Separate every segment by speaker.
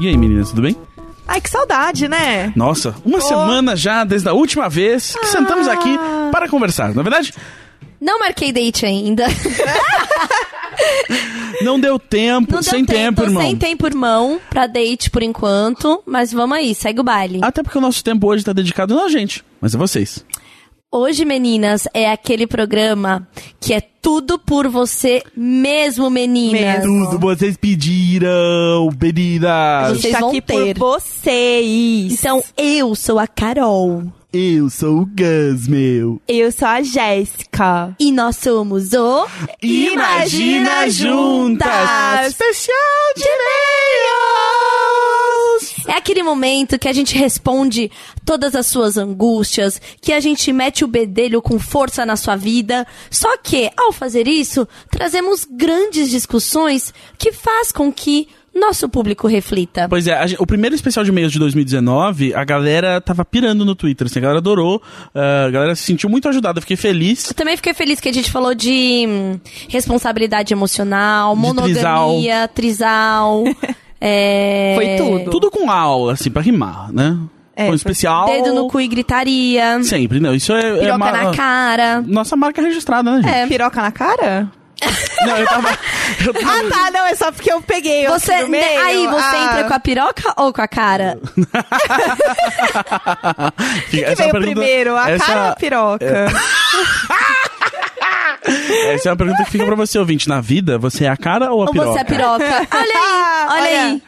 Speaker 1: E aí, meninas, tudo bem?
Speaker 2: Ai, que saudade, né?
Speaker 1: Nossa, uma semana já desde a última vez que sentamos aqui para conversar. Na verdade,
Speaker 3: Não marquei date ainda.
Speaker 1: não deu tempo,
Speaker 3: Não
Speaker 1: sem
Speaker 3: deu
Speaker 1: tempo, irmão.
Speaker 3: Sem tempo, irmão, pra date por enquanto. Mas vamos aí, segue o baile.
Speaker 1: Até porque o nosso tempo hoje tá dedicado não a gente, mas a vocês.
Speaker 3: Hoje, meninas, é aquele programa que é tudo por você mesmo, meninas.
Speaker 2: Mesmo.
Speaker 1: Tudo vocês pediram,
Speaker 2: A
Speaker 1: meninas.
Speaker 2: gente
Speaker 3: Vocês
Speaker 2: tá
Speaker 3: vão
Speaker 2: aqui
Speaker 3: ter.
Speaker 2: por vocês.
Speaker 3: Então, eu sou a Carol.
Speaker 1: Eu sou o Gus, meu.
Speaker 2: eu sou a Jéssica.
Speaker 3: E nós somos o...
Speaker 1: Imagina
Speaker 2: Imagina
Speaker 1: Juntas!
Speaker 3: É
Speaker 2: Juntas.
Speaker 1: Especial de e-mails!
Speaker 3: É aquele momento que a gente responde todas as suas angústias, que a gente mete o bedelho com força na sua vida. Só que, ao fazer isso, trazemos grandes discussões que faz com que nosso público reflita.
Speaker 1: Pois é, a gen- o primeiro especial de e-mails de 2019, a galera tava pirando no Twitter, assim, a galera adorou, ah, a galera se sentiu muito ajudada, eu fiquei feliz.
Speaker 3: Eu também fiquei feliz que a gente falou de hum, responsabilidade emocional,
Speaker 1: De
Speaker 3: monogamia, trisal. é,
Speaker 2: Foi tudo.
Speaker 1: Tudo com aula, assim, pra rimar, né?
Speaker 2: É,
Speaker 1: Foi um
Speaker 2: foi-
Speaker 1: especial.
Speaker 3: Dedo no cu e gritaria.
Speaker 1: Sempre, não, isso é... é
Speaker 3: Piroca
Speaker 1: ma-
Speaker 3: na cara.
Speaker 1: Nossa marca registrada, né, gente?
Speaker 3: É.
Speaker 2: Piroca na cara?
Speaker 1: Não, eu tava... eu tava-
Speaker 2: Ah, tá, não, é só porque eu peguei. eu
Speaker 3: Você,
Speaker 2: fui no meio.
Speaker 3: aí você
Speaker 2: Ah,
Speaker 3: entra com a piroca ou com a cara?
Speaker 1: Fica-
Speaker 2: que
Speaker 1: essa é
Speaker 2: veio
Speaker 1: uma pergunta-
Speaker 2: primeiro, a
Speaker 1: essa-
Speaker 2: cara ou a piroca?
Speaker 1: Essa é uma pergunta que fica pra você, ouvinte. Na vida, você é a cara ou a
Speaker 3: Ou
Speaker 1: piroca?
Speaker 3: você é a piroca? Olha aí,
Speaker 2: Ah,
Speaker 3: olha,
Speaker 2: olha.
Speaker 3: aí.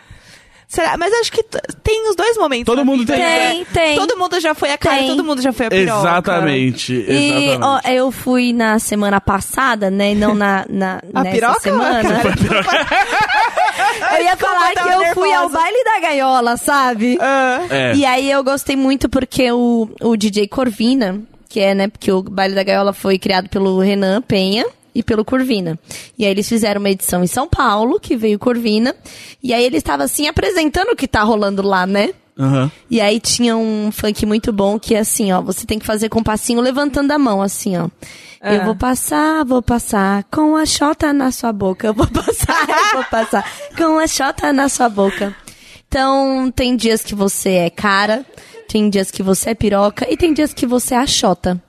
Speaker 2: Será? Mas acho que t- tem os dois momentos.
Speaker 1: Todo
Speaker 2: na
Speaker 1: mundo
Speaker 2: vida,
Speaker 1: tem.
Speaker 2: né?
Speaker 3: Tem, tem.
Speaker 2: Todo mundo já foi a cara,
Speaker 3: Tem.
Speaker 2: todo mundo já foi a piroca.
Speaker 1: Exatamente,
Speaker 3: E
Speaker 1: exatamente.
Speaker 3: ó, eu fui na semana passada, né? e Não na, na
Speaker 2: A
Speaker 3: nessa
Speaker 2: piroca?
Speaker 3: semana. Eu ia falar
Speaker 2: eu
Speaker 3: que
Speaker 2: tava
Speaker 3: eu fui ao
Speaker 2: nervosa.
Speaker 3: baile da gaiola, sabe?
Speaker 2: Ah,
Speaker 1: É.
Speaker 3: E aí eu gostei muito porque o, o DJ Corvina, que é, né, porque o Baile da Gaiola foi criado pelo Renan Penha e pelo Corvina. E aí eles fizeram uma edição em São Paulo, que veio Corvina, e aí ele estava assim apresentando o que tá rolando lá, né?
Speaker 1: Aham.
Speaker 3: E aí tinha um funk muito bom que é assim, ó, você tem que fazer com o passinho levantando a mão, assim, ó.
Speaker 2: Ah.
Speaker 3: Eu vou passar, vou passar, com a xota na sua boca. Eu vou passar, eu vou passar, com a xota na sua boca. Então, tem dias que você é cara, tem dias que você é piroca e tem dias que você é a xota.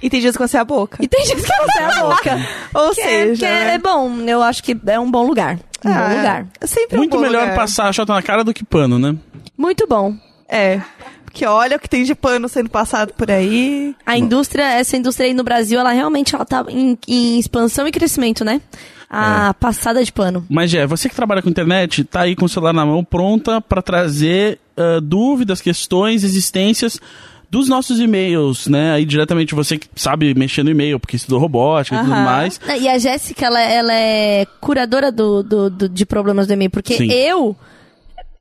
Speaker 2: E tem dias que você é a boca.
Speaker 3: E tem dias que você é a boca.
Speaker 2: Ou
Speaker 3: Que é-
Speaker 2: seja,
Speaker 3: que é,
Speaker 2: né?
Speaker 3: é bom, eu acho que é um bom lugar. Um
Speaker 2: Ah,
Speaker 3: bom lugar.
Speaker 2: é Sempre um
Speaker 1: Muito
Speaker 2: bom
Speaker 1: melhor
Speaker 2: lugar.
Speaker 1: passar a chota na cara do que pano, né?
Speaker 3: Muito bom.
Speaker 2: É. Porque olha o que tem de pano sendo passado por aí.
Speaker 3: A indústria, essa indústria aí no Brasil, ela realmente ela tá em, em expansão e crescimento, né? A passada de pano.
Speaker 1: Mas, Jé, você que trabalha com internet, tá aí com o celular na mão, pronta pra trazer ah, dúvidas, questões, existências dos nossos e-mails, né? Aí diretamente você que sabe mexer no e-mail, porque estudou robótica e tudo
Speaker 2: Aham.
Speaker 1: mais.
Speaker 3: Né, E a Jéssica, ela, ela é curadora do, do- do- de problemas do e-mail, porque
Speaker 1: Sim.
Speaker 3: eu.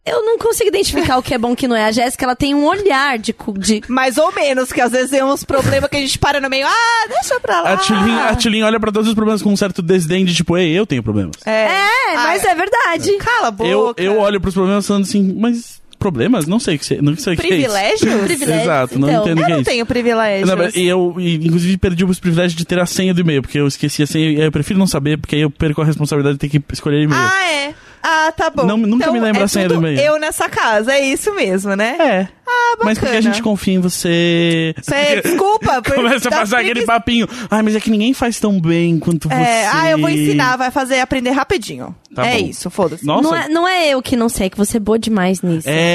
Speaker 3: Eu não consigo identificar o que é bom e o que não é. A Jéssica, ela tem um olhar de. cu- de
Speaker 2: Mais ou menos, que às vezes tem uns problemas que a gente para no meio. Ah, deixa pra lá.
Speaker 1: A Tilin, a Tilin olha pra todos os problemas com um certo desdém de tipo, ei, eu tenho problemas.
Speaker 2: É,
Speaker 3: é,
Speaker 2: Ah,
Speaker 3: mas é verdade.
Speaker 2: Cala a boca.
Speaker 1: Eu, eu olho pros problemas falando assim, mas problemas? Não sei o que, você- não sei o que é isso.
Speaker 2: Privilégios?
Speaker 3: Privilégios,
Speaker 1: Exato, não
Speaker 3: então.
Speaker 1: entendo o
Speaker 2: Eu
Speaker 1: que é
Speaker 2: não
Speaker 1: isso.
Speaker 2: tenho privilégios.
Speaker 1: Não, mas- e eu, e, inclusive, perdi os privilégios de ter a senha do e-mail, porque eu esqueci a senha. e Eu prefiro não saber, porque aí eu perco a responsabilidade de ter que escolher e-mail.
Speaker 2: Ah, é? Ah, tá bom.
Speaker 1: Não- nunca
Speaker 2: Então,
Speaker 1: me lembro
Speaker 2: é
Speaker 1: a senha
Speaker 2: tudo
Speaker 1: do e-mail.
Speaker 2: Eu nessa casa, é isso mesmo, né?
Speaker 1: é.
Speaker 2: Ah, bacana.
Speaker 1: Mas porque a gente confia em você.
Speaker 2: Cê, desculpa. por-
Speaker 1: Começa a
Speaker 2: da
Speaker 1: passar aquele
Speaker 2: preguiça-
Speaker 1: papinho. Ai, mas é que ninguém faz tão bem quanto
Speaker 2: É,
Speaker 1: você.
Speaker 2: ah, eu vou ensinar, vai fazer aprender rapidinho.
Speaker 1: Tá
Speaker 2: é
Speaker 1: bom.
Speaker 2: isso, foda-se.
Speaker 1: Nossa.
Speaker 3: Não é, não é eu que não sei, é que você é boa demais nisso.
Speaker 1: É.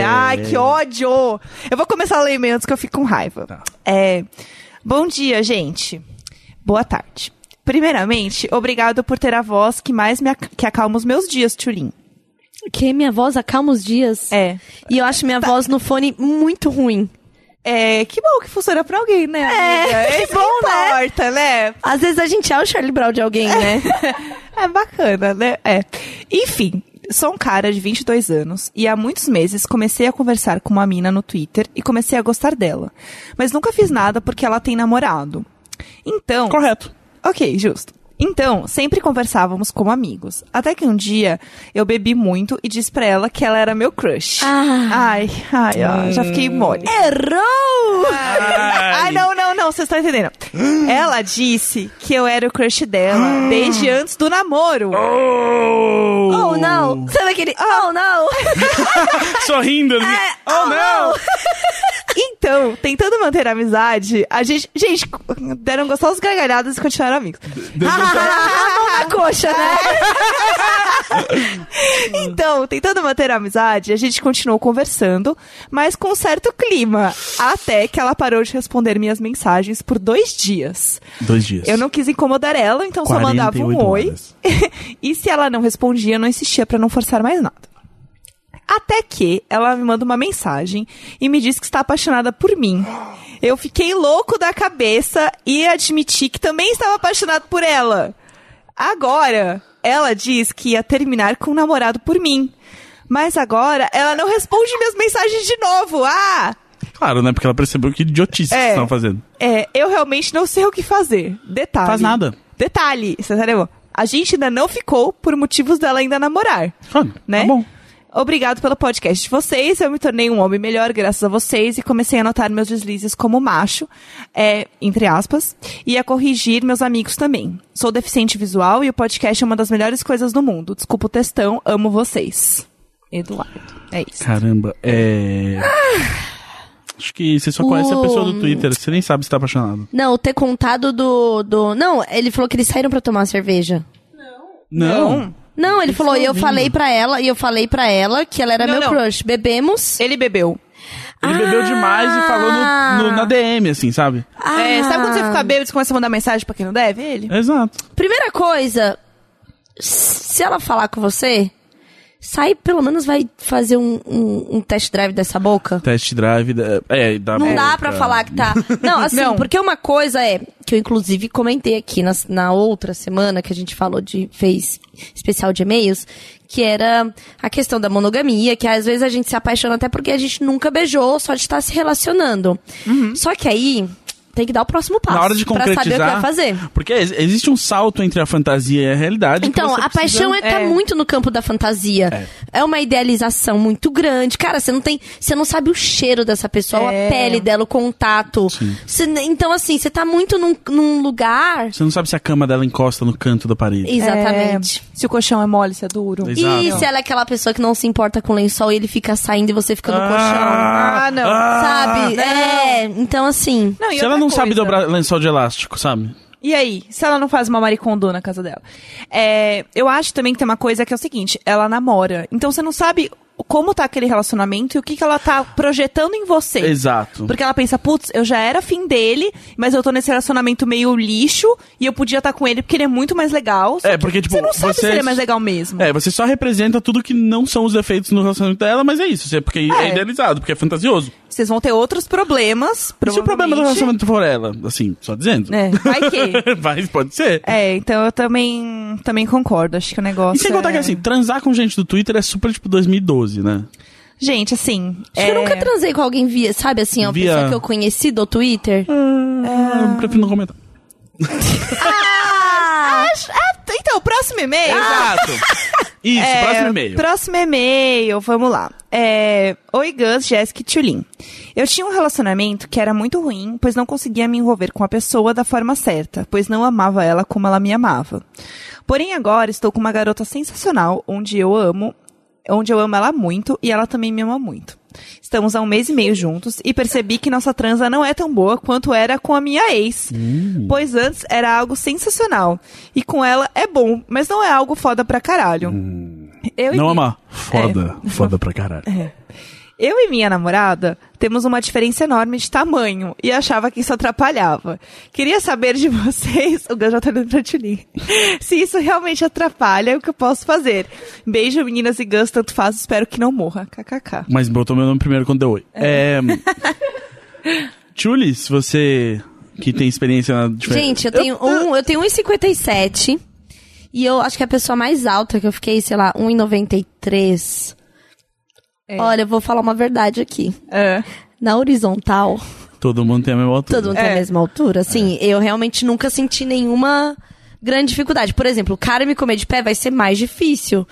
Speaker 2: É, ai, que ódio! Eu vou começar a ler e-mail antes que eu fique com raiva. É, bom dia, gente. Boa tarde. Primeiramente, obrigado por ter a voz que mais me ac- que acalma os meus dias, Tchulin.
Speaker 3: Porque minha voz acalma os dias. Tá.
Speaker 2: É.
Speaker 3: E eu acho minha voz no fone muito ruim.
Speaker 2: É, que bom que funciona pra alguém, né? amiga?
Speaker 3: É. que
Speaker 2: Isso
Speaker 3: bom,
Speaker 2: que
Speaker 3: né?
Speaker 2: importa, né?
Speaker 3: Às vezes a gente é o Charlie Brown de alguém, né?
Speaker 2: É bacana, né? É. Enfim, sou um cara de 22 anos e há muitos meses comecei a conversar com uma mina no Twitter e comecei a gostar dela. Mas nunca fiz nada porque ela tem namorado. Então.
Speaker 1: Correto.
Speaker 2: Ok, justo. Então, sempre conversávamos como amigos. Até que um dia eu bebi muito e disse pra ela que ela era meu crush.
Speaker 3: Ah.
Speaker 2: Ai, ai, ó, já fiquei mole.
Speaker 3: Errou!
Speaker 2: Ai, não, não, não, vocês estão entendendo. Ela disse que eu era o crush dela desde antes do namoro.
Speaker 1: Oh,
Speaker 3: Oh, não! Sabe aquele... Oh, não!
Speaker 1: Sorrindo. assim,
Speaker 3: É.
Speaker 1: oh, não!
Speaker 2: Então, tentando manter a amizade, a gente. Gente, deram gostosas gargalhadas e continuaram amigos.
Speaker 3: Ah. a mão na coxa, né?
Speaker 2: Então, tentando manter a amizade, a gente continuou conversando, mas com um certo clima. Até que ela parou de responder minhas mensagens por dois dias.
Speaker 1: Dois dias.
Speaker 2: Eu não quis incomodar ela, então só
Speaker 1: 48
Speaker 2: mandava um oi.
Speaker 1: horas.
Speaker 2: e se ela não respondia, eu não insistia pra não forçar mais nada. Até que ela me manda uma mensagem e me diz que está apaixonada por mim. Eu fiquei louco da cabeça e admiti que também estava apaixonado por ela. Agora, ela diz que ia terminar com o namorado por mim. Mas agora ela não responde minhas mensagens de novo. Ah!
Speaker 1: Claro, né? Porque ela percebeu que idiotice que
Speaker 2: É.
Speaker 1: vocês estavam fazendo.
Speaker 2: É, eu realmente não sei o que fazer. Detalhe.
Speaker 1: Faz nada.
Speaker 2: Detalhe, você entendeu? A gente ainda não ficou por motivos dela ainda namorar,
Speaker 1: Ah,
Speaker 2: né?
Speaker 1: Tá bom.
Speaker 2: Obrigado pelo podcast de vocês. Eu me tornei um homem melhor graças a vocês e comecei a notar meus deslizes como macho, é, entre aspas, e a corrigir meus amigos também. Sou deficiente visual e o podcast é uma das melhores coisas do mundo. Desculpa o textão, amo vocês. Eduardo. É isso.
Speaker 1: Caramba, é. Acho que você só conhece a pessoa do Twitter, você nem sabe se tá apaixonado.
Speaker 3: Não, ter contado do, do... Não, ele falou que eles saíram pra tomar uma cerveja.
Speaker 1: Não.
Speaker 3: Não, ele falou, e eu falei pra ela, e eu falei pra ela que ela era
Speaker 2: Não,
Speaker 3: meu
Speaker 2: não.
Speaker 3: crush. Bebemos.
Speaker 2: Ele bebeu.
Speaker 1: Ele bebeu demais e falou no, no- na DM, assim, sabe?
Speaker 2: É, sabe quando você
Speaker 3: Ah.
Speaker 2: fica bêbado e começa a mandar mensagem pra quem não deve? Ele.
Speaker 1: Exato.
Speaker 3: Primeira coisa, se ela falar com você, sai, pelo menos vai fazer um, um- um test drive dessa boca.
Speaker 1: Test drive. da- É, da
Speaker 3: Não dá
Speaker 1: boca.
Speaker 3: pra falar que tá. Não, assim,
Speaker 2: Não.
Speaker 3: porque uma coisa é, que eu inclusive comentei aqui na, na outra semana que a gente falou de. fez especial de e-mails, que era a questão da monogamia, que às vezes a gente se apaixona até porque a gente nunca beijou, só de estar se relacionando. Só que aí. Tem que dar o próximo passo.
Speaker 1: Na hora de concretizar.
Speaker 3: Pra saber o que vai fazer.
Speaker 1: Porque ex- existe um salto entre a fantasia e a realidade. que
Speaker 3: Então,
Speaker 1: você
Speaker 3: a
Speaker 1: precisa-
Speaker 3: paixão é, tá
Speaker 2: É.
Speaker 3: muito no campo da fantasia. É. uma idealização muito grande. Cara, você não tem. Você não sabe o cheiro dessa pessoa,
Speaker 2: É.
Speaker 3: a pele dela, o contato. Você- então, assim, você tá muito num, num lugar.
Speaker 1: Você não sabe se a cama dela encosta no canto da parede.
Speaker 3: Exatamente.
Speaker 2: É, se o colchão é mole, se é duro.
Speaker 1: Exato.
Speaker 3: E se ela é aquela pessoa que não se importa com o lençol e ele fica saindo e você fica
Speaker 1: Ah.
Speaker 3: no colchão.
Speaker 2: Ah, não.
Speaker 3: Sabe? É. Então, assim.
Speaker 2: Não, e
Speaker 1: Se
Speaker 2: outra
Speaker 1: ela não
Speaker 2: coisa.
Speaker 1: sabe dobrar lençol de elástico, sabe?
Speaker 2: E aí, se ela não faz uma maricondô na casa dela? É, eu acho também que tem uma coisa que é o seguinte: ela namora. Então você não sabe como tá aquele relacionamento e o que, que ela tá projetando em você.
Speaker 1: Exato.
Speaker 2: Porque ela pensa, putz, eu já era fim dele, mas eu tô nesse relacionamento meio lixo e eu podia estar com ele porque ele é muito mais legal. só
Speaker 1: É,
Speaker 2: que
Speaker 1: porque, tipo,
Speaker 2: Você não sabe se
Speaker 1: você-
Speaker 2: ele é mais legal mesmo.
Speaker 1: É, você só representa tudo que não são os defeitos no relacionamento dela, mas é isso. Você- Porque é,
Speaker 2: É.
Speaker 1: idealizado, porque é fantasioso.
Speaker 2: Vocês vão ter outros problemas.
Speaker 1: E se é o problema do
Speaker 2: provavelmente.
Speaker 1: relacionamento for ela? Assim, só dizendo.
Speaker 2: É, vai que.
Speaker 1: Vai, pode ser.
Speaker 2: É, então eu também, também concordo. Acho que o negócio.
Speaker 1: E sem contar
Speaker 2: é-
Speaker 1: que, assim, transar com gente do Twitter é super, tipo, 2012, né?
Speaker 2: Gente, assim.
Speaker 3: Acho
Speaker 2: é-
Speaker 3: que eu nunca transei com alguém via, sabe assim, uma
Speaker 1: Via-
Speaker 3: pessoa que eu conheci do Twitter.
Speaker 1: Ah, eu prefiro não comentar.
Speaker 3: Ah!
Speaker 2: Ah, t- então, próximo e-mail.
Speaker 1: Exato. Isso,
Speaker 2: É,
Speaker 1: próximo e-mail.
Speaker 2: Próximo e-mail, vamos lá. É, Oi, Gus, Jéssica e Tchulin. Eu tinha um relacionamento que era muito ruim, pois não conseguia me envolver com a pessoa da forma certa, pois não amava ela como ela me amava. Porém, agora estou com uma garota sensacional, onde eu amo, onde eu amo ela muito e ela também me ama muito. Estamos há um mês e meio juntos e percebi que nossa transa não é tão boa quanto era com a minha ex.
Speaker 1: Hum.
Speaker 2: Pois antes era algo sensacional. E com ela é bom, mas não é algo foda pra caralho. Eu e
Speaker 1: Hum. Não
Speaker 2: minha-
Speaker 1: amar. Foda. Foda pra caralho.
Speaker 2: É. eu e minha namorada temos uma diferença enorme de tamanho e achava que isso atrapalhava. Queria saber de vocês, o Gus já tá olhando pra Tilly, se isso realmente atrapalha e o que eu posso fazer. Beijo, meninas e Gus, tanto faz, espero que não morra. KKK.
Speaker 1: Mas botou meu nome primeiro quando deu oi. É. Chulis, você que tem experiência na diferença.
Speaker 3: Gente, eu tenho um, eu tenho 1,57 e eu acho que é a pessoa mais alta que eu fiquei, sei lá, 1,93.
Speaker 2: É.
Speaker 3: Olha, eu vou falar uma verdade aqui.
Speaker 2: É.
Speaker 3: Na horizontal,
Speaker 1: Todo mundo tem a mesma altura.
Speaker 3: todo mundo tem
Speaker 2: É.
Speaker 3: a mesma altura. Assim, eu realmente nunca senti nenhuma grande dificuldade. Por exemplo, o cara me comer de pé vai ser mais difícil.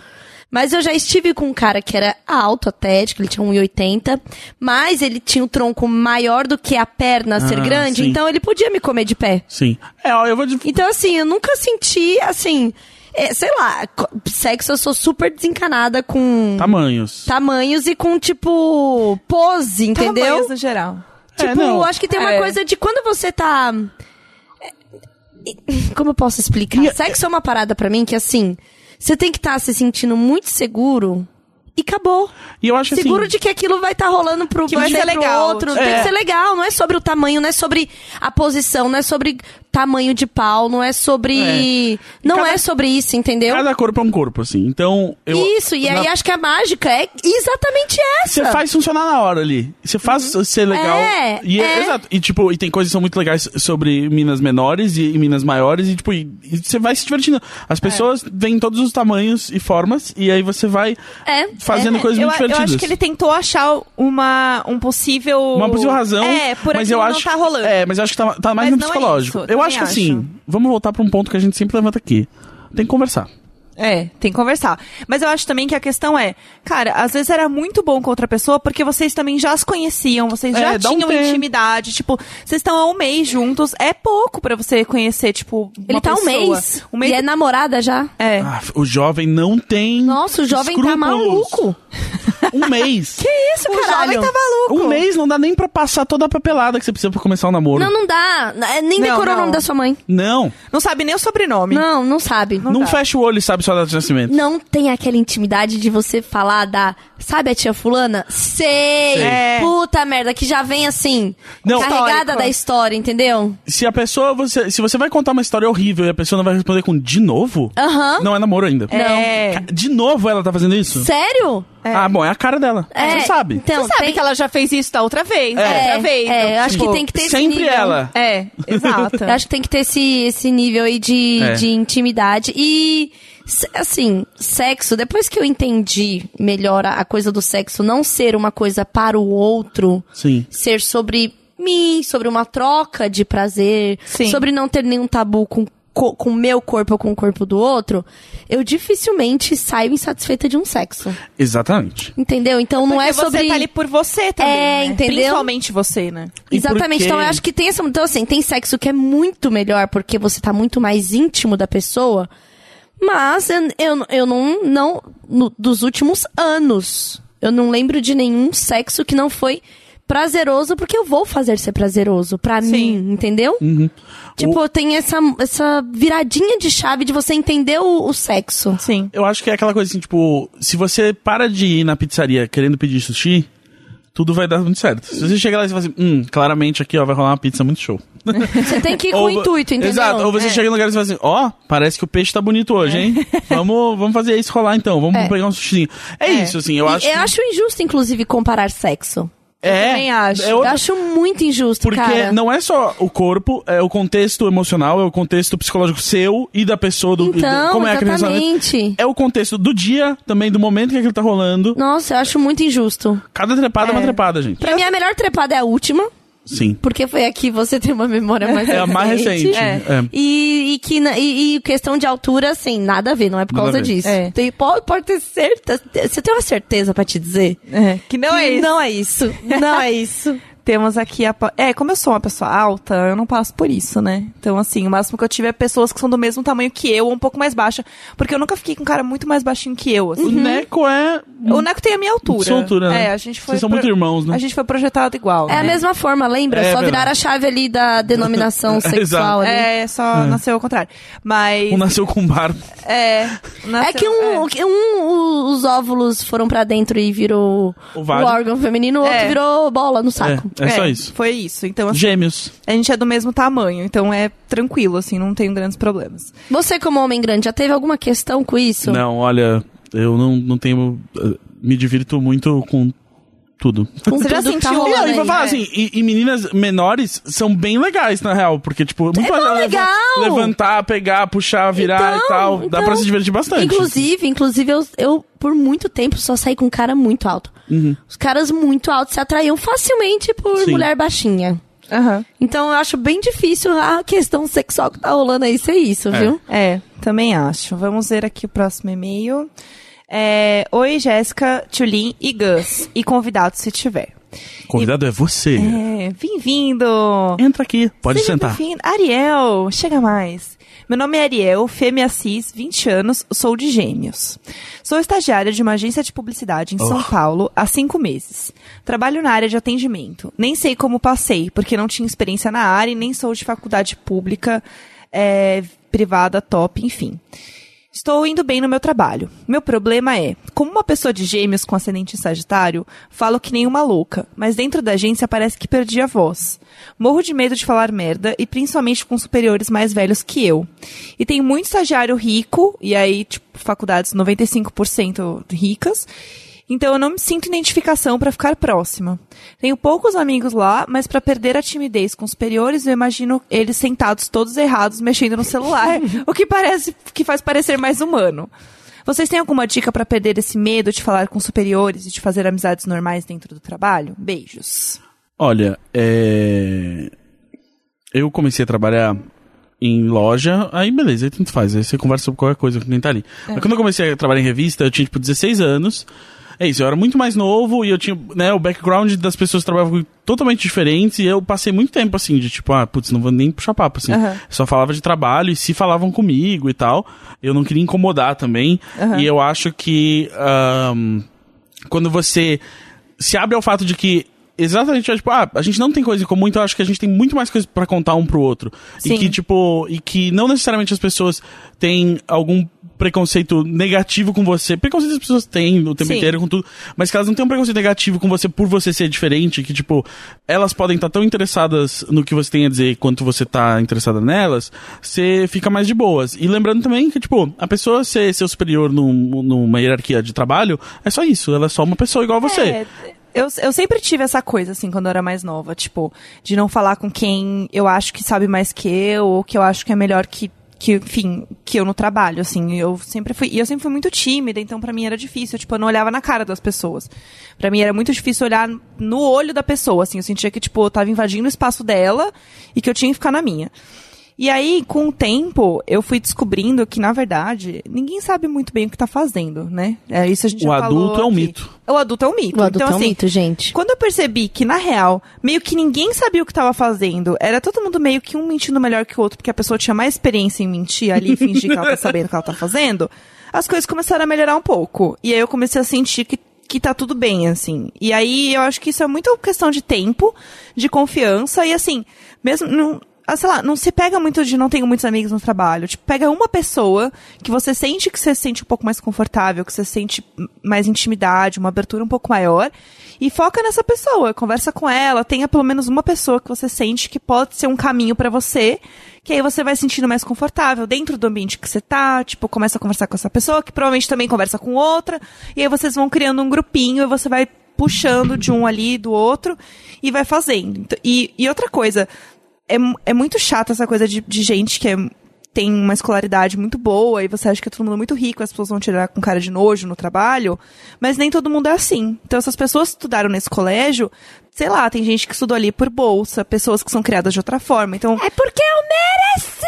Speaker 3: Mas eu já estive com um cara que era alto até, acho que ele tinha 1,80, mas ele tinha um tronco maior do que a perna a ser
Speaker 1: Ah,
Speaker 3: grande,
Speaker 1: sim.
Speaker 3: então ele podia me comer de pé.
Speaker 1: Sim. É, ó, eu vou. dif-
Speaker 3: Então, assim, eu nunca senti, assim, é, sei lá, co- sexo eu sou super desencanada com
Speaker 1: Tá Tamanhos.
Speaker 3: tá. tamanhos e com, tipo, pose, entendeu?
Speaker 2: Tamanhos no geral.
Speaker 1: É,
Speaker 3: Tipo,
Speaker 1: não.
Speaker 3: acho que tem uma
Speaker 2: É.
Speaker 3: coisa de quando você tá. Como eu posso explicar? Sexo é uma parada pra mim que, assim, você tem que estar se sentindo muito seguro e acabou.
Speaker 1: E eu acho
Speaker 3: Seguro
Speaker 1: assim.
Speaker 3: de que aquilo vai estar rolando pro
Speaker 2: Que vai
Speaker 3: você,
Speaker 2: ser
Speaker 3: pro
Speaker 2: legal.
Speaker 3: outro.
Speaker 1: É.
Speaker 3: Tem que ser legal. Não é sobre o tamanho, não é sobre a posição, não é sobre tamanho de pau, não é sobre. Não
Speaker 1: Cada-
Speaker 3: é sobre isso, entendeu?
Speaker 1: Cada corpo é um corpo, assim. Então, eu.
Speaker 3: Isso, e aí
Speaker 1: na-
Speaker 3: acho que a mágica é exatamente
Speaker 1: Você
Speaker 3: essa. Uhum.
Speaker 1: faz funcionar na hora ali. Você faz ser legal.
Speaker 3: É,
Speaker 1: e,
Speaker 3: é.
Speaker 1: Exato. E, tipo, e tem coisas que são muito legais sobre minas menores e, e minas maiores. E, tipo, e- e você vai se divertindo.
Speaker 3: É.
Speaker 1: As pessoas vêm em todos os tamanhos e formas. E aí você vai
Speaker 3: É,
Speaker 1: fazendo
Speaker 3: é.
Speaker 1: coisas
Speaker 2: Eu,
Speaker 1: muito
Speaker 2: eu
Speaker 1: divertidas.
Speaker 2: acho que ele tentou achar uma, um possível...
Speaker 1: Uma possível razão.
Speaker 2: É, por
Speaker 1: mas
Speaker 2: aquilo
Speaker 1: eu
Speaker 2: não
Speaker 1: acho,
Speaker 2: tá rolando.
Speaker 1: É, mas eu acho que tá, tá mais
Speaker 2: Mas
Speaker 1: no
Speaker 2: não é
Speaker 1: psicológico.
Speaker 2: isso,
Speaker 1: eu
Speaker 2: também
Speaker 1: acho que assim,
Speaker 2: acho.
Speaker 1: vamos voltar pra um ponto que a gente sempre levanta aqui. Tem que conversar.
Speaker 2: É, tem que conversar. Mas eu acho também que a questão é, cara, às vezes era muito bom com outra pessoa porque vocês também já as conheciam, vocês
Speaker 1: É,
Speaker 2: já
Speaker 1: dá um
Speaker 2: tinham
Speaker 1: tempo.
Speaker 2: intimidade, tipo, vocês estão há um mês juntos, é pouco pra você conhecer, tipo, uma
Speaker 3: Ele tá um
Speaker 2: pessoa.
Speaker 3: mês,
Speaker 2: Um mês.
Speaker 3: E é namorada já.
Speaker 2: É.
Speaker 1: Ah, o jovem não tem.
Speaker 3: Nossa, o jovem tá
Speaker 1: escrúpulos.
Speaker 3: maluco.
Speaker 1: Um mês.
Speaker 3: Isso,
Speaker 2: O jovem tá maluco.
Speaker 1: Um mês não dá nem pra passar toda a papelada que você precisa pra começar o namoro.
Speaker 3: Não, não dá. É, Nem
Speaker 2: Não,
Speaker 3: decorou o
Speaker 2: não.
Speaker 3: nome da sua mãe.
Speaker 1: Não,
Speaker 2: Não sabe nem o sobrenome.
Speaker 3: Não, não sabe.
Speaker 1: não,
Speaker 3: Não,
Speaker 2: dá.
Speaker 1: fecha o olho e sabe sua data de nascimento.
Speaker 3: tem aquela intimidade de você falar da. Sabe a tia Fulana? Sei!
Speaker 1: Sei.
Speaker 2: É.
Speaker 3: Puta merda, que já vem assim.
Speaker 1: Não.
Speaker 3: carregada
Speaker 2: Histórico.
Speaker 3: da história, entendeu?
Speaker 1: Se a pessoa. Você, se você vai contar uma história horrível e a pessoa não vai responder com de novo,
Speaker 3: Aham.
Speaker 1: não é namoro ainda.
Speaker 2: É.
Speaker 1: Ca- De novo ela tá fazendo isso?
Speaker 3: Sério?
Speaker 1: Ah, bom, é a cara dela.
Speaker 3: É,
Speaker 1: Você sabe.
Speaker 3: Então,
Speaker 2: Você sabe
Speaker 3: tem-
Speaker 2: que ela já fez isso da outra vez, da
Speaker 3: É,
Speaker 2: outra vez.
Speaker 3: é,
Speaker 2: então,
Speaker 3: eu acho
Speaker 2: tipo,
Speaker 3: que tem que ter esse
Speaker 1: Sempre
Speaker 3: nível.
Speaker 1: ela.
Speaker 2: É, exato.
Speaker 3: Eu acho que tem que ter esse, esse nível aí de,
Speaker 1: É.
Speaker 3: de intimidade. E, se- assim, sexo, depois que eu entendi melhor a, a coisa do sexo não ser uma coisa para o outro,
Speaker 1: Sim.
Speaker 3: ser sobre mim, sobre uma troca de prazer,
Speaker 2: Sim.
Speaker 3: sobre não ter nenhum tabu com co- com o meu corpo ou com o corpo do outro, eu dificilmente saio insatisfeita de um sexo.
Speaker 1: Exatamente.
Speaker 3: Entendeu? Então não
Speaker 2: Porque
Speaker 3: é sobre
Speaker 2: você tá ali por você também,
Speaker 3: É,
Speaker 2: né?
Speaker 3: entendeu?
Speaker 2: Principalmente você, né?
Speaker 1: E
Speaker 3: Exatamente.
Speaker 1: porque-
Speaker 3: Então, eu acho que tem essa. Então, assim, tem sexo que é muito melhor porque você tá muito mais íntimo da pessoa. Mas eu, eu, eu não. não no- dos últimos anos, eu não lembro de nenhum sexo que não foi prazeroso porque eu vou fazer ser prazeroso pra
Speaker 2: Sim.
Speaker 3: mim, entendeu?
Speaker 1: Uhum.
Speaker 3: Tipo, tem essa, essa viradinha de chave de você entender o, o sexo.
Speaker 2: Sim.
Speaker 1: Eu acho que é aquela coisa assim, tipo, se você para de ir na pizzaria querendo pedir sushi, tudo vai dar muito certo. Se você chegar lá e você fala assim, hum, claramente aqui, ó, vai rolar uma pizza muito show.
Speaker 3: Você tem que ir com o intuito, entendeu? É.
Speaker 1: Exato. Ou você chega no lugar e você fala assim, ó, parece que o peixe tá bonito hoje, hein? vamos, vamos fazer isso rolar então, vamos
Speaker 3: É.
Speaker 1: pegar um sushizinho. É, isso, assim, eu
Speaker 3: E
Speaker 1: acho.
Speaker 3: eu
Speaker 1: que-
Speaker 3: acho injusto, inclusive, comparar sexo.
Speaker 1: é,
Speaker 2: também acho.
Speaker 1: É
Speaker 3: Eu
Speaker 1: outra
Speaker 3: acho muito injusto,
Speaker 1: Porque
Speaker 3: cara.
Speaker 1: não é só o corpo, é o contexto emocional, é o contexto psicológico seu e da pessoa, do,
Speaker 3: Então,
Speaker 1: do- como é aquele relacionamento.
Speaker 3: exatamente.
Speaker 1: É o contexto do dia, também do momento que aquilo tá rolando.
Speaker 3: Nossa, eu acho muito injusto.
Speaker 1: Cada trepada é uma trepada, gente.
Speaker 3: Pra mim, a melhor trepada é a última,
Speaker 1: Sim.
Speaker 3: porque foi aqui você tem uma memória mais
Speaker 1: É
Speaker 3: recente.
Speaker 1: a mais recente. É.
Speaker 3: E, e que na- e, e questão de altura, assim, nada a ver, não é por
Speaker 1: Nada a
Speaker 3: causa
Speaker 1: ver.
Speaker 3: disso.
Speaker 2: É.
Speaker 3: Tem- pode, pode ter certeza. Você tem uma certeza pra te dizer?
Speaker 2: É, Que não é
Speaker 3: Que
Speaker 2: isso.
Speaker 3: Não é isso. Não é isso.
Speaker 2: Temos aqui a. pa- É, como eu sou uma pessoa alta, eu não passo por isso, né? Então, assim, o máximo que eu tive é pessoas que são do mesmo tamanho que eu, ou um pouco mais baixa. Porque eu nunca fiquei com um cara muito mais baixinho que eu, assim.
Speaker 1: O
Speaker 3: Uhum.
Speaker 1: Neco é.
Speaker 2: O Neco tem a minha altura.
Speaker 1: Sua altura, né?
Speaker 2: É, a gente foi.
Speaker 1: Vocês são muito irmãos, né?
Speaker 2: A gente foi projetado igual.
Speaker 3: É a
Speaker 2: né?
Speaker 3: mesma forma, lembra?
Speaker 1: É
Speaker 3: Só virar
Speaker 1: verdade.
Speaker 3: a chave ali da denominação
Speaker 1: Exato.
Speaker 3: sexual ali.
Speaker 2: É, só nasceu ao contrário. Mas.
Speaker 1: Um nasceu com barba.
Speaker 2: É. nasceu-
Speaker 3: É que um, que um o- os óvulos foram pra dentro e virou
Speaker 1: O
Speaker 3: o,
Speaker 1: vale.
Speaker 3: órgão feminino, o outro
Speaker 2: É.
Speaker 3: virou bola no
Speaker 2: Tá.
Speaker 3: saco.
Speaker 1: É, é só isso.
Speaker 2: Foi isso. Então, assim,
Speaker 1: Gêmeos.
Speaker 2: a gente é do mesmo tamanho. Então é tranquilo, assim, não tenho grandes problemas.
Speaker 3: Você, como homem grande, já teve alguma questão com isso?
Speaker 1: Não, olha, eu não, não tenho. eh, Me divirto muito com tudo.
Speaker 3: Com
Speaker 2: Você já
Speaker 3: tudo que tá
Speaker 2: sentiu?
Speaker 1: E
Speaker 3: rolando
Speaker 1: eu vou
Speaker 3: aí.
Speaker 1: falar
Speaker 2: né?
Speaker 1: assim, e, e meninas menores são bem legais, na real, porque, tipo,
Speaker 2: É
Speaker 1: muito mais
Speaker 3: bom,
Speaker 1: leva-
Speaker 3: legal!
Speaker 1: levantar, pegar, puxar, virar
Speaker 3: Então,
Speaker 1: e tal. Dá
Speaker 3: então.
Speaker 1: pra se divertir bastante.
Speaker 3: Inclusive, inclusive eu, eu, por muito tempo, só saí com um cara muito alto. Os caras muito altos se atraíam facilmente por
Speaker 1: Uhum. Sim.
Speaker 3: mulher baixinha.
Speaker 2: Aham.
Speaker 3: Então eu acho bem difícil a questão sexual que tá rolando aí ser isso,
Speaker 1: É.
Speaker 3: viu?
Speaker 2: É, também acho. Vamos ver aqui o próximo e-mail. É, Oi, Jéssica, Tulin e Gus. E convidado se tiver.
Speaker 1: Convidado é você.
Speaker 2: É, bem-vindo!
Speaker 1: Entra aqui, pode
Speaker 2: Seja
Speaker 1: sentar.
Speaker 2: bem-vindo. Ariel, chega mais. Meu nome é Ariel, fêmea cis, 20 anos, sou de gêmeos. Sou estagiária de uma agência de publicidade em
Speaker 1: Oh.
Speaker 2: São Paulo há cinco meses. Trabalho na área de atendimento. Nem sei como passei, porque não tinha experiência na área e nem sou de faculdade pública, é, privada, top, enfim. Estou indo bem no meu trabalho. Meu problema é, como uma pessoa de gêmeos com ascendente em Sagitário, falo que nem uma louca, mas dentro da agência parece que perdi a voz. Morro de medo de falar merda e principalmente com superiores mais velhos que eu. E tem muito estagiário rico, e aí, tipo, faculdades 95% ricas, então eu não me sinto identificação para ficar próxima. Tenho poucos amigos lá, mas para perder a timidez com os superiores, eu imagino eles sentados todos errados mexendo no celular, o que parece que faz parecer mais humano. Vocês têm alguma dica para perder esse medo de falar com superiores e de fazer amizades normais dentro do trabalho? Beijos.
Speaker 1: Olha, é... eu comecei a trabalhar em loja, aí beleza, aí tanto faz, aí você conversa sobre qualquer coisa com quem tá ali. Mas quando eu comecei a trabalhar em revista, eu tinha tipo 16 anos, é isso, eu era muito mais novo e eu tinha, né, o background das pessoas que trabalhavam totalmente diferente e eu passei muito tempo assim, de tipo, ah, putz, não vou nem puxar papo, assim.
Speaker 2: Aham.
Speaker 1: Só falava de trabalho e se falavam comigo e tal, eu não queria incomodar também, e eu acho que... ahn, quando você se abre ao fato de que exatamente tipo, ah, a gente não tem coisa em comum, então eu acho que a gente tem muito mais coisa pra contar um pro outro.
Speaker 2: Sim.
Speaker 1: E que tipo, e que não necessariamente as pessoas têm algum preconceito negativo com você. Preconceito as pessoas têm o tempo
Speaker 2: Sim.
Speaker 1: inteiro com tudo, mas que elas não têm um preconceito negativo com você por você ser diferente, que tipo, elas podem estar tão interessadas no que você tem a dizer quanto você tá interessada nelas, você fica mais de boas. E lembrando também que tipo, a pessoa ser seu superior num- numa hierarquia de trabalho, é só isso, ela é só uma pessoa igual a você.
Speaker 2: É, eu, eu sempre tive essa coisa, assim, quando eu era mais nova, tipo, de não falar com quem eu acho que sabe mais que eu, ou que eu acho que é melhor que, que enfim, que eu no trabalho, assim. Eu sempre fui, e eu sempre fui muito tímida, então pra mim era difícil, tipo, eu não olhava na cara das pessoas. Pra mim era muito difícil olhar no olho da pessoa, assim, eu sentia que, tipo, eu tava invadindo o espaço dela e que eu tinha que ficar na minha. E aí, com o tempo, eu fui descobrindo que, na verdade, ninguém sabe muito bem o que tá fazendo, né? É isso a gente
Speaker 1: O
Speaker 2: já falou
Speaker 1: adulto é um
Speaker 2: aqui.
Speaker 1: mito.
Speaker 2: O adulto é um mito.
Speaker 3: O adulto
Speaker 2: então,
Speaker 3: é um
Speaker 2: assim,
Speaker 3: mito, gente.
Speaker 2: quando eu percebi que, na real, meio que ninguém sabia o que tava fazendo, era todo mundo meio que um mentindo melhor que o outro, porque a pessoa tinha mais experiência em mentir ali e fingir que ela tá sabendo o que ela tá fazendo, as coisas começaram a melhorar um pouco. E aí eu comecei a sentir que, que tá tudo bem, assim. E aí eu acho que isso é muito questão de tempo, de confiança, e assim, mesmo. Não, ah, sei lá, não se pega muito de não tenho muitos amigos no trabalho. Tipo, pega uma pessoa que você sente que você se sente um pouco mais confortável, que você sente mais intimidade, uma abertura um pouco maior, e foca nessa pessoa, conversa com ela, tenha pelo menos uma pessoa que você sente que pode ser um caminho pra você, que aí você vai se sentindo mais confortável dentro do ambiente que você tá, tipo, começa a conversar com essa pessoa, que provavelmente também conversa com outra, e aí vocês vão criando um grupinho e você vai puxando de um ali, do outro, e vai fazendo. Então, E, e outra coisa, é, mu- é muito chato essa coisa de, de gente que é- tem uma escolaridade muito boa e você acha que é todo mundo muito rico, as pessoas vão te olhar com cara de nojo no trabalho, mas nem todo mundo é assim. Então, essas pessoas que estudaram nesse colégio, sei lá, tem gente que estudou ali por bolsa, pessoas que são criadas de outra forma. Então,
Speaker 3: É porque eu mereci!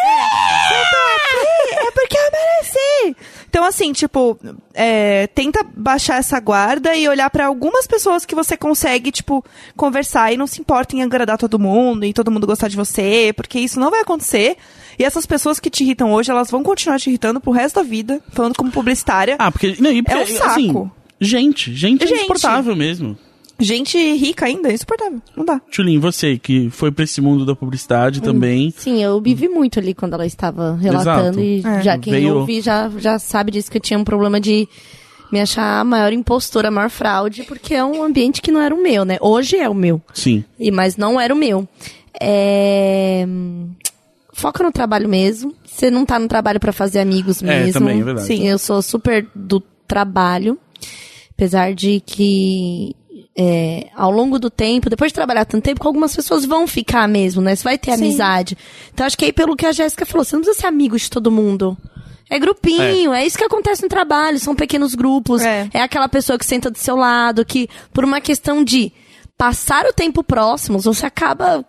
Speaker 2: é porque eu mereci. Então, assim, tipo, é, tenta baixar essa guarda e olhar pra algumas pessoas que você consegue, tipo, conversar e não se importa em agradar todo mundo e todo mundo gostar de você, porque isso não vai acontecer. E essas pessoas que te irritam hoje, elas vão continuar te irritando pro resto da vida, falando como publicitária.
Speaker 1: Ah, porque. Não, e porque,
Speaker 2: É um saco.
Speaker 1: Assim, gente, gente,
Speaker 2: Gente.
Speaker 1: é insuportável mesmo.
Speaker 2: Gente rica ainda, é insuportável. Não dá.
Speaker 1: Tchulin, você que foi pra esse mundo da publicidade
Speaker 2: Hum.
Speaker 1: também.
Speaker 3: Sim, eu vivi muito ali quando ela estava
Speaker 1: Exato.
Speaker 3: relatando e
Speaker 2: É.
Speaker 3: já quem
Speaker 1: Veio-
Speaker 3: ouvi já, já sabe disso que eu tinha um problema de me achar a maior impostora, a maior fraude, porque é um ambiente que não era o meu, né? Hoje é o meu.
Speaker 1: Sim.
Speaker 3: E mas não era o meu. É, hum, Foca no trabalho mesmo. Você não tá no trabalho pra fazer amigos mesmo.
Speaker 1: também, é verdade.
Speaker 3: Sim, eu sou super do trabalho. Apesar de que é, ao longo do tempo, depois de trabalhar tanto tempo, com algumas pessoas vão ficar mesmo, né? Você vai ter
Speaker 2: Sim.
Speaker 3: amizade. Então acho que aí pelo que a Jéssica falou, você não precisa ser amigo de todo mundo. É grupinho, é. isso que acontece no trabalho, são pequenos grupos.
Speaker 2: É.
Speaker 3: É aquela pessoa que senta do seu lado, que por uma questão de passar o tempo próximos, você acaba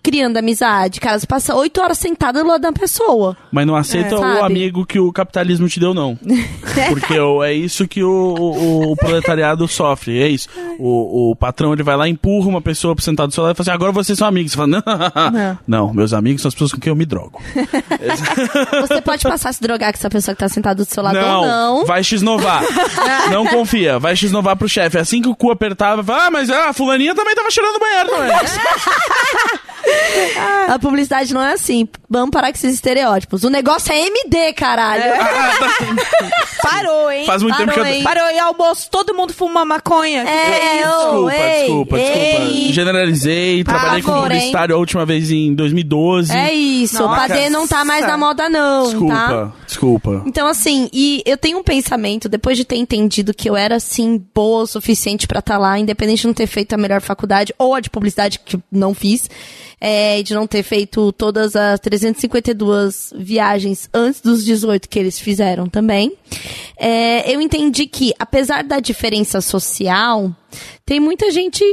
Speaker 3: criando amizade, cara. Você passa oito horas sentada do lado da pessoa.
Speaker 1: Mas não aceita
Speaker 3: É,
Speaker 1: o
Speaker 3: sabe?
Speaker 1: amigo que o capitalismo te deu, não. Porque o- é isso que o, o- o proletariado sofre. É isso. O, o patrão ele vai lá, empurra uma pessoa pra sentar do seu lado e fala assim: agora vocês são amigos. Você fala, não, não.
Speaker 2: Não.
Speaker 1: meus amigos são as pessoas com quem eu me drogo.
Speaker 3: Você pode passar a se drogar com essa pessoa que tá sentada do seu lado ou não.
Speaker 1: vai xnovar. não confia, vai xnovar pro chefe. Assim que o cu apertava, fala, ah, mas ah, a fulaninha também tava cheirando o banheiro é?" também.
Speaker 3: A publicidade não é assim. Vamos parar com esses estereótipos. O negócio é MD, caralho.
Speaker 2: É. Parou, hein?
Speaker 1: Faz muito tempo que eu.
Speaker 3: Parou, hein?
Speaker 2: Parou, e almoço, todo mundo fuma maconha. Que
Speaker 3: É,
Speaker 2: isso?
Speaker 3: ô,
Speaker 1: Desculpa,
Speaker 3: ei,
Speaker 1: desculpa, desculpa.
Speaker 3: ei.
Speaker 1: Generalizei, trabalhei com
Speaker 3: favor, hein?
Speaker 1: publicitário a última vez em 2012.
Speaker 3: É isso, o
Speaker 2: Nossa.
Speaker 3: Padê não tá mais na moda, não,
Speaker 1: Desculpa,
Speaker 3: tá?
Speaker 1: desculpa.
Speaker 3: Então, assim, e eu tenho um pensamento, depois de ter entendido que eu era, assim, boa o suficiente pra estar lá, independente de não ter feito a melhor faculdade, ou a de publicidade, que eu não fiz, é, e de não ter feito todas as 352 viagens antes dos 18 que eles fizeram também, é, eu entendi que, apesar da diferença social, tem muita gente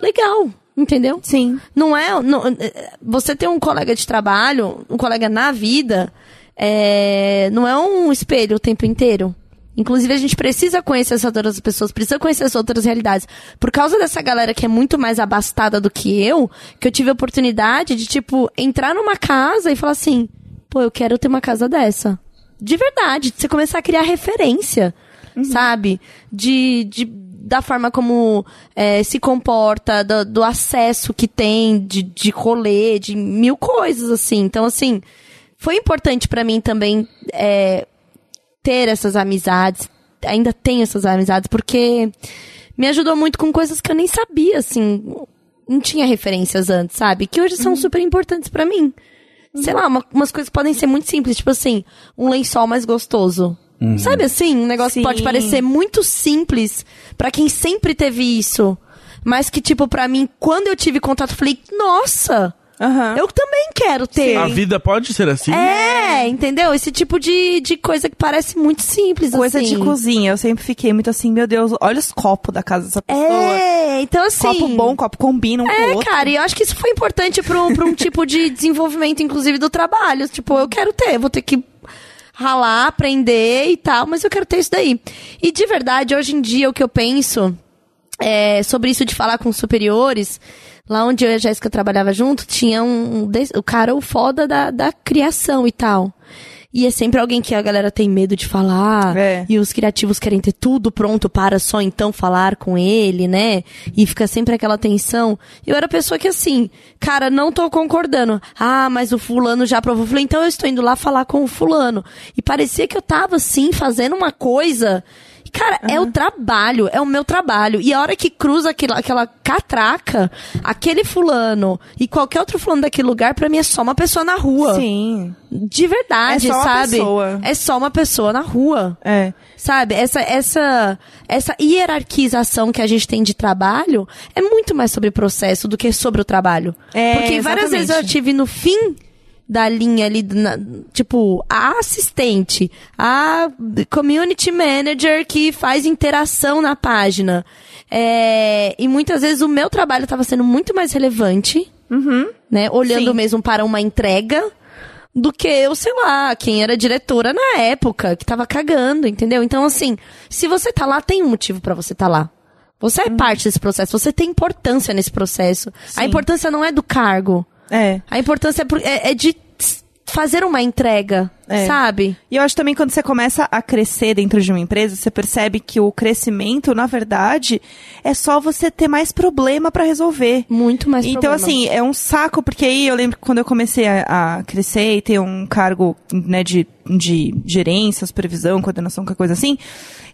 Speaker 3: legal, entendeu?
Speaker 2: Sim.
Speaker 3: Não é. não- é, você ter um colega de trabalho, um colega na vida, é, não é um espelho o tempo inteiro. Inclusive, a gente precisa conhecer essas outras pessoas, precisa conhecer as outras realidades. Por causa dessa galera que é muito mais abastada do que eu, que eu tive a oportunidade de, tipo, entrar numa casa e falar assim: pô, eu quero ter uma casa dessa. De verdade, de você começar a criar referência, sabe? De, de, da forma como eh, se comporta, do, do acesso que tem, de, de rolê, de mil coisas, assim. Então, assim, foi importante pra mim também eh, ter essas amizades. Ainda tenho essas amizades, porque me ajudou muito com coisas que eu nem sabia, assim. Não tinha referências antes, sabe? Que hoje
Speaker 2: Uhum.
Speaker 3: são super importantes pra mim. Sei lá, uma- umas coisas que podem ser muito simples, tipo assim, um lençol mais gostoso. Sabe assim? Um negócio que pode
Speaker 2: Sim.
Speaker 3: parecer muito simples pra quem sempre teve isso. Mas que, tipo, pra mim, quando eu tive contato, eu falei, nossa,
Speaker 2: Aham.
Speaker 3: eu também quero ter.
Speaker 1: A vida pode ser assim?
Speaker 3: É, entendeu? Esse tipo de, de coisa que parece muito simples,
Speaker 2: Coisa
Speaker 3: assim.
Speaker 2: de cozinha. Eu sempre fiquei muito assim, meu Deus, olha os copos da casa dessa pessoa.
Speaker 3: É, então assim...
Speaker 2: Copo bom, copo combina um com o
Speaker 3: É,
Speaker 2: outro.
Speaker 3: cara, e eu acho que isso foi importante pra um, pra um tipo de desenvolvimento, inclusive, do trabalho. Tipo, eu quero ter, vou ter que ralar, aprender e tal, mas eu quero ter isso daí. E de verdade, hoje em dia, o que eu penso é, sobre isso de falar com os superiores, lá onde eu e a Jéssica trabalhava junto, tinha um, um des- o cara o foda da, da criação e tal. E é sempre alguém que a galera tem medo de falar.
Speaker 2: É.
Speaker 3: E os criativos querem ter tudo pronto para só então falar com ele, né? E fica sempre aquela tensão. Eu era a pessoa que assim, cara, não tô concordando. Ah, mas o fulano já aprovou. Eu Falei, então eu estou indo lá falar com o fulano. E parecia que eu tava assim, fazendo uma coisa. E, Cara, é o trabalho, é o meu trabalho. E a hora que cruza aquela, aquela catraca, aquele fulano e qualquer outro fulano daquele lugar, pra mim é só uma pessoa na rua.
Speaker 2: Sim.
Speaker 3: De verdade,
Speaker 2: É só uma
Speaker 3: sabe?
Speaker 2: pessoa.
Speaker 3: É só uma pessoa na rua.
Speaker 2: É.
Speaker 3: Sabe, essa, essa, essa hierarquização que a gente tem de trabalho é muito mais sobre processo do que sobre o trabalho.
Speaker 2: É,
Speaker 3: Porque várias vezes eu
Speaker 2: exatamente.
Speaker 3: tive no fim da linha ali, na- tipo, a assistente, a community manager que faz interação na página. É, e muitas vezes o meu trabalho estava sendo muito mais relevante, né? Olhando
Speaker 2: Sim.
Speaker 3: mesmo para uma entrega do que eu, sei lá, quem era diretora na época, que tava cagando, entendeu? Então, assim, se você tá lá, tem um motivo pra você tá lá. Você é
Speaker 2: Uhum.
Speaker 3: parte desse processo, você tem importância nesse processo. A importância não é do cargo.
Speaker 2: É.
Speaker 3: A importância é, por- é- é de s- fazer uma entrega,
Speaker 2: É.
Speaker 3: sabe?
Speaker 2: E eu acho também que quando você começa a crescer dentro de uma empresa, você percebe que o crescimento, na verdade, é só você ter mais problema pra resolver.
Speaker 3: Muito mais
Speaker 2: Então,
Speaker 3: problema.
Speaker 2: assim, é um saco, porque aí eu lembro que quando eu comecei a, a crescer e ter um cargo, né, de, de gerência, supervisão, coordenação, qualquer coisa assim,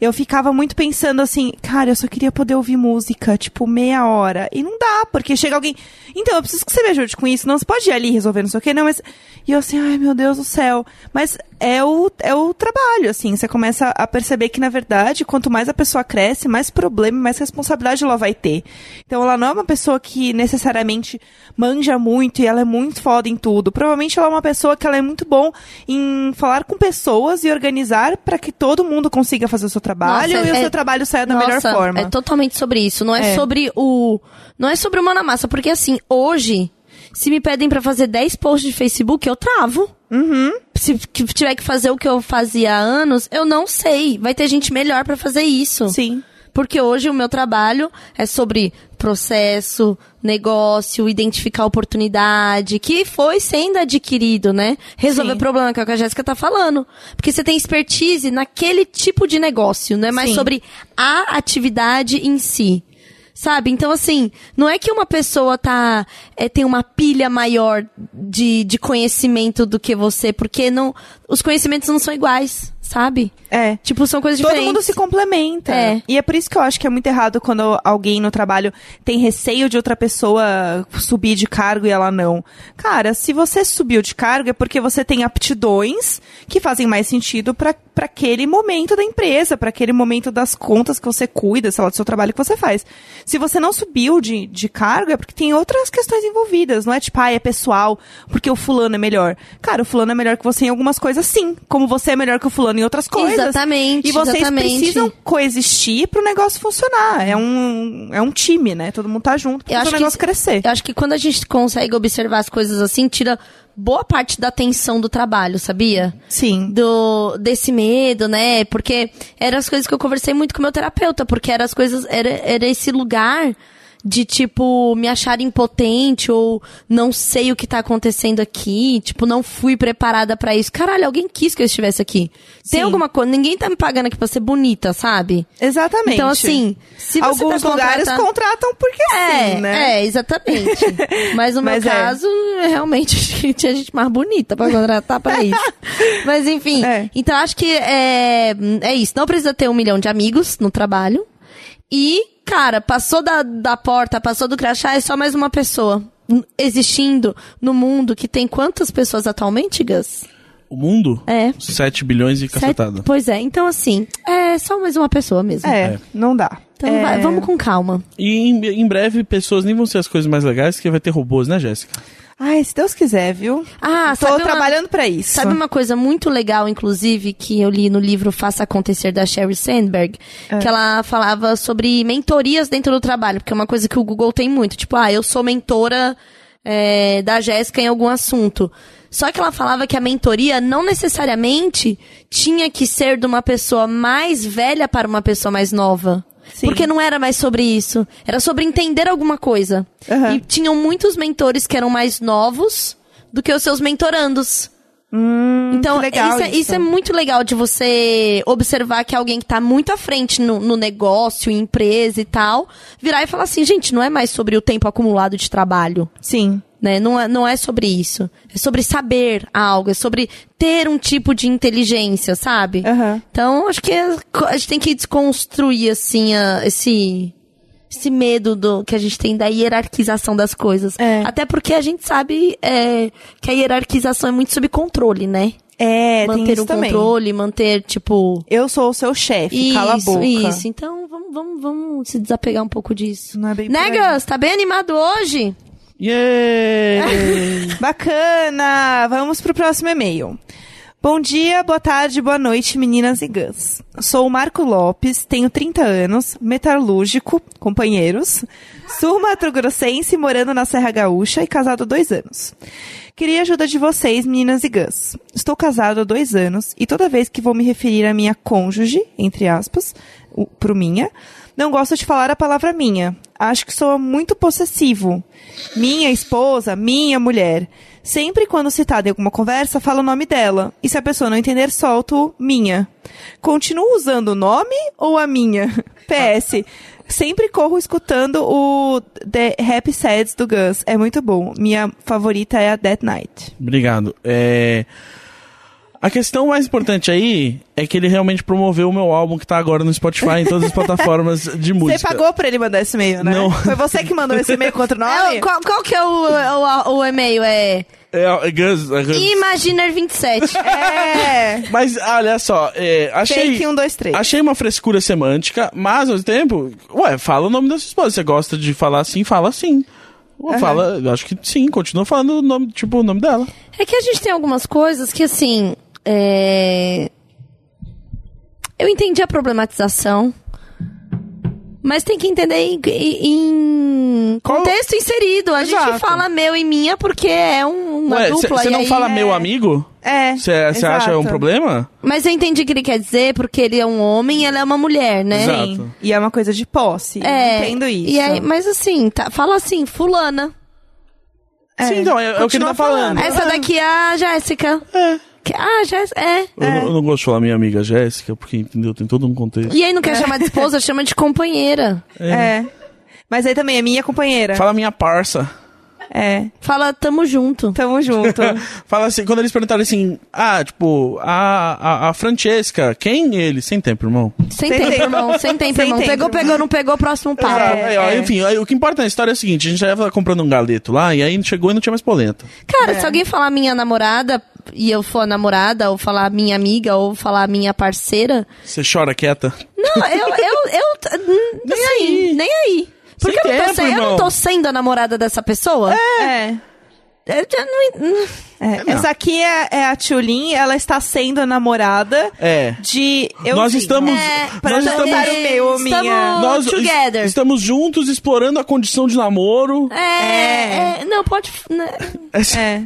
Speaker 2: eu ficava muito pensando assim, cara, eu só queria poder ouvir música, tipo, meia hora. E não dá, porque chega alguém, então, eu preciso que você me ajude com isso, não, você pode ir ali resolver não sei o que, não, mas... E eu assim, ai, meu Deus do céu. Mas é o, é o trabalho, assim, você começa a perceber que, na verdade, quanto mais a pessoa cresce, mais problema, e mais responsabilidade ela vai ter. Então, ela não é uma pessoa que necessariamente manja muito e ela é muito foda em tudo. Provavelmente ela é uma pessoa que ela é muito bom em falar com pessoas e organizar para que todo mundo consiga fazer o seu trabalho
Speaker 3: Nossa,
Speaker 2: e o
Speaker 3: é-
Speaker 2: seu trabalho saia da melhor
Speaker 3: Nossa,
Speaker 2: forma.
Speaker 3: É totalmente sobre isso. Não é,
Speaker 2: É.
Speaker 3: sobre o. Não é sobre o mão na massa. Porque assim, hoje, Se me pedem pra fazer 10 posts de Facebook, eu travo.
Speaker 2: Uhum.
Speaker 3: Se que- tiver que fazer o que eu fazia há anos, eu não sei. Vai ter gente melhor pra fazer isso.
Speaker 2: Sim.
Speaker 3: Porque hoje o meu trabalho é sobre processo, negócio, identificar oportunidade, que foi sendo adquirido, né? Resolver
Speaker 2: Sim.
Speaker 3: problema, que é o que a Jéssica tá falando. Porque você tem expertise naquele tipo de negócio, não é mais
Speaker 2: Sim.
Speaker 3: sobre a atividade em si. Sabe? Então, assim, não é que uma pessoa tá, é, tem uma pilha maior de, de conhecimento do que você, porque não, os conhecimentos não são iguais, sabe?
Speaker 2: É.
Speaker 3: Tipo, são coisas
Speaker 2: Todo
Speaker 3: diferentes.
Speaker 2: mundo se complementa.
Speaker 3: É.
Speaker 2: E é por isso que eu acho que é muito errado quando alguém no trabalho tem receio de outra pessoa subir de cargo e ela não. Cara, se você subiu de cargo é porque você tem aptidões que fazem mais sentido pra pra aquele momento da empresa, pra aquele momento das contas que você cuida, sei lá, do seu trabalho que você faz. Se você não subiu de, de cargo é porque tem outras questões envolvidas. Não é tipo, ah, é pessoal, porque o fulano é melhor. Cara, o fulano é melhor que você em algumas coisas, sim. Como você é melhor que o fulano em outras coisas.
Speaker 3: Exatamente,
Speaker 2: E vocês
Speaker 3: exatamente.
Speaker 2: precisam coexistir pro negócio funcionar. É um, é um time, né? Todo mundo tá junto
Speaker 3: Eu
Speaker 2: pra o
Speaker 3: acho que
Speaker 2: negócio crescer.
Speaker 3: Eu acho que quando a gente consegue observar as coisas assim, tira boa parte da tensão do trabalho, sabia?
Speaker 2: Sim.
Speaker 3: Do, desse medo, né? Porque eram as coisas que eu conversei muito com o meu terapeuta, porque eram as coisas, era, era esse lugar de, tipo, me achar impotente ou não sei o que tá acontecendo aqui, tipo, não fui preparada pra isso. Caralho, alguém quis que eu estivesse aqui. Tem
Speaker 2: Sim.
Speaker 3: alguma coisa, ninguém tá me pagando aqui pra ser bonita, sabe?
Speaker 2: Exatamente.
Speaker 3: Então, assim, se você
Speaker 2: Alguns
Speaker 3: tá
Speaker 2: lugares
Speaker 3: contratando-
Speaker 2: contratam porque
Speaker 3: é,
Speaker 2: sim, né?
Speaker 3: é, exatamente. Mas no
Speaker 2: Mas é.
Speaker 3: meu caso, realmente acho que tinha gente mais bonita pra contratar pra isso. Mas enfim,
Speaker 2: É.
Speaker 3: então acho que é, é isso. Não precisa ter um milhão de amigos no trabalho. E, cara, passou da, da porta, passou do crachá, é só mais uma pessoa. N- Existindo no mundo que tem quantas pessoas atualmente, Gus?
Speaker 1: O mundo?
Speaker 3: É.
Speaker 1: 7 bilhões e cacetada.
Speaker 3: Sete- Pois é, então assim, é só mais uma pessoa mesmo.
Speaker 2: É,
Speaker 1: É.
Speaker 2: não dá.
Speaker 3: Então
Speaker 2: É.
Speaker 3: vai- vamos com calma.
Speaker 1: E em, em breve, pessoas nem vão ser as coisas mais legais, porque vai ter robôs, né, Jéssica?
Speaker 2: Ai, se Deus quiser, viu?
Speaker 3: Ah,
Speaker 2: Tô
Speaker 3: sabe uma-
Speaker 2: trabalhando pra isso.
Speaker 3: Sabe uma coisa muito legal, inclusive, que eu li no livro Faça Acontecer da Sheryl Sandberg?
Speaker 2: É.
Speaker 3: Que ela falava sobre mentorias dentro do trabalho, porque é uma coisa que o Google tem muito. Tipo, ah, eu sou mentora é, da Jéssica em algum assunto. Só que ela falava que a mentoria não necessariamente tinha que ser de uma pessoa mais velha para uma pessoa mais nova.
Speaker 2: Sim.
Speaker 3: Porque não era mais sobre isso. Era sobre entender alguma coisa.
Speaker 2: Aham.
Speaker 3: E tinham muitos mentores que eram mais novos do que os seus mentorandos. então,
Speaker 2: Hum, que legal
Speaker 3: isso, é,
Speaker 2: isso.
Speaker 3: isso é muito legal de você observar que alguém que tá muito à frente no, no negócio, em empresa e tal, virar e falar assim, gente, não é mais sobre o tempo acumulado de trabalho.
Speaker 2: Sim.
Speaker 3: Né? Não, é, não é sobre isso. É sobre saber algo, é sobre ter um tipo de inteligência, sabe?
Speaker 2: Aham.
Speaker 3: Então, acho que é- a gente tem que desconstruir, assim, a- esse, esse medo do, que a gente tem da hierarquização das coisas.
Speaker 2: É.
Speaker 3: Até porque a gente sabe é, que a hierarquização é muito sob controle, né?
Speaker 2: É, tem
Speaker 3: manter
Speaker 2: isso
Speaker 3: o
Speaker 2: também.
Speaker 3: controle, manter, tipo...
Speaker 2: Eu sou o seu chefe,
Speaker 3: Isso,
Speaker 2: cala a boca.
Speaker 3: isso. Então, vamos, vamos, vamos se desapegar um pouco disso.
Speaker 2: Não é bem por aí.
Speaker 3: Negas, tá bem animado hoje?
Speaker 1: Yay!
Speaker 2: Bacana! Vamos pro próximo e-mail. Bom dia, boa tarde, boa noite, meninas e gãs. Sou o Marco Lopes, tenho 30 anos, metalúrgico, companheiros, sul mato-grossense, morando na Serra Gaúcha e casado há dois anos. Queria a ajuda de vocês, meninas e gãs. Estou casado há dois anos e toda vez que vou me referir à minha cônjuge, entre aspas, o- pro minha, não gosto de falar a palavra minha. Acho que sou muito possessivo. Minha esposa, minha mulher. Sempre quando citada em alguma conversa, falo o nome dela. E se a pessoa não entender, solto o minha. Continuo usando o nome ou a minha? PS. Sempre corro escutando o The Happy Sads do Gus. É muito bom. Minha favorita é a Dead Night.
Speaker 1: Obrigado. É, A questão mais importante aí é que ele realmente promoveu o meu álbum que tá agora no Spotify em todas as plataformas de música.
Speaker 2: Você pagou pra ele mandar esse e-mail, né?
Speaker 1: Não.
Speaker 2: Foi você que mandou esse e-mail contra o nome?
Speaker 3: É, qual, qual que é o, o, o e-mail? É
Speaker 1: É, é, Guns- é, Guns.
Speaker 3: Imaginer27.
Speaker 2: É.
Speaker 1: Mas olha só, é, achei.
Speaker 2: Fake 1, 2, 3.
Speaker 1: Achei uma frescura semântica, mas ao mesmo tempo, ué, fala o nome da sua esposa. Você gosta de falar assim, fala assim. Ué, Fala, eu acho que sim, continua falando o nome, tipo, o nome dela.
Speaker 3: É que a gente tem algumas coisas que, assim, é... eu entendi a problematização, Mas tem que entender em, em
Speaker 1: Qual-
Speaker 3: contexto inserido. A
Speaker 2: Exato.
Speaker 3: gente fala meu e minha porque é um, uma
Speaker 1: Ué,
Speaker 3: dupla.
Speaker 1: você
Speaker 3: e
Speaker 1: não
Speaker 3: aí-
Speaker 1: fala meu amigo?
Speaker 2: É.
Speaker 1: Você acha
Speaker 2: exato.
Speaker 1: um problema?
Speaker 3: Mas eu entendi o que ele quer dizer, porque ele é um homem e ela é uma mulher, né?
Speaker 1: Exato.
Speaker 2: Sim. E é uma coisa de posse.
Speaker 3: É.
Speaker 2: eu Entendo isso.
Speaker 3: E aí, mas assim, tá- fala assim, fulana.
Speaker 2: É.
Speaker 1: Sim, então, é, é o que ele
Speaker 2: Continua
Speaker 1: tá falando.
Speaker 2: falando.
Speaker 3: Essa daqui é a Jéssica.
Speaker 1: É.
Speaker 3: Que- Ah, Jéssica, é.
Speaker 1: Eu, não- eu não gosto de falar minha amiga Jéssica, porque, entendeu, tem todo um contexto.
Speaker 3: E aí não quer chamar de esposa, chama de companheira.
Speaker 2: É. Mas aí também é minha companheira.
Speaker 1: Uhum. Fala minha parça.
Speaker 2: É.
Speaker 3: Fala, tamo junto.
Speaker 2: Tamo junto.
Speaker 1: Fala assim, quando eles perguntaram assim, ah, tipo, a, a, a Francesca, quem ele? Sem tempo, irmão.
Speaker 3: Sem,
Speaker 2: Sem
Speaker 3: tempo,
Speaker 2: tempo.
Speaker 3: irmão. Sem tempo,
Speaker 2: Sem
Speaker 3: irmão.
Speaker 2: tempo,
Speaker 3: pegou,
Speaker 2: irmão.
Speaker 3: pegou, não pegou, próximo papo.
Speaker 1: Exato. Aí, ó,
Speaker 2: é.
Speaker 1: Enfim, aí, o que importa na história é o seguinte, a gente já tava comprando um galeto lá, e aí chegou e não tinha mais polenta.
Speaker 3: Cara,
Speaker 2: É.
Speaker 3: se alguém falar minha namorada e eu for a namorada, ou falar minha amiga, ou falar minha parceira.
Speaker 1: Você chora quieta.
Speaker 3: Não, eu. eu, eu hum,
Speaker 1: Nem
Speaker 3: assim,
Speaker 1: aí.
Speaker 3: Nem aí.
Speaker 1: Sem
Speaker 3: Porque eu, não tô
Speaker 1: tempo,
Speaker 3: sendo, eu não
Speaker 1: irmão.
Speaker 3: tô sendo a namorada dessa pessoa.
Speaker 2: é.
Speaker 3: Eu já não.
Speaker 2: É,
Speaker 1: não.
Speaker 2: Essa aqui é, é a Tchulin, ela está sendo a namorada
Speaker 1: É.
Speaker 2: de eu
Speaker 1: Nós estamos-
Speaker 3: É,
Speaker 2: para
Speaker 1: nós
Speaker 2: estamos,
Speaker 1: estamos-
Speaker 2: o meu ou minha.
Speaker 3: estamos-
Speaker 1: Nós es-
Speaker 3: together.
Speaker 1: estamos juntos explorando a condição de namoro.
Speaker 3: É, é, Não, pode. né.
Speaker 1: Essa,
Speaker 2: É.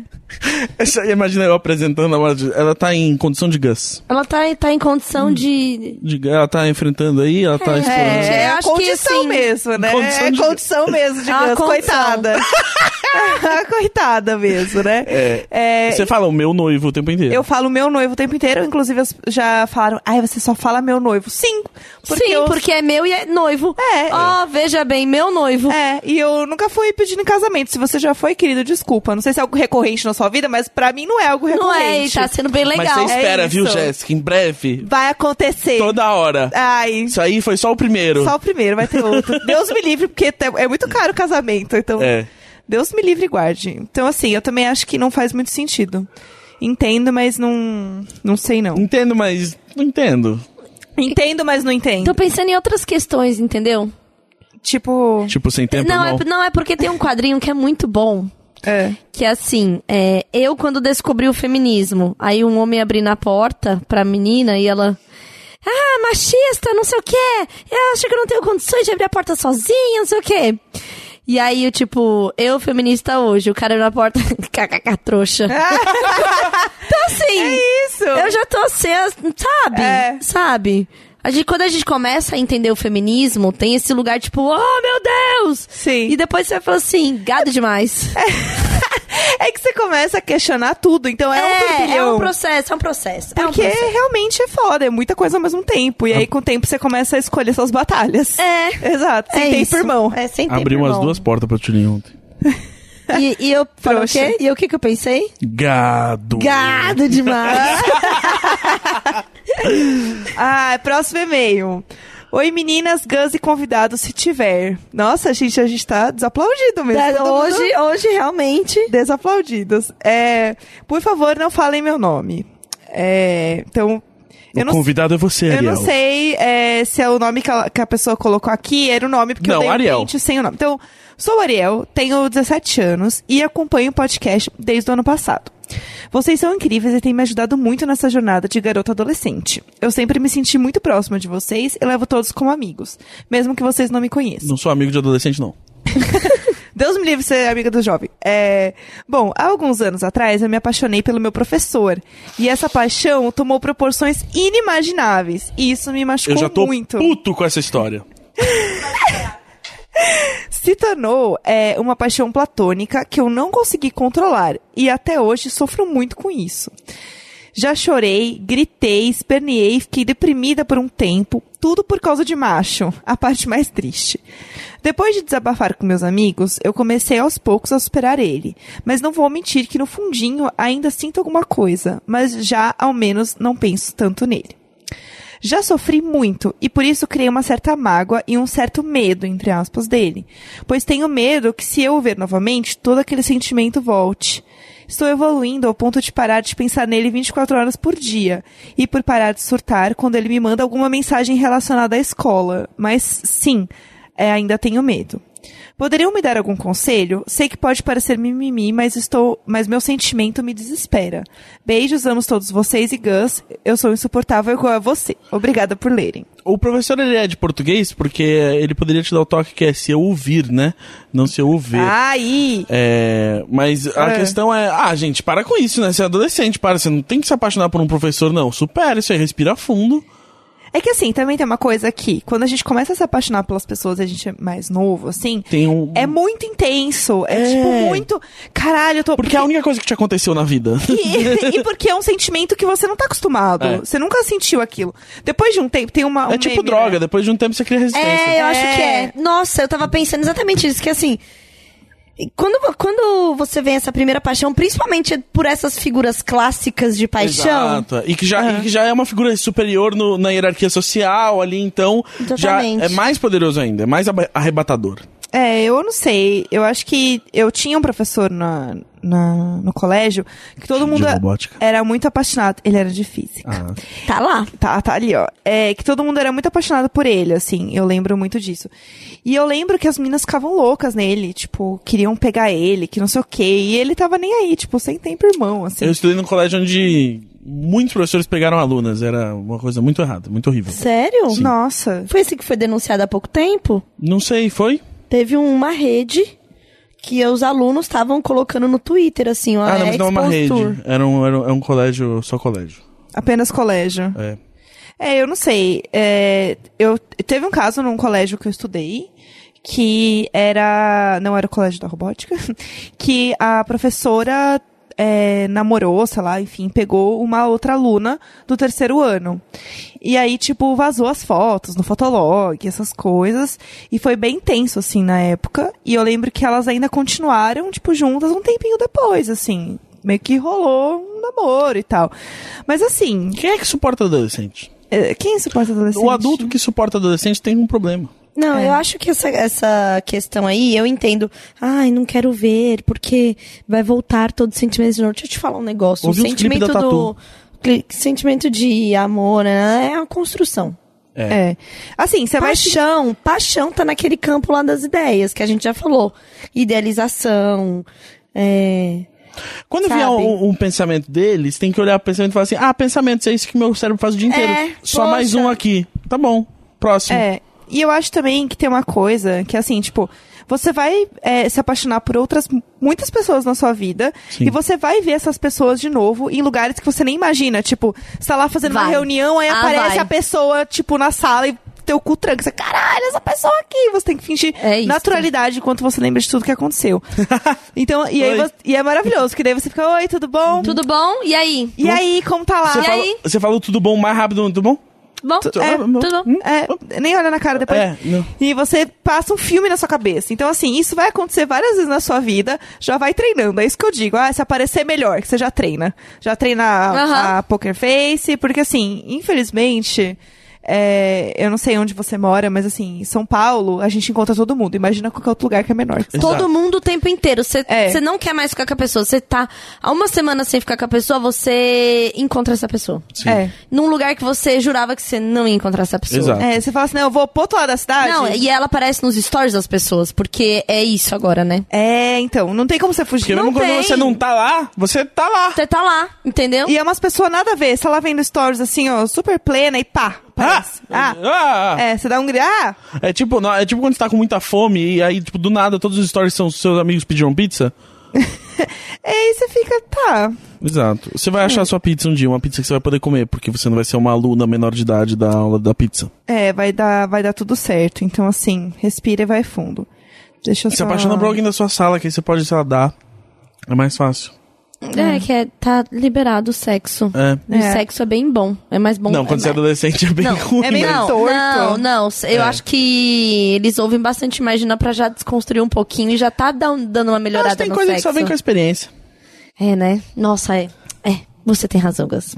Speaker 1: essa- imagina eu apresentando a namorada de- Ela tá em condição de Gus.
Speaker 3: Ela tá, tá em condição de.
Speaker 1: De- ela tá enfrentando aí, ela tá explorando.
Speaker 2: É, é a
Speaker 3: Eu acho que,
Speaker 2: condição
Speaker 3: assim,
Speaker 2: mesmo, né?
Speaker 1: condição
Speaker 2: é
Speaker 1: de-
Speaker 2: condição mesmo de
Speaker 3: É uma
Speaker 2: Gus,
Speaker 3: condição.
Speaker 2: coitada. É coitada mesmo, né?
Speaker 1: É.
Speaker 2: É,
Speaker 1: Você fala o meu noivo o tempo inteiro.
Speaker 2: Eu falo meu noivo o tempo inteiro, inclusive as- já falaram, ai, você só fala meu noivo. Sim, porque
Speaker 3: Sim,
Speaker 2: eu...
Speaker 3: porque é meu e é noivo.
Speaker 2: É.
Speaker 3: Ó, veja bem, meu noivo.
Speaker 2: É, e eu nunca fui pedindo em casamento. Se você já foi, querido, desculpa. Não sei se é algo recorrente na sua vida, mas pra mim não é algo
Speaker 3: Não é, e
Speaker 2: recorrente.
Speaker 3: tá sendo bem
Speaker 1: Mas
Speaker 3: legal.
Speaker 1: você
Speaker 2: é
Speaker 1: espera, viu,
Speaker 2: isso.
Speaker 1: Jéssica? Em breve.
Speaker 2: Vai acontecer.
Speaker 1: Toda hora.
Speaker 2: Ai,
Speaker 1: Isso aí foi só o primeiro.
Speaker 2: só o primeiro, vai ter outro. Deus me livre, porque te- é muito caro o casamento, então.
Speaker 1: É.
Speaker 2: Deus me livre e guarde. Então, assim, eu também acho que não faz muito sentido. Entendo, mas não. Não sei, não.
Speaker 1: Entendo, mas não entendo.
Speaker 2: Entendo, mas não entendo.
Speaker 3: É, Tô pensando em outras questões, entendeu?
Speaker 2: Tipo.
Speaker 1: Tipo, sem tempo,
Speaker 3: não,
Speaker 1: irmão.
Speaker 3: É, não, é porque tem um quadrinho que é muito bom.
Speaker 2: É.
Speaker 3: Que é assim, é, eu quando descobri o feminismo, aí um homem abrindo a porta pra menina e ela. Ah, machista, não sei o quê. Eu acho que eu não tenho condições de abrir a porta sozinha, não sei o quê. E aí, eu, tipo, eu feminista hoje, o cara abriu a porta, kkk, trouxa. então assim.
Speaker 2: É Isso!
Speaker 3: Eu já tô sendo, sabe?
Speaker 2: É.
Speaker 3: Sabe? A gente, quando a gente começa a entender o feminismo, tem esse lugar tipo, oh meu Deus!
Speaker 2: Sim.
Speaker 3: E depois você fala assim, gado demais. É,
Speaker 2: É que você começa a questionar tudo, então é, um turbilhão.
Speaker 3: é um processo, é um processo. É um
Speaker 2: Porque
Speaker 3: processo.
Speaker 2: realmente é foda, é muita coisa ao mesmo tempo. E aí, com o tempo, você começa a escolher suas batalhas.
Speaker 3: É.
Speaker 2: Exato. Sem
Speaker 3: é
Speaker 2: tempo,
Speaker 3: isso.
Speaker 2: irmão.
Speaker 3: É, sem tempo,
Speaker 1: Abriu umas
Speaker 3: irmão.
Speaker 1: duas portas pra Tulin ontem.
Speaker 3: E, e eu falei o
Speaker 2: Trouxa.
Speaker 3: quê? E eu- o que que eu
Speaker 1: Hum.
Speaker 3: pensei?
Speaker 1: Gado.
Speaker 3: Gado demais.
Speaker 2: Ah, próximo e-mail. Oi, meninas, Gus e convidados, se tiver. Nossa, gente, a gente tá desaplaudido mesmo.
Speaker 3: Tá,
Speaker 2: Todo mundo
Speaker 3: hoje, hoje realmente.
Speaker 2: Desaplaudidos. É, por favor, não falem meu nome. É, então, eu
Speaker 1: O
Speaker 2: não,
Speaker 1: convidado é você,
Speaker 2: eu
Speaker 1: Ariel.
Speaker 2: não sei é, se é o nome que a, que a pessoa colocou aqui, era o nome, porque
Speaker 1: Não,
Speaker 2: eu dei um
Speaker 1: Ariel.
Speaker 2: print sem o nome. Então, sou Ariel, tenho 17 anos e acompanho o podcast desde o ano passado. Vocês são incríveis e têm me ajudado muito nessa jornada de garota adolescente. Eu sempre me senti muito próxima de vocês e levo todos como amigos, mesmo que vocês não me conheçam.
Speaker 1: Não sou amigo de adolescente, não.
Speaker 2: Deus me livre de ser amiga do jovem. É... Bom, há alguns anos atrás eu me apaixonei pelo meu professor. E essa paixão tomou proporções inimagináveis. E isso me machucou
Speaker 1: Eu já tô
Speaker 2: muito.
Speaker 1: puto com essa história.
Speaker 2: Se tornou é, uma paixão platônica que eu não consegui controlar. E até hoje sofro muito com isso. Já chorei, gritei, esperneei, fiquei deprimida por um tempo, tudo por causa de macho, a parte mais triste. Depois de desabafar com meus amigos, eu comecei aos poucos a superar ele, mas não vou mentir que no fundinho ainda sinto alguma coisa, mas já ao menos não penso tanto nele. Já sofri muito e por isso criei uma certa mágoa e um certo medo, entre aspas, dele. Pois tenho medo que se eu o ver novamente, todo aquele sentimento volte. Estou evoluindo ao ponto de parar de pensar nele 24 horas por dia e por parar de surtar quando ele me manda alguma mensagem relacionada à escola. Mas sim, é, ainda tenho medo. Poderiam me dar algum conselho? Sei que pode parecer mimimi, mas estou, mas meu sentimento me desespera. Beijos, amo todos vocês e Gus, eu sou insuportável igual a você. Obrigada por lerem.
Speaker 1: O professor ele é de português porque ele poderia te dar o toque que é se eu ouvir, né? Não se eu ouvir.
Speaker 2: Aí,
Speaker 1: É, mas a
Speaker 2: Ah. É.
Speaker 1: questão é, ah, gente, para com isso, né? Você é adolescente, para, você não tem que se apaixonar por um professor, não. Supera isso aí, respira fundo.
Speaker 2: é que assim, também tem uma coisa que quando a gente começa a se apaixonar pelas pessoas, e a gente é mais novo, assim,
Speaker 1: Tem um.
Speaker 2: é muito intenso, é,
Speaker 1: É.
Speaker 2: tipo muito, caralho, eu tô
Speaker 1: Porque é a única coisa que te aconteceu na vida.
Speaker 2: E, e porque é um sentimento que você não tá acostumado.
Speaker 1: É.
Speaker 2: Você nunca sentiu aquilo. Depois de um tempo, tem uma. um
Speaker 1: é tipo
Speaker 2: meme,
Speaker 1: droga,
Speaker 2: né?
Speaker 1: depois de um tempo você cria resistência.
Speaker 3: É, eu acho
Speaker 2: É.
Speaker 3: que é. Nossa, eu tava pensando exatamente isso, que assim. Quando, quando você vê essa primeira paixão, principalmente por essas figuras clássicas de paixão,
Speaker 1: Exato. E que, já, e que já é uma figura superior no- na hierarquia social ali, então já
Speaker 3: Totalmente.
Speaker 1: é mais poderoso ainda, é mais aba- arrebatador.
Speaker 2: É, eu não sei. Eu acho que eu tinha um professor na, na- no colégio que todo mundo é
Speaker 1: De robótica. Ah.
Speaker 2: era muito apaixonado. Ele era de física.
Speaker 3: tá lá.
Speaker 2: Tá, tá ali, ó. É que todo mundo era muito apaixonado por ele, assim. Eu lembro muito disso. E eu lembro que as meninas ficavam loucas nele, tipo, queriam pegar ele, que não sei o quê. E ele tava nem aí, tipo, sem tempo irmão, assim.
Speaker 1: Eu estudei num colégio onde muitos professores pegaram alunas, era uma coisa muito errada, muito horrível.
Speaker 3: Sério?
Speaker 2: Nossa.
Speaker 3: Foi assim que foi denunciado há pouco tempo?
Speaker 1: Não sei, foi?
Speaker 3: Teve uma rede que os alunos estavam colocando no Twitter, assim, ó.
Speaker 1: ah, não,
Speaker 3: é
Speaker 1: mas não é uma rede.
Speaker 3: Exposur.
Speaker 1: Era um, era um, é um colégio, só colégio.
Speaker 2: Apenas colégio.
Speaker 1: É.
Speaker 2: É, eu não sei. É, eu teve um caso num colégio que eu estudei que era não era o colégio da robótica, que a professora é, namorou, sei lá, enfim, pegou uma outra aluna do terceiro ano. E aí, tipo, vazou as fotos no Fotolog, essas coisas. E foi bem tenso, assim, na época. E eu lembro que elas ainda continuaram, tipo, juntas um tempinho depois, assim. Meio que rolou um namoro e tal. Mas assim,
Speaker 1: Quem é que suporta adolescente?
Speaker 2: é, Quem suporta adolescente?
Speaker 1: O adulto que suporta adolescente tem um problema.
Speaker 3: Não, eu acho que essa, essa questão aí, eu entendo. Ai, não quero ver, porque vai voltar todo o sentimento de novo. Deixa eu te falar um negócio.
Speaker 1: Ouvi
Speaker 3: o
Speaker 1: uns clipes da
Speaker 3: sentimento do. cli- Sentimento de amor, né? É uma construção.
Speaker 2: É. Assim, você vai. se-
Speaker 3: paixão, paixão tá naquele campo lá das ideias, que a gente já falou. Idealização. É...
Speaker 1: Quando
Speaker 3: Sabe?
Speaker 1: vier um, um pensamento deles, tem que olhar pro pensamento e falar assim: ah, pensamentos, é isso que meu cérebro faz o dia inteiro.
Speaker 3: É,
Speaker 1: Só
Speaker 3: poxa.
Speaker 1: mais um aqui. Tá bom. Próximo.
Speaker 2: É. E eu acho também que tem uma coisa que, assim, tipo, você vai é, se apaixonar por outras, muitas pessoas na sua vida.
Speaker 1: Sim.
Speaker 2: E você vai ver essas pessoas de novo em lugares que você nem imagina. Tipo, você tá lá fazendo uma
Speaker 3: Vai.
Speaker 2: reunião, aí
Speaker 3: Ah,
Speaker 2: aparece
Speaker 3: vai.
Speaker 2: a pessoa, tipo, na sala e teu cu tranca. Você, caralho, essa pessoa aqui. Você tem que fingir
Speaker 3: É isso.
Speaker 2: naturalidade enquanto você lembra de tudo que aconteceu. então, e, aí
Speaker 1: Oi.
Speaker 2: você- e é maravilhoso, porque daí você fica, oi, tudo bom?
Speaker 3: Tudo bom? E aí?
Speaker 2: E aí, como tá lá?
Speaker 1: Você,
Speaker 3: E
Speaker 1: falou,
Speaker 3: aí?
Speaker 1: você falou tudo bom mais rápido, tudo bom?
Speaker 3: Bom?
Speaker 1: É,
Speaker 3: tudo
Speaker 1: bom.
Speaker 2: É, nem olha na cara depois.
Speaker 1: É, não.
Speaker 2: E você passa um filme na sua cabeça. Então, assim, isso vai acontecer várias vezes na sua vida. Já vai treinando. É isso que eu digo. Ah, se aparecer melhor, que você já treina. Já treina a,
Speaker 3: Aham.
Speaker 2: a poker face. Porque, assim, infelizmente. é, eu não sei onde você mora, mas assim, em São Paulo, a gente encontra todo mundo. Imagina qualquer outro lugar que é menor.
Speaker 1: Exato.
Speaker 3: Todo mundo o tempo inteiro. Você
Speaker 2: É.
Speaker 3: você não quer mais ficar com a pessoa. Você tá há uma semana sem ficar com a pessoa, você encontra essa pessoa.
Speaker 1: Sim.
Speaker 2: É.
Speaker 3: Num lugar que você jurava que você não ia encontrar essa pessoa.
Speaker 1: Exato.
Speaker 2: É, você fala assim, não, eu vou pro outro lado da cidade.
Speaker 3: Não, e ela aparece nos stories das pessoas, porque é isso agora, né?
Speaker 2: É, então, não tem como você
Speaker 1: Porque
Speaker 2: fugir.
Speaker 1: mesmo quando
Speaker 3: tem.
Speaker 1: você não tá lá, você tá lá.
Speaker 3: Você tá lá,
Speaker 1: Então?
Speaker 3: entendeu?
Speaker 2: E é umas pessoas nada a ver. Você tá lá vendo stories assim, ó, super plena e pá.
Speaker 1: Ah,
Speaker 2: aparece. Ah,
Speaker 1: ah,
Speaker 2: É, você dá um grito. Ah!
Speaker 1: É tipo, não, é tipo quando você tá com muita fome e aí, tipo, do nada todos os stories são seus amigos pediram pizza.
Speaker 2: E aí você fica, tá.
Speaker 1: Exato. Você vai achar sua pizza um dia, uma pizza que você vai poder comer, porque você não vai ser uma aluna menor de idade da aula da pizza.
Speaker 2: É, vai dar, vai dar tudo certo. Então, assim, respira e vai fundo. Deixa eu
Speaker 1: Se
Speaker 2: só...
Speaker 1: apaixona por alguém da sua sala, que aí você pode, sei lá, dar. É mais fácil.
Speaker 3: É, que é, tá liberado o sexo.
Speaker 1: É.
Speaker 3: E
Speaker 2: É.
Speaker 3: O sexo é bem bom. É mais bom.
Speaker 1: não, quando você é adolescente é bem
Speaker 3: Não,
Speaker 1: ruim.
Speaker 2: é meio
Speaker 1: mas-
Speaker 3: não,
Speaker 2: torto.
Speaker 3: não, não. Eu
Speaker 1: É.
Speaker 3: acho que eles ouvem bastante Imagina pra já desconstruir um pouquinho e já tá dando dando uma
Speaker 1: Mas
Speaker 3: melhorada
Speaker 1: tem
Speaker 3: no
Speaker 1: coisa
Speaker 3: sexo.
Speaker 1: que só vem com a experiência.
Speaker 3: É, né? Nossa, é. É, você tem razão, Gus.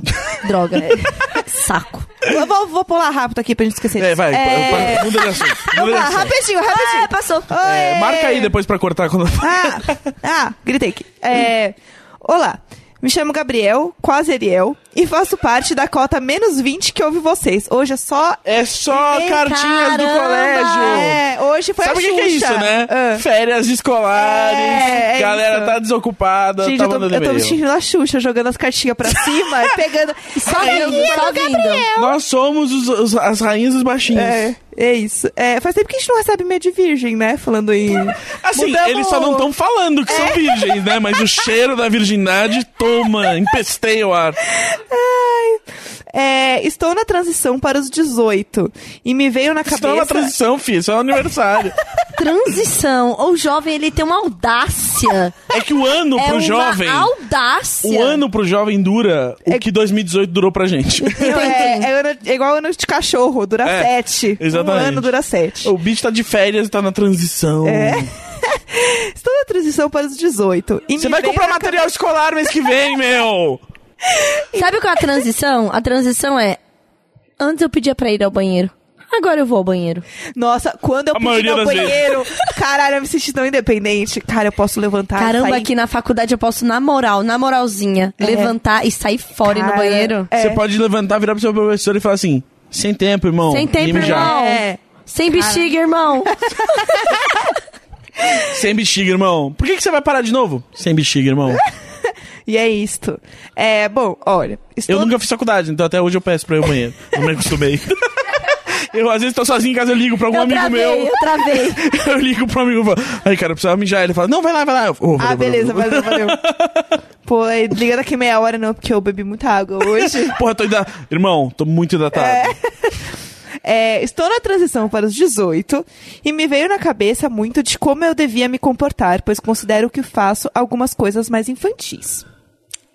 Speaker 3: Droga. é Saco.
Speaker 2: Eu vou, vou pular rápido aqui pra gente esquecer
Speaker 1: É,
Speaker 2: disso.
Speaker 1: vai,
Speaker 2: É...
Speaker 1: pa- pa- muda de assunto. Muda de
Speaker 2: Vamos lá, é.
Speaker 1: assunto.
Speaker 2: rapidinho, rapidinho.
Speaker 3: passou.
Speaker 1: É, marca aí depois pra cortar quando.
Speaker 2: Ah, ah, gritei aqui. É, olá. Me chamo Gabriel, quase Ariel, e faço parte da cota menos 20 que ouve vocês. Hoje é só.
Speaker 1: É só
Speaker 3: Ei,
Speaker 1: cartinhas do
Speaker 3: caramba,
Speaker 1: colégio.
Speaker 2: É, hoje foi
Speaker 1: Sabe
Speaker 2: a
Speaker 1: o que, que é
Speaker 2: Xuxa.
Speaker 1: isso, né?
Speaker 2: Ah.
Speaker 1: Férias escolares,
Speaker 2: É, é
Speaker 1: galera
Speaker 2: isso.
Speaker 1: tá desocupada,
Speaker 2: Gente,
Speaker 1: tá
Speaker 2: eu tô,
Speaker 1: mandando
Speaker 2: eu tô me
Speaker 1: e-mail.
Speaker 2: sentindo a Xuxa, jogando as cartinhas pra cima e pegando.
Speaker 3: Só vindo, só Tá vindo.
Speaker 1: Nós somos os- os- as rainhas dos baixinhos.
Speaker 2: É, é isso. É, faz tempo que a gente não recebe meio de virgem, né? Falando em.
Speaker 1: Assim,
Speaker 2: Mudamos-
Speaker 1: eles só não estão falando que são virgens, né? Mas o cheiro da virgindade toma, empesteia o ar.
Speaker 2: É, estou na transição para os 18. E me veio na cabeça.
Speaker 1: Estão na transição, filho, isso é um aniversário.
Speaker 3: Transição. O jovem, ele tem uma audácia.
Speaker 1: É que o ano
Speaker 3: é
Speaker 1: pro
Speaker 3: uma
Speaker 1: jovem.
Speaker 3: audácia.
Speaker 1: O ano pro jovem dura o
Speaker 2: É-
Speaker 1: que 2018 durou pra gente.
Speaker 2: Não, é, é ano- é igual ano de cachorro, dura
Speaker 1: É,
Speaker 2: sete.
Speaker 1: exatamente.
Speaker 2: Um ano dura sete.
Speaker 1: o bicho tá de férias e tá na transição.
Speaker 3: É.
Speaker 2: Estou na transição para os 18. E
Speaker 1: Você
Speaker 2: me
Speaker 1: vai
Speaker 2: veio
Speaker 1: comprar
Speaker 2: na
Speaker 1: material escolar mês que vem, meu!
Speaker 3: Sabe qual é a transição? A transição é... Antes eu pedia pra ir ao banheiro. Agora eu vou ao banheiro.
Speaker 2: Nossa, quando eu
Speaker 1: A
Speaker 2: pude ir
Speaker 1: maioria
Speaker 2: ao
Speaker 1: das vezes.
Speaker 2: banheiro, caralho, eu me senti tão independente. Cara, eu posso levantar
Speaker 3: Caramba,
Speaker 2: sair.
Speaker 3: aqui na faculdade eu posso, na moral, na moralzinha,
Speaker 2: É.
Speaker 3: levantar e sair fora e ir no
Speaker 2: Cara,
Speaker 3: banheiro.
Speaker 2: É.
Speaker 1: Você pode levantar, virar pro seu professor e falar assim: sem tempo, irmão.
Speaker 3: Sem tempo,
Speaker 1: Vim já."
Speaker 3: irmão.
Speaker 2: É.
Speaker 3: Sem bexiga, irmão.
Speaker 1: Sem bexiga, irmão. Por que, que você vai parar de novo? Sem bexiga, irmão.
Speaker 2: E é isto. É, bom, olha. Estou...
Speaker 1: Eu nunca fiz faculdade, então até hoje eu peço pra ir ao banheiro. Não me acostumei. Eu, às vezes, tô sozinho em casa, eu ligo pra algum
Speaker 3: eu
Speaker 1: Um amigo
Speaker 3: travei,
Speaker 1: meu.
Speaker 3: eu travei.
Speaker 1: Eu ligo pro amigo e falo, ai, cara, eu precisava mijar. Ele fala, não, vai lá, vai lá. Eu, "Oh,
Speaker 2: Ah,
Speaker 1: valeu,
Speaker 2: beleza,
Speaker 1: valeu."
Speaker 2: valeu, valeu. Pô, é, liga daqui meia hora não, porque eu bebi muita água hoje.
Speaker 1: Porra, tô hidratado. Irmão, tô muito hidratado.
Speaker 2: É, estou na transição para os 18 e me veio na cabeça muito de como eu devia me comportar, pois considero que faço algumas coisas mais infantis.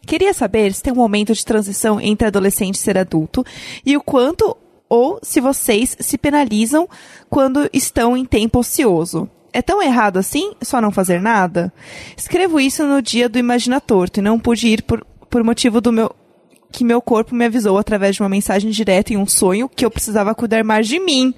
Speaker 2: Queria saber se tem um momento de transição entre adolescente e ser adulto e o quanto ou se vocês se penalizam quando estão em tempo ocioso. É tão errado assim? Só não fazer nada? Escrevo isso no dia do Imagina Torto e não pude ir por, por motivo do meu que meu corpo me avisou através de uma mensagem direta em um sonho que eu precisava cuidar mais de mim.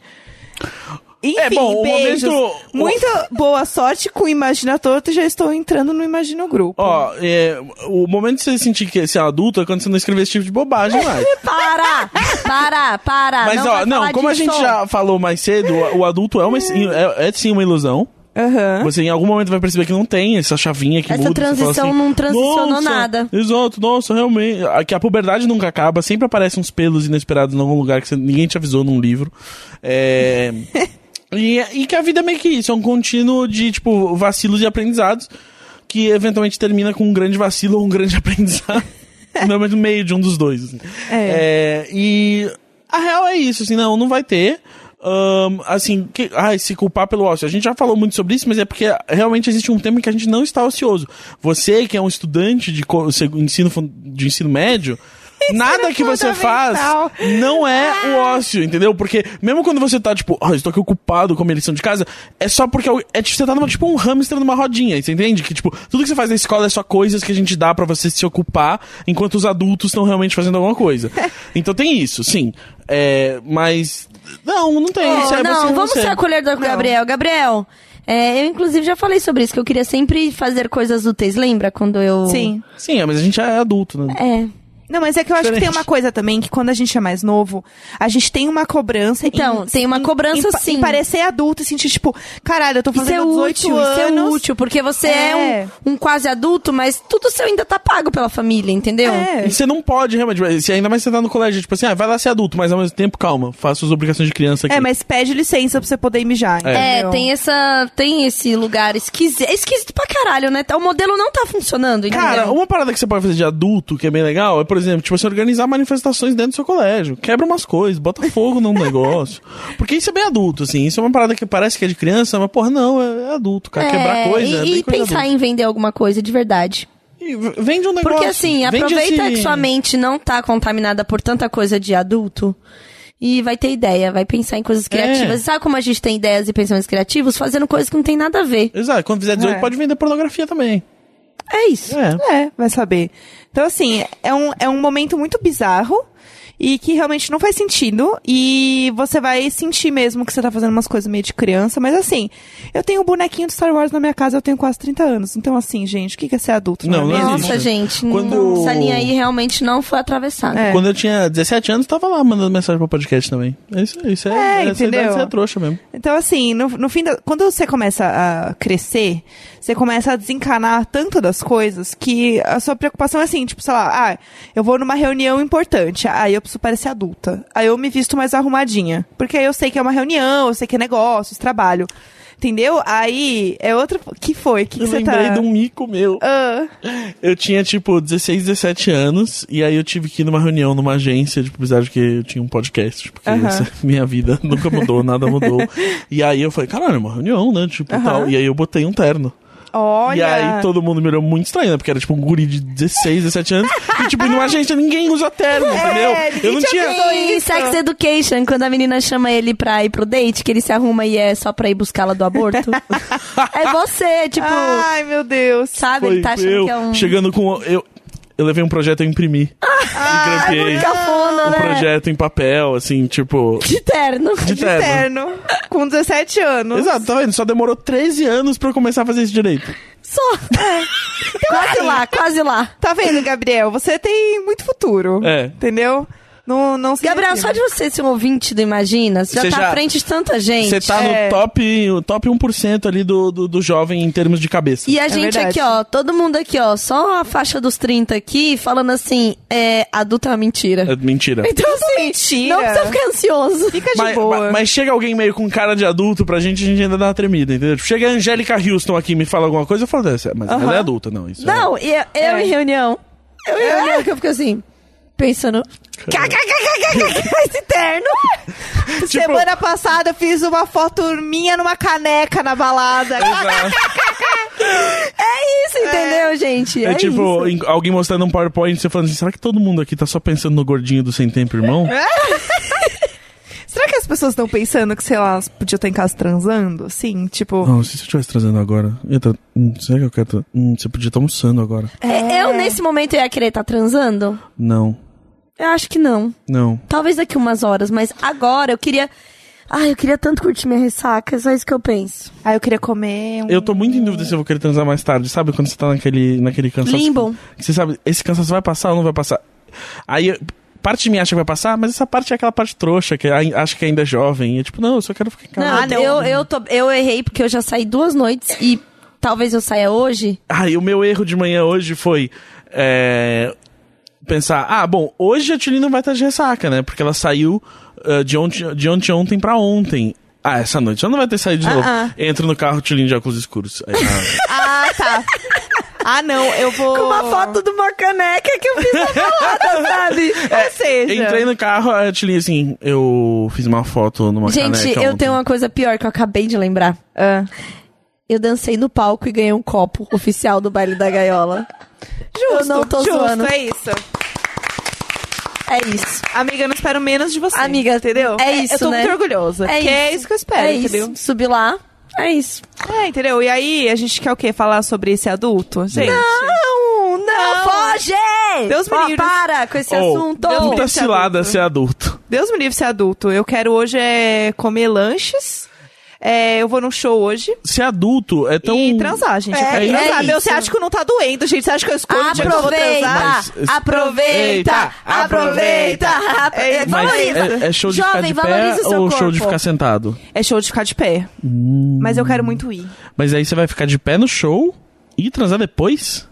Speaker 2: Enfim,
Speaker 1: É, bom, o
Speaker 2: beijos.
Speaker 1: momento-
Speaker 2: Muita boa sorte com o Imagina Torto e já estou entrando no Imagina o Grupo.
Speaker 1: Ó, é, o momento de você sentir que você é adulto é quando você não escrever esse tipo de bobagem mais.
Speaker 3: Para, para, para.
Speaker 1: Mas, ó,
Speaker 3: Ah, não Hum. vai
Speaker 1: não,
Speaker 3: falar
Speaker 1: como a
Speaker 3: disso.
Speaker 1: gente já falou mais cedo, o, o adulto é, uma, é, é sim uma ilusão.
Speaker 2: Aham.
Speaker 1: Você em algum momento vai perceber que não tem essa chavinha que
Speaker 3: Essa
Speaker 1: muda. você fala
Speaker 3: transição
Speaker 1: assim,
Speaker 3: não transicionou
Speaker 1: "Nossa,
Speaker 3: nada."
Speaker 1: Exato, nossa, realmente. a- Que a puberdade nunca acaba, sempre aparecem uns pelos inesperados em algum lugar que você- ninguém te avisou num livro. É. e, e que a vida é meio que isso, é um contínuo de, tipo, vacilos e aprendizados, que eventualmente termina com um grande vacilo ou um grande aprendizado. Normalmente no meio de um dos dois. assim. É, e a real é isso, assim, não, não vai ter. Ahn, assim, que, ai, se culpar pelo ócio. A gente já falou muito sobre isso, mas é porque realmente existe um tempo em que a gente não está ocioso. Você, que é um estudante de co- seg- ensino, fun- de ensino médio, nada que você faz
Speaker 2: fundamental.
Speaker 1: não é o ócio, entendeu? Porque mesmo quando você tá, tipo, ah, estou aqui ocupado com a minha lição de casa, é só porque é o- é, tipo, você tá numa, tipo um hamster numa rodinha, você entende? Que, tipo, tudo que você faz na escola é só coisas que a gente dá pra você se ocupar enquanto os adultos estão realmente fazendo alguma coisa. então tem isso, sim. É, mas. Não, não tem.
Speaker 3: Oh,
Speaker 1: isso é
Speaker 3: não,
Speaker 1: você,
Speaker 3: vamos
Speaker 1: você.
Speaker 3: ser acolher do Gabriel. Gabriel, é, eu inclusive já falei sobre isso, que eu queria sempre fazer coisas úteis, lembra? Quando eu...
Speaker 2: Sim.
Speaker 1: Sim, é, mas a gente é adulto, né?
Speaker 3: É.
Speaker 2: Não, mas é que eu acho que tem
Speaker 1: Diferente.
Speaker 2: uma coisa também, que quando a gente é mais novo, a gente tem uma cobrança.
Speaker 3: Então, tem uma cobrança,
Speaker 2: em, pa-
Speaker 3: sim.
Speaker 2: Em parecer adulto e sentir, tipo, caralho, eu tô
Speaker 3: Isso é
Speaker 2: fazendo 18
Speaker 3: útil,
Speaker 2: anos.
Speaker 3: isso é útil, porque você é,
Speaker 2: É.
Speaker 3: um, um quase adulto, mas tudo seu ainda tá pago pela família, entendeu?
Speaker 2: É.
Speaker 1: E você não pode realmente, se ainda mais você tá no colégio, tipo assim, ah, vai lá ser adulto, mas ao mesmo tempo, calma, faça suas obrigações de criança aqui.
Speaker 2: É, mas pede licença pra você poder mijar.
Speaker 3: É,
Speaker 2: entendeu?
Speaker 3: tem essa. Tem esse lugar esquisito. É esquisito pra caralho, né? O modelo não tá funcionando, entendeu?
Speaker 1: Cara, uma parada que você pode fazer de adulto, que é bem legal, é, por exemplo, tipo, você organizar manifestações dentro do seu colégio. Quebra umas coisas, bota fogo num negócio. Porque isso é bem adulto, assim. Isso é uma parada que parece que é de criança, mas, porra, não, é, é adulto, cara.
Speaker 3: É,
Speaker 1: Quebrar coisa. é
Speaker 3: E,
Speaker 1: bem
Speaker 3: e
Speaker 1: coisa
Speaker 3: pensar
Speaker 1: adulta.
Speaker 3: em vender alguma coisa de verdade.
Speaker 1: E v- vende um negócio.
Speaker 3: Porque assim,
Speaker 1: vende
Speaker 3: aproveita
Speaker 1: esse-
Speaker 3: que sua mente não tá contaminada por tanta coisa de adulto. E vai ter ideia, vai pensar em
Speaker 1: É.
Speaker 3: coisas criativas. Sabe como a gente tem ideias e pensamentos criativos? Fazendo coisas que não tem nada a ver.
Speaker 1: Exato, quando fizer 18,
Speaker 2: É.
Speaker 1: pode vender pornografia também.
Speaker 3: É isso.
Speaker 1: É.
Speaker 2: É, vai saber. Então, assim, é um, é um momento muito bizarro e que realmente não faz sentido e você vai sentir mesmo que você tá fazendo umas coisas meio de criança, mas assim, eu tenho um bonequinho do Star Wars na minha casa, eu tenho quase 30 anos. Então assim, gente, o que que é ser adulto?
Speaker 1: Não,
Speaker 2: é
Speaker 1: não
Speaker 2: mesmo?
Speaker 1: existe.
Speaker 3: Nossa, gente,
Speaker 1: Quando-
Speaker 3: essa linha aí realmente não foi atravessada.
Speaker 2: É.
Speaker 1: Quando eu tinha 17 anos, tava lá mandando mensagem pro podcast também. Isso, isso é,
Speaker 2: É,
Speaker 1: essa
Speaker 2: entendeu?
Speaker 1: idade você é trouxa mesmo.
Speaker 2: Então, assim, no, no fim da, Quando você começa a crescer, você começa a desencanar tanto das coisas que a sua preocupação é assim, tipo, sei lá, ah, eu vou numa reunião importante, aí eu preciso parecer adulta. Aí eu me visto mais arrumadinha. Porque aí eu sei que é uma reunião, eu sei que é negócios, trabalho. Entendeu? Aí é outro. Que foi? Que, que
Speaker 1: eu
Speaker 2: você
Speaker 1: lembrei
Speaker 2: tá.
Speaker 1: de um mico meu.
Speaker 2: Ah,
Speaker 1: Eu tinha, tipo, 16, 17 anos, e aí eu tive que ir numa reunião numa agência, tipo, apesar de que eu tinha um podcast, porque
Speaker 2: Aham.
Speaker 1: essa- minha vida nunca mudou, nada mudou. E aí eu falei, caralho, é uma reunião, né? Tipo,
Speaker 2: Aham.
Speaker 1: tal. E aí eu botei um terno.
Speaker 2: olha.
Speaker 1: E aí todo mundo me olhou muito estranho, né? Porque era tipo um guri de 16, 17 anos. e tipo, numa agência ninguém usa terno, entendeu? Eu não
Speaker 2: É, ninguém te
Speaker 1: tinha.
Speaker 2: avisou
Speaker 3: Em
Speaker 2: isso.
Speaker 3: Sex Education, quando a menina chama ele pra ir pro date, que ele se arruma e é só pra ir buscá-la do aborto. é você, tipo,
Speaker 2: Ai, meu Deus.
Speaker 3: sabe?
Speaker 1: Ah, Foi
Speaker 3: ele tá achando
Speaker 1: eu
Speaker 3: que é um.
Speaker 1: chegando com. Eu, eu levei um projeto, eu imprimi.
Speaker 2: Ah,
Speaker 1: e
Speaker 2: é
Speaker 1: grampeei.
Speaker 3: Cafona,
Speaker 1: Um
Speaker 3: né?
Speaker 1: projeto em papel, assim, tipo.
Speaker 3: De terno.
Speaker 1: De
Speaker 2: De terno. Com 17 anos.
Speaker 1: Exato, tá vendo? Só demorou 13 anos pra eu começar a fazer isso direito.
Speaker 3: Só.
Speaker 1: É.
Speaker 3: quase lá, quase lá.
Speaker 2: Tá vendo, Gabriel? Você tem muito futuro.
Speaker 1: É.
Speaker 2: Entendeu? Não, não se
Speaker 3: Gabriel,
Speaker 2: desanima.
Speaker 3: só de você ser um ouvinte do Imagina, você já
Speaker 1: Você
Speaker 3: tá
Speaker 1: já-
Speaker 3: à frente de tanta gente.
Speaker 1: Você tá
Speaker 2: é.
Speaker 1: no top, o top 1% ali do, do, do jovem em termos de cabeça.
Speaker 3: E é a gente
Speaker 2: É verdade.
Speaker 3: aqui, ó, todo mundo aqui, ó, só a faixa dos 30 aqui, falando assim, é, adulto é uma mentira.
Speaker 1: É mentira.
Speaker 3: Então, assim,
Speaker 2: tá mentira.
Speaker 3: não precisa ficar ansioso.
Speaker 2: Fica de
Speaker 1: Mas,
Speaker 2: boa.
Speaker 1: mas- mas chega alguém meio com cara de adulto pra gente, a gente ainda dá uma tremida, entendeu? Tipo, Chega a Angélica Houston aqui e me fala alguma coisa, eu falo dessa. Mas ela é adulta, não. Isso é-
Speaker 3: Não, e eu, eu em reunião. Eu
Speaker 2: É?
Speaker 3: em reunião que eu fico assim, pensando. Esse terno.
Speaker 1: tipo-
Speaker 2: Semana passada eu fiz uma foto minha numa caneca na balada.
Speaker 1: Exato.
Speaker 3: É isso, entendeu, gente? É,
Speaker 1: É tipo,
Speaker 3: isso.
Speaker 1: em- alguém mostrando um PowerPoint e você falando assim: será que todo mundo aqui tá só pensando no gordinho do Sem Tempo, irmão?
Speaker 3: É.
Speaker 2: Será que as pessoas estão pensando que, sei lá, elas podiam estar em casa transando? Assim, tipo.
Speaker 1: Não, se você estivesse trazendo agora. Eu tá, hum, será que eu quero. tra- Hum, você podia estar almoçando agora.
Speaker 3: É, Eu, nesse momento, ia querer estar transando?
Speaker 1: Não,
Speaker 3: Eu acho que não.
Speaker 1: não.
Speaker 3: Talvez daqui umas horas, mas agora eu queria. Ai, eu queria tanto curtir minha ressaca, é só isso que eu penso.
Speaker 2: Ah, eu queria comer um.
Speaker 1: Eu tô muito em dúvida se eu vou querer transar mais tarde, sabe? Quando você tá naquele, naquele cansaço.
Speaker 3: Limbo.
Speaker 1: que Você sabe, esse cansaço vai passar ou não vai passar? Aí, eu- parte de mim acha que vai passar, mas essa parte é aquela parte trouxa, que ai- acha que ainda é jovem. E é tipo, não, eu só quero ficar em casa.
Speaker 3: Não,
Speaker 2: Ah, não.
Speaker 3: Eu, eu, tô- eu errei porque eu já saí duas noites e talvez eu saia hoje.
Speaker 1: Ai, o meu erro de manhã hoje foi. é, pensar, ah, bom, hoje a Tilly não vai estar de ressaca, né? Porque ela saiu ah, de, ontem, de ontem, ontem pra ontem. Ah, essa noite ela não vai ter saído de novo.
Speaker 2: ah.
Speaker 1: Entro no carro, Tilly de óculos escuros. Aí, ah,
Speaker 2: Ah, tá. ah, não, eu vou.
Speaker 3: Com
Speaker 1: Oh.
Speaker 3: uma foto de uma caneca que eu fiz na balada, sabe?
Speaker 1: É,
Speaker 2: Ou seja.
Speaker 1: entrei no carro, a Tilly assim, eu fiz uma foto numa
Speaker 3: Gente,
Speaker 1: caneca
Speaker 3: eu
Speaker 1: ontem.
Speaker 3: tenho uma coisa pior que eu acabei de lembrar.
Speaker 2: Ah.
Speaker 3: Eu dancei no palco e ganhei um copo oficial do baile da gaiola.
Speaker 2: Justo,
Speaker 3: Eu não tô
Speaker 2: justo,
Speaker 3: zoando.
Speaker 2: é isso.
Speaker 3: É isso.
Speaker 2: Amiga, eu não espero menos de você.
Speaker 3: Amiga,
Speaker 2: entendeu?
Speaker 3: é isso,
Speaker 2: Eu tô
Speaker 3: né?
Speaker 2: muito orgulhosa.
Speaker 3: É
Speaker 2: porque é isso que eu espero,
Speaker 3: é
Speaker 2: entendeu?
Speaker 3: isso. Subi lá. É isso.
Speaker 2: É, entendeu? E aí, a gente quer o quê? Falar sobre esse adulto? Gente.
Speaker 3: Não, não,
Speaker 2: Não.
Speaker 3: foge!
Speaker 2: Deus me
Speaker 3: Ó,
Speaker 2: livre.
Speaker 3: Para com esse
Speaker 1: Oh,
Speaker 3: assunto.
Speaker 2: Deus me
Speaker 1: Puta
Speaker 2: Esse
Speaker 1: cilada
Speaker 2: adulto.
Speaker 1: ser adulto.
Speaker 2: Deus me livre ser adulto. Eu quero hoje é comer lanches. É, eu vou num show hoje.
Speaker 1: Ser adulto é tão.
Speaker 2: E transar, gente.
Speaker 3: É,
Speaker 2: eu quero
Speaker 1: é
Speaker 2: transar.
Speaker 3: isso.
Speaker 2: Meu ciático não tá doendo, gente. Você acha que eu escolho de novo transar?
Speaker 3: Aproveita,
Speaker 1: Mas, esse-
Speaker 3: aproveita,
Speaker 1: Eita,
Speaker 3: aproveita, apro-
Speaker 2: É,
Speaker 1: Mas
Speaker 3: valoriza.
Speaker 1: é, é show de
Speaker 3: Jovem,
Speaker 1: ficar de
Speaker 3: valoriza o
Speaker 1: pé
Speaker 3: seu
Speaker 1: ou show
Speaker 3: corpo.
Speaker 1: de ficar sentado?
Speaker 2: É show de ficar de pé.
Speaker 1: Hum.
Speaker 2: Mas eu quero muito ir.
Speaker 1: Mas aí você vai ficar de pé no show e transar depois?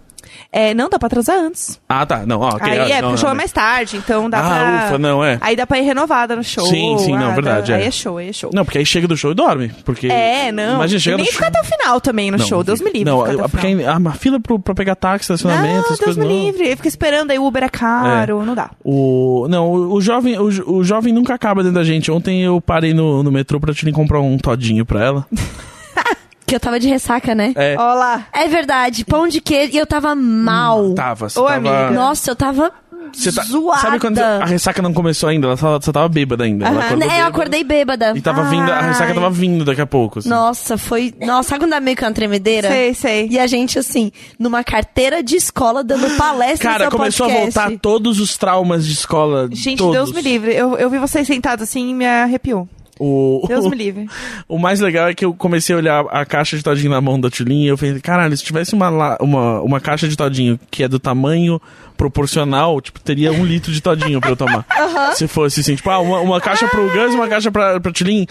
Speaker 2: É, não, dá pra transar antes.
Speaker 1: Ah, tá. Não, ó, ok.
Speaker 2: aí
Speaker 1: ah,
Speaker 2: é,
Speaker 1: não,
Speaker 2: porque o show
Speaker 1: não,
Speaker 2: é mais tarde, então dá
Speaker 1: Ah,
Speaker 2: pra.
Speaker 1: ufa, não, é.
Speaker 2: Aí dá pra ir renovada no show.
Speaker 1: Sim, sim, não,
Speaker 2: ah, dá-
Speaker 1: verdade, é.
Speaker 2: Aí é show, aí é show.
Speaker 1: Não, porque aí chega do show e dorme. Porque...
Speaker 2: É, não.
Speaker 1: Imagina, chega
Speaker 2: nem
Speaker 1: no
Speaker 2: ficar
Speaker 1: show.
Speaker 2: até o final também no
Speaker 1: Não,
Speaker 2: show. Deus me livre.
Speaker 1: Não,
Speaker 2: ficar até o
Speaker 1: porque
Speaker 2: final.
Speaker 1: aí- ah, uma fila pro, pra pegar táxi, estacionamento,
Speaker 2: Não,
Speaker 1: essas
Speaker 2: Deus
Speaker 1: coisas.
Speaker 2: me
Speaker 1: não.
Speaker 2: livre. Eu fico esperando, aí o Uber é caro, não dá.
Speaker 1: O, não, o, o jovem, o, jo- o jovem nunca acaba dentro da gente. Ontem eu parei no, no metrô pra te comprar um todinho pra ela.
Speaker 3: Que eu tava de ressaca, né?
Speaker 1: É,
Speaker 2: Ó lá.
Speaker 3: É verdade, pão de queijo. E eu tava mal.
Speaker 1: tava, você
Speaker 2: Ô,
Speaker 1: tava...
Speaker 2: amiga.
Speaker 3: Nossa, eu tava
Speaker 1: Hum. Você tá-
Speaker 2: zoada.
Speaker 1: Sabe quando a ressaca não começou ainda? Ela só, só tava bêbada ainda. Ela
Speaker 2: Aham.
Speaker 1: acordou
Speaker 3: É, eu
Speaker 1: bêbada
Speaker 3: acordei bêbada. Ah,
Speaker 1: E tava vindo, a ressaca
Speaker 2: Ai.
Speaker 1: tava vindo daqui a pouco. assim.
Speaker 3: Nossa, foi. Nossa, sabe quando dá meio que uma tremedeira?
Speaker 1: É.
Speaker 2: Sei, sei.
Speaker 3: E a gente, assim, numa carteira de escola, dando palestra
Speaker 1: Cara,
Speaker 3: no seu
Speaker 1: começou
Speaker 3: podcast.
Speaker 1: a voltar todos os traumas de escola.
Speaker 2: é Gente,
Speaker 1: todos.
Speaker 2: Deus me livre. Eu, eu vi vocês sentados assim e me arrepiou.
Speaker 1: O,
Speaker 2: Deus me livre.
Speaker 1: O mais legal é que eu comecei a olhar a caixa de todinho na mão da Tulinha e eu falei, caralho, se tivesse uma, la- uma, uma caixa de todinho que é do tamanho proporcional, tipo, teria um litro de todinho pra eu tomar. Se fosse assim, tipo, ah, uma, uma caixa pro Gus e uma caixa pra, pra Tulin,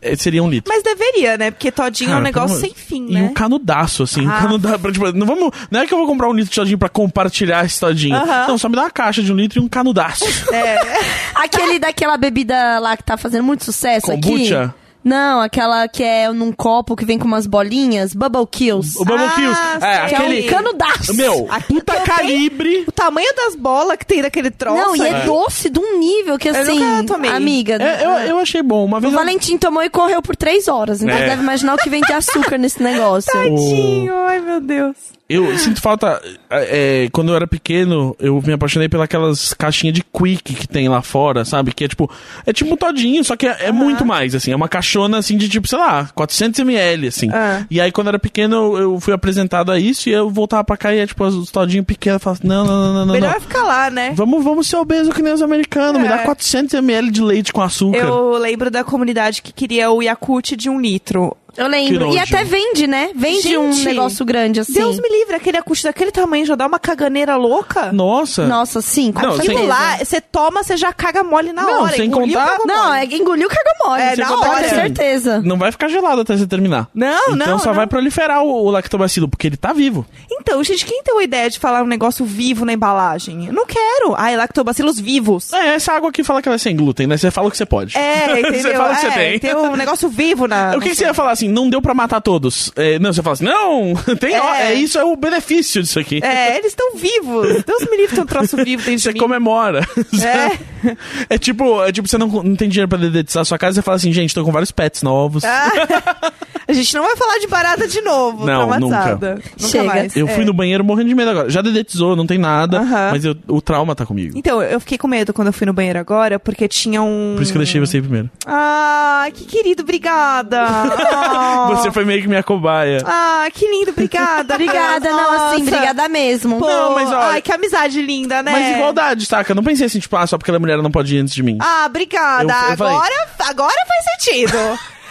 Speaker 1: eh, seria um litro.
Speaker 2: Mas deveria, né? Porque todinho é um
Speaker 1: Cara,
Speaker 2: negócio
Speaker 1: pelo
Speaker 2: sem
Speaker 1: amor-
Speaker 2: fim,
Speaker 1: E
Speaker 2: né?
Speaker 1: um canudaço, assim,
Speaker 2: Ah.
Speaker 1: um canudaço pra, tipo, não, vamos, não é que eu vou comprar um litro de todinho pra compartilhar esse todinho.
Speaker 2: Aham. É.
Speaker 1: Não, só me dá uma caixa de um litro e um canudaço.
Speaker 3: Aquele daquela bebida lá que tá fazendo muito sucesso
Speaker 1: Kombucha?
Speaker 3: aqui. Não, aquela que é num copo que vem com umas bolinhas, Bubble Kills.
Speaker 1: O Bubble
Speaker 2: Ah,
Speaker 1: Kills. É,
Speaker 2: sei.
Speaker 3: que
Speaker 1: aquele...
Speaker 3: é um canudaço.
Speaker 1: Meu, puta calibre...
Speaker 2: O tamanho das bolas que tem naquele troço.
Speaker 3: Não, e é,
Speaker 2: né?
Speaker 3: doce de um nível que assim.
Speaker 2: nunca tomei.
Speaker 3: Amiga.
Speaker 1: É, eu, eu achei bom. Uma
Speaker 3: O
Speaker 1: vez eu-
Speaker 3: Valentim tomou e correu por três horas, então
Speaker 1: É.
Speaker 3: deve imaginar o que vem de açúcar nesse negócio.
Speaker 2: Tadinho, ai meu Deus.
Speaker 1: Eu sinto falta. é, quando eu era pequeno, eu me apaixonei pelas caixinhas de quick que tem lá fora, sabe? Que é tipo. É tipo um todinho, só que é, é muito mais, assim. É uma caixona, assim, de tipo, sei lá, 400ml, assim.
Speaker 2: Ah.
Speaker 1: E aí, quando eu era pequeno, eu, eu fui apresentado a isso e eu voltava pra cá e é tipo, os todinhos pequenos. Eu falava assim: não, não, não, não, não.
Speaker 2: Melhor
Speaker 1: não.
Speaker 2: ficar lá, né?
Speaker 1: Vamos, vamos ser obeso que nem os americanos. Me
Speaker 2: É.
Speaker 1: dá 400ml de leite com açúcar.
Speaker 2: Eu lembro da comunidade que queria o Yakult de um litro.
Speaker 3: Eu
Speaker 1: Que
Speaker 3: lembro.
Speaker 1: nojo.
Speaker 3: E até vende, né? Vende um
Speaker 2: Gente,
Speaker 3: negócio grande assim.
Speaker 2: Deus me livre, aquele Yakult daquele tamanho já dá uma caganeira louca. Ah.
Speaker 1: Nossa.
Speaker 3: Nossa, sim, com
Speaker 1: Não,
Speaker 3: certeza.
Speaker 2: Aquilo lá, você toma, você já caga mole na
Speaker 1: Não,
Speaker 2: hora.
Speaker 1: sem
Speaker 2: engoliu,
Speaker 1: contar-
Speaker 2: cagou mole.
Speaker 3: Não, é, engoliu cagou mole.
Speaker 2: É,
Speaker 3: Você
Speaker 2: na
Speaker 3: pode
Speaker 2: hora.
Speaker 3: ter certeza.
Speaker 1: Não vai ficar gelado até você terminar.
Speaker 2: Não,
Speaker 1: então
Speaker 2: não,
Speaker 1: só
Speaker 2: não.
Speaker 1: vai proliferar o, o lactobacilo, porque ele tá vivo.
Speaker 2: Então, gente, quem tem a ideia de falar um negócio vivo na embalagem? Eu não quero. Ai, lactobacilos vivos.
Speaker 1: É, essa água aqui fala que ela é sem glúten, né? Você fala o que você pode.
Speaker 2: É, entendeu?
Speaker 1: Você fala o que
Speaker 2: É,
Speaker 1: você tem.
Speaker 2: Tem um negócio vivo na...
Speaker 1: O que, que você ia falar assim? Não deu pra matar todos. É, não, você fala assim, não, tem
Speaker 2: É.
Speaker 1: ó- é. isso é o benefício disso aqui.
Speaker 2: É, eles estão vivos. Deus me livre, tem um troço vivo dentro
Speaker 1: Você
Speaker 2: de mim.
Speaker 1: comemora.
Speaker 2: É.
Speaker 1: É tipo, é tipo, você não, não tem dinheiro pra dedetizar a sua casa, você fala assim, gente, tô com vários pets novos.
Speaker 2: Ah. A gente não vai falar de parada de novo,
Speaker 1: Não,
Speaker 2: traumatizada. Nunca,
Speaker 3: Chega.
Speaker 2: mais.
Speaker 1: eu
Speaker 2: é.
Speaker 1: fui no banheiro morrendo de medo agora. Já dedetizou, não tem nada,
Speaker 2: Aham.
Speaker 1: mas eu- o trauma tá comigo.
Speaker 2: Então, eu fiquei com medo quando eu fui no banheiro agora, porque tinha um...
Speaker 1: Por isso que eu deixei você ir primeiro.
Speaker 2: Ah, que querido, obrigada. Ah.
Speaker 1: Você foi meio que minha cobaia.
Speaker 2: Ah, que lindo, obrigada.
Speaker 3: Obrigada, não, assim,
Speaker 2: Nossa.
Speaker 3: obrigada mesmo.
Speaker 2: Pô,
Speaker 1: Não, mas olha-
Speaker 2: Ai, que amizade linda, né?
Speaker 1: Mas igualdade, saca? Eu Não pensei assim, tipo, ah, só porque ela é mulher, ela não pode ir antes de mim.
Speaker 2: Ah, obrigada.
Speaker 1: Eu- eu falei.
Speaker 2: agora, agora faz sentido.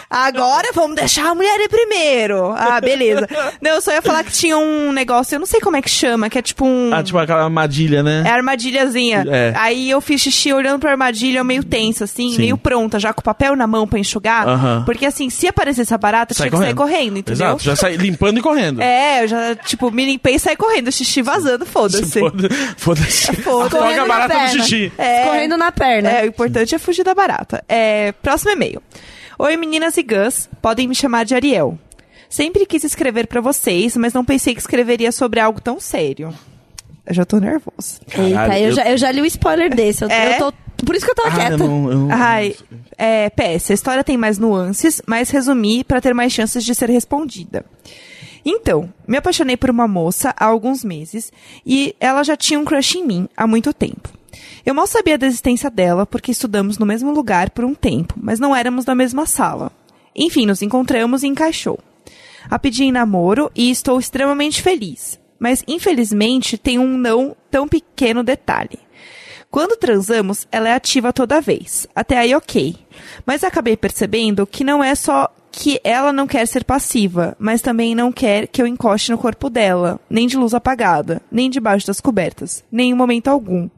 Speaker 2: Agora vamos deixar a mulher ir primeiro. Ah, beleza. Não, eu só ia falar que tinha um negócio, eu não sei como é que chama, que é tipo um.
Speaker 1: Ah, tipo aquela armadilha, né?
Speaker 2: É armadilhazinha.
Speaker 1: É.
Speaker 2: Aí eu fiz xixi olhando pra armadilha, eu meio tensa, assim,
Speaker 1: Sim.
Speaker 2: meio pronta, já com o papel na mão pra enxugar.
Speaker 1: Aham.
Speaker 2: Porque assim, se aparecesse a barata,
Speaker 1: Sai
Speaker 2: tinha que sair correndo, É, entendeu?
Speaker 1: Exato, já sai limpando e correndo.
Speaker 2: É, eu já, tipo, me limpei e saí correndo, xixi vazando, foda-se.
Speaker 1: Foda- Foda-se.
Speaker 2: Foda-se.
Speaker 1: Afoga a
Speaker 3: É Correndo
Speaker 1: barata
Speaker 3: na
Speaker 1: no
Speaker 3: perna.
Speaker 1: xixi.
Speaker 2: É.
Speaker 3: Correndo na perna.
Speaker 2: É, o importante é fugir da barata. É, próximo e-mail. Oi, meninas e Gus. Podem me chamar de Ariel. Sempre quis escrever pra vocês, mas não pensei que escreveria sobre algo tão sério. Eu já tô nervosa.
Speaker 3: Eita,
Speaker 1: Caralho,
Speaker 3: eu,
Speaker 1: eu-
Speaker 3: Já, eu já li o spoiler desse. Eu,
Speaker 2: É?
Speaker 3: eu tô, por isso que eu tava
Speaker 1: Ah,
Speaker 3: quieta.
Speaker 1: eu não, eu não-
Speaker 2: Ai, é, PS, a história tem mais nuances, mas resumi pra ter mais chances de ser respondida. Então, me apaixonei por uma moça há alguns meses e ela já tinha um crush em mim há muito tempo. Eu mal sabia da existência dela porque estudamos no mesmo lugar por um tempo, mas não éramos da mesma sala. Enfim, nos encontramos e encaixou. A pedi em namoro e estou extremamente feliz, mas infelizmente tem um não tão pequeno detalhe. Quando transamos, ela é ativa toda vez. Até aí, ok. Mas acabei percebendo que não é só que ela não quer ser passiva, mas também não quer que eu encoste no corpo dela, nem de luz apagada, nem debaixo das cobertas, nem em momento algum.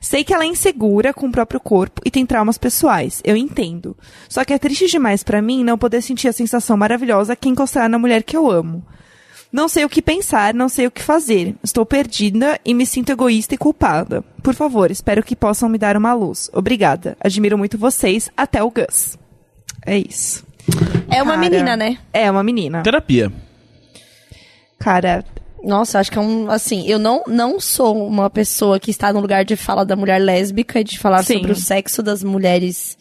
Speaker 2: Sei que ela é insegura com o próprio corpo e tem traumas pessoais, eu entendo. Só que é triste demais pra mim não poder sentir a sensação maravilhosa que é encostar na mulher que eu amo. Não sei o que pensar, não sei o que fazer. Estou perdida e me sinto egoísta e culpada. Por favor, espero que possam me dar uma luz. Obrigada. Admiro muito vocês. Até o Gus. É isso.
Speaker 3: É uma
Speaker 2: Cara.
Speaker 3: menina, né?
Speaker 2: É uma menina.
Speaker 1: Terapia.
Speaker 2: Cara,
Speaker 3: Nossa, acho que é um. Assim, eu não, não sou uma pessoa que está no lugar de fala da mulher lésbica e de falar
Speaker 2: Sim.
Speaker 3: sobre o sexo das mulheres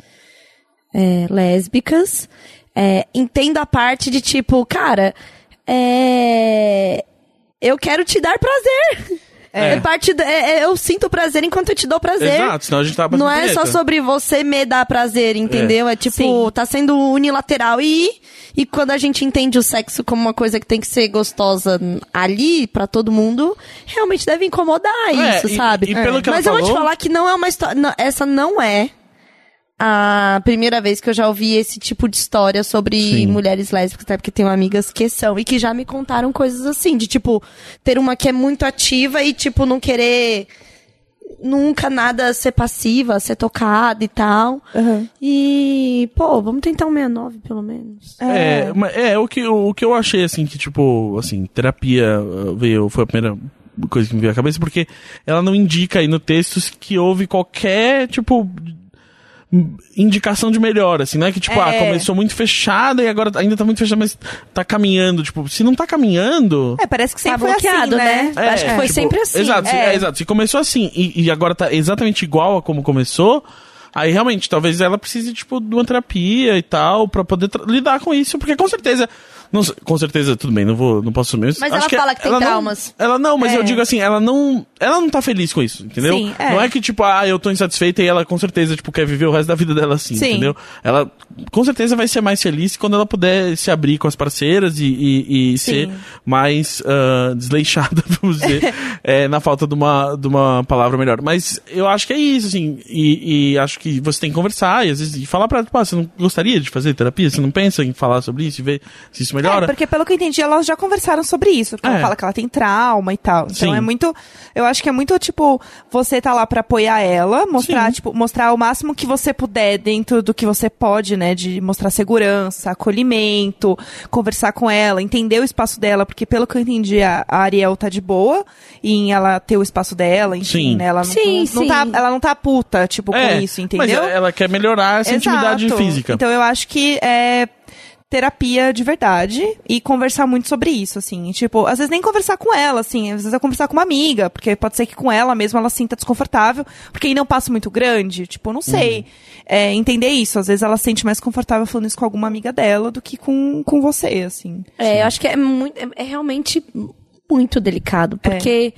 Speaker 3: é, lésbicas. É, entendo a parte de tipo, cara, é, eu quero te dar prazer. É, parte. do- é- é- eu sinto prazer enquanto eu te dou prazer.
Speaker 1: Exato, senão a gente tava
Speaker 3: Não
Speaker 1: fazendo
Speaker 3: é só
Speaker 1: punheta.
Speaker 3: sobre você me dar prazer, entendeu? É, tipo,
Speaker 2: Sim.
Speaker 3: tá sendo unilateral. E, e quando a gente entende o sexo como uma coisa que tem que ser gostosa ali pra todo mundo, realmente deve incomodar
Speaker 1: É,
Speaker 3: isso,
Speaker 1: e-
Speaker 3: sabe?
Speaker 1: e pelo que ela
Speaker 3: Mas eu vou te
Speaker 1: falou-
Speaker 3: falar que não é uma história. não, essa não é a primeira vez que eu já ouvi esse tipo de história sobre mulheres lésbicas, até porque tenho amigas que são e que já me contaram coisas assim, de tipo, ter uma que é muito ativa e, tipo, não querer nunca nada ser passiva, ser tocada e tal. E, pô, vamos tentar um 69, pelo menos.
Speaker 1: É, mas é o que, o que eu achei, assim, que, tipo, assim, terapia uh, veio, foi a primeira coisa que me veio à cabeça, porque ela não indica aí no texto que houve qualquer, tipo, m- indicação de melhora, assim, não é que, tipo, ah,
Speaker 2: É.
Speaker 1: começou muito fechada e agora ainda tá muito fechada, mas tá caminhando, tipo, se não tá caminhando...
Speaker 2: É, parece que sempre
Speaker 3: Tá
Speaker 2: foi assim,
Speaker 3: bloqueado,
Speaker 2: né?
Speaker 3: né? Acho que foi sempre assim.
Speaker 1: É, tipo, Exato, se-
Speaker 2: É.
Speaker 1: é, exato. Se começou assim e, e agora tá exatamente igual a como começou, aí realmente, talvez ela precise, tipo, de uma terapia e tal, pra poder tra- lidar com isso, porque com certeza. não sei- com certeza, tudo bem, não vou, não posso mesmo.
Speaker 3: Mas ela fala que tem traumas.
Speaker 1: Não, ela não, mas
Speaker 2: É.
Speaker 1: eu digo assim, ela não, ela não tá feliz com isso, entendeu?
Speaker 2: Sim, é.
Speaker 1: Não é que tipo, ah, eu tô insatisfeita e ela com certeza, tipo, quer viver o resto da vida dela assim,
Speaker 2: Sim.
Speaker 1: entendeu? Ela com certeza vai ser mais feliz quando ela puder se abrir com as parceiras e, e- e ser mais ah, desleixada, vamos dizer, é, na falta de uma, de uma palavra melhor. Mas eu acho que é isso, assim, e, e acho que você tem que conversar e às vezes e falar pra ela, tipo, ah, você não gostaria de fazer terapia? Você não pensa em falar sobre isso e ver se isso melhora?
Speaker 2: É, porque pelo que eu entendi, elas já conversaram sobre isso. Porque Ela
Speaker 1: É.
Speaker 2: fala que ela tem trauma e tal. Então
Speaker 1: Sim.
Speaker 2: é muito. Eu acho que é muito, tipo, você tá lá pra apoiar ela, mostrar,
Speaker 1: Sim.
Speaker 2: tipo, mostrar o máximo que você puder dentro do que você pode, né? De mostrar segurança, acolhimento, conversar com ela, entender o espaço dela, porque pelo que eu entendi, a, a Ariel tá de boa em ela ter o espaço dela, enfim,
Speaker 1: Sim.
Speaker 2: né? Ela não,
Speaker 3: Sim,
Speaker 2: não
Speaker 3: sim.
Speaker 2: tá. Ela não tá puta, tipo,
Speaker 1: É,
Speaker 2: com isso,
Speaker 1: Mas
Speaker 2: entendeu?
Speaker 1: ela quer melhorar essa intimidade
Speaker 2: Exato.
Speaker 1: física.
Speaker 2: Então eu acho que é terapia de verdade e conversar muito sobre isso, assim. E, tipo, às vezes nem conversar com ela, assim, às vezes é conversar com uma amiga, porque pode ser que com ela mesmo ela sinta desconfortável, porque ainda é um passo muito grande, tipo, não sei. É, entender isso, às vezes ela se sente mais confortável falando isso com alguma amiga dela do que com, com você, assim.
Speaker 3: É, eu acho que é, muito, é, é realmente muito delicado,
Speaker 2: É.
Speaker 3: porque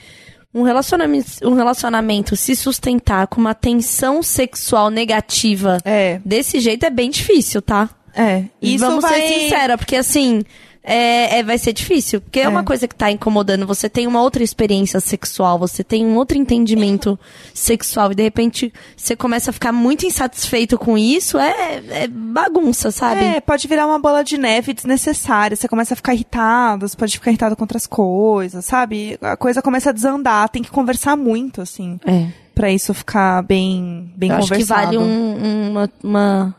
Speaker 3: um, relacionamento, um relacionamento se sustentar com uma tensão sexual negativa
Speaker 2: É,
Speaker 3: desse jeito é bem difícil, tá?
Speaker 2: é.
Speaker 3: E
Speaker 2: Isso
Speaker 3: vamos
Speaker 2: vai...
Speaker 3: ser sincera, porque assim, é, é- vai ser difícil. Porque é. uma coisa que tá incomodando. Você tem uma outra experiência sexual, você tem um outro entendimento sexual. E de repente você começa a ficar muito insatisfeito com isso. É, é bagunça, sabe?
Speaker 2: É, pode virar uma bola de neve desnecessária. Você começa a ficar irritado, você pode ficar irritado com outras coisas, sabe? A coisa começa a desandar, tem que conversar muito, assim,
Speaker 3: é.
Speaker 2: pra isso ficar bem, bem
Speaker 3: Eu acho que
Speaker 2: conversado.
Speaker 3: vale um- uma. uma-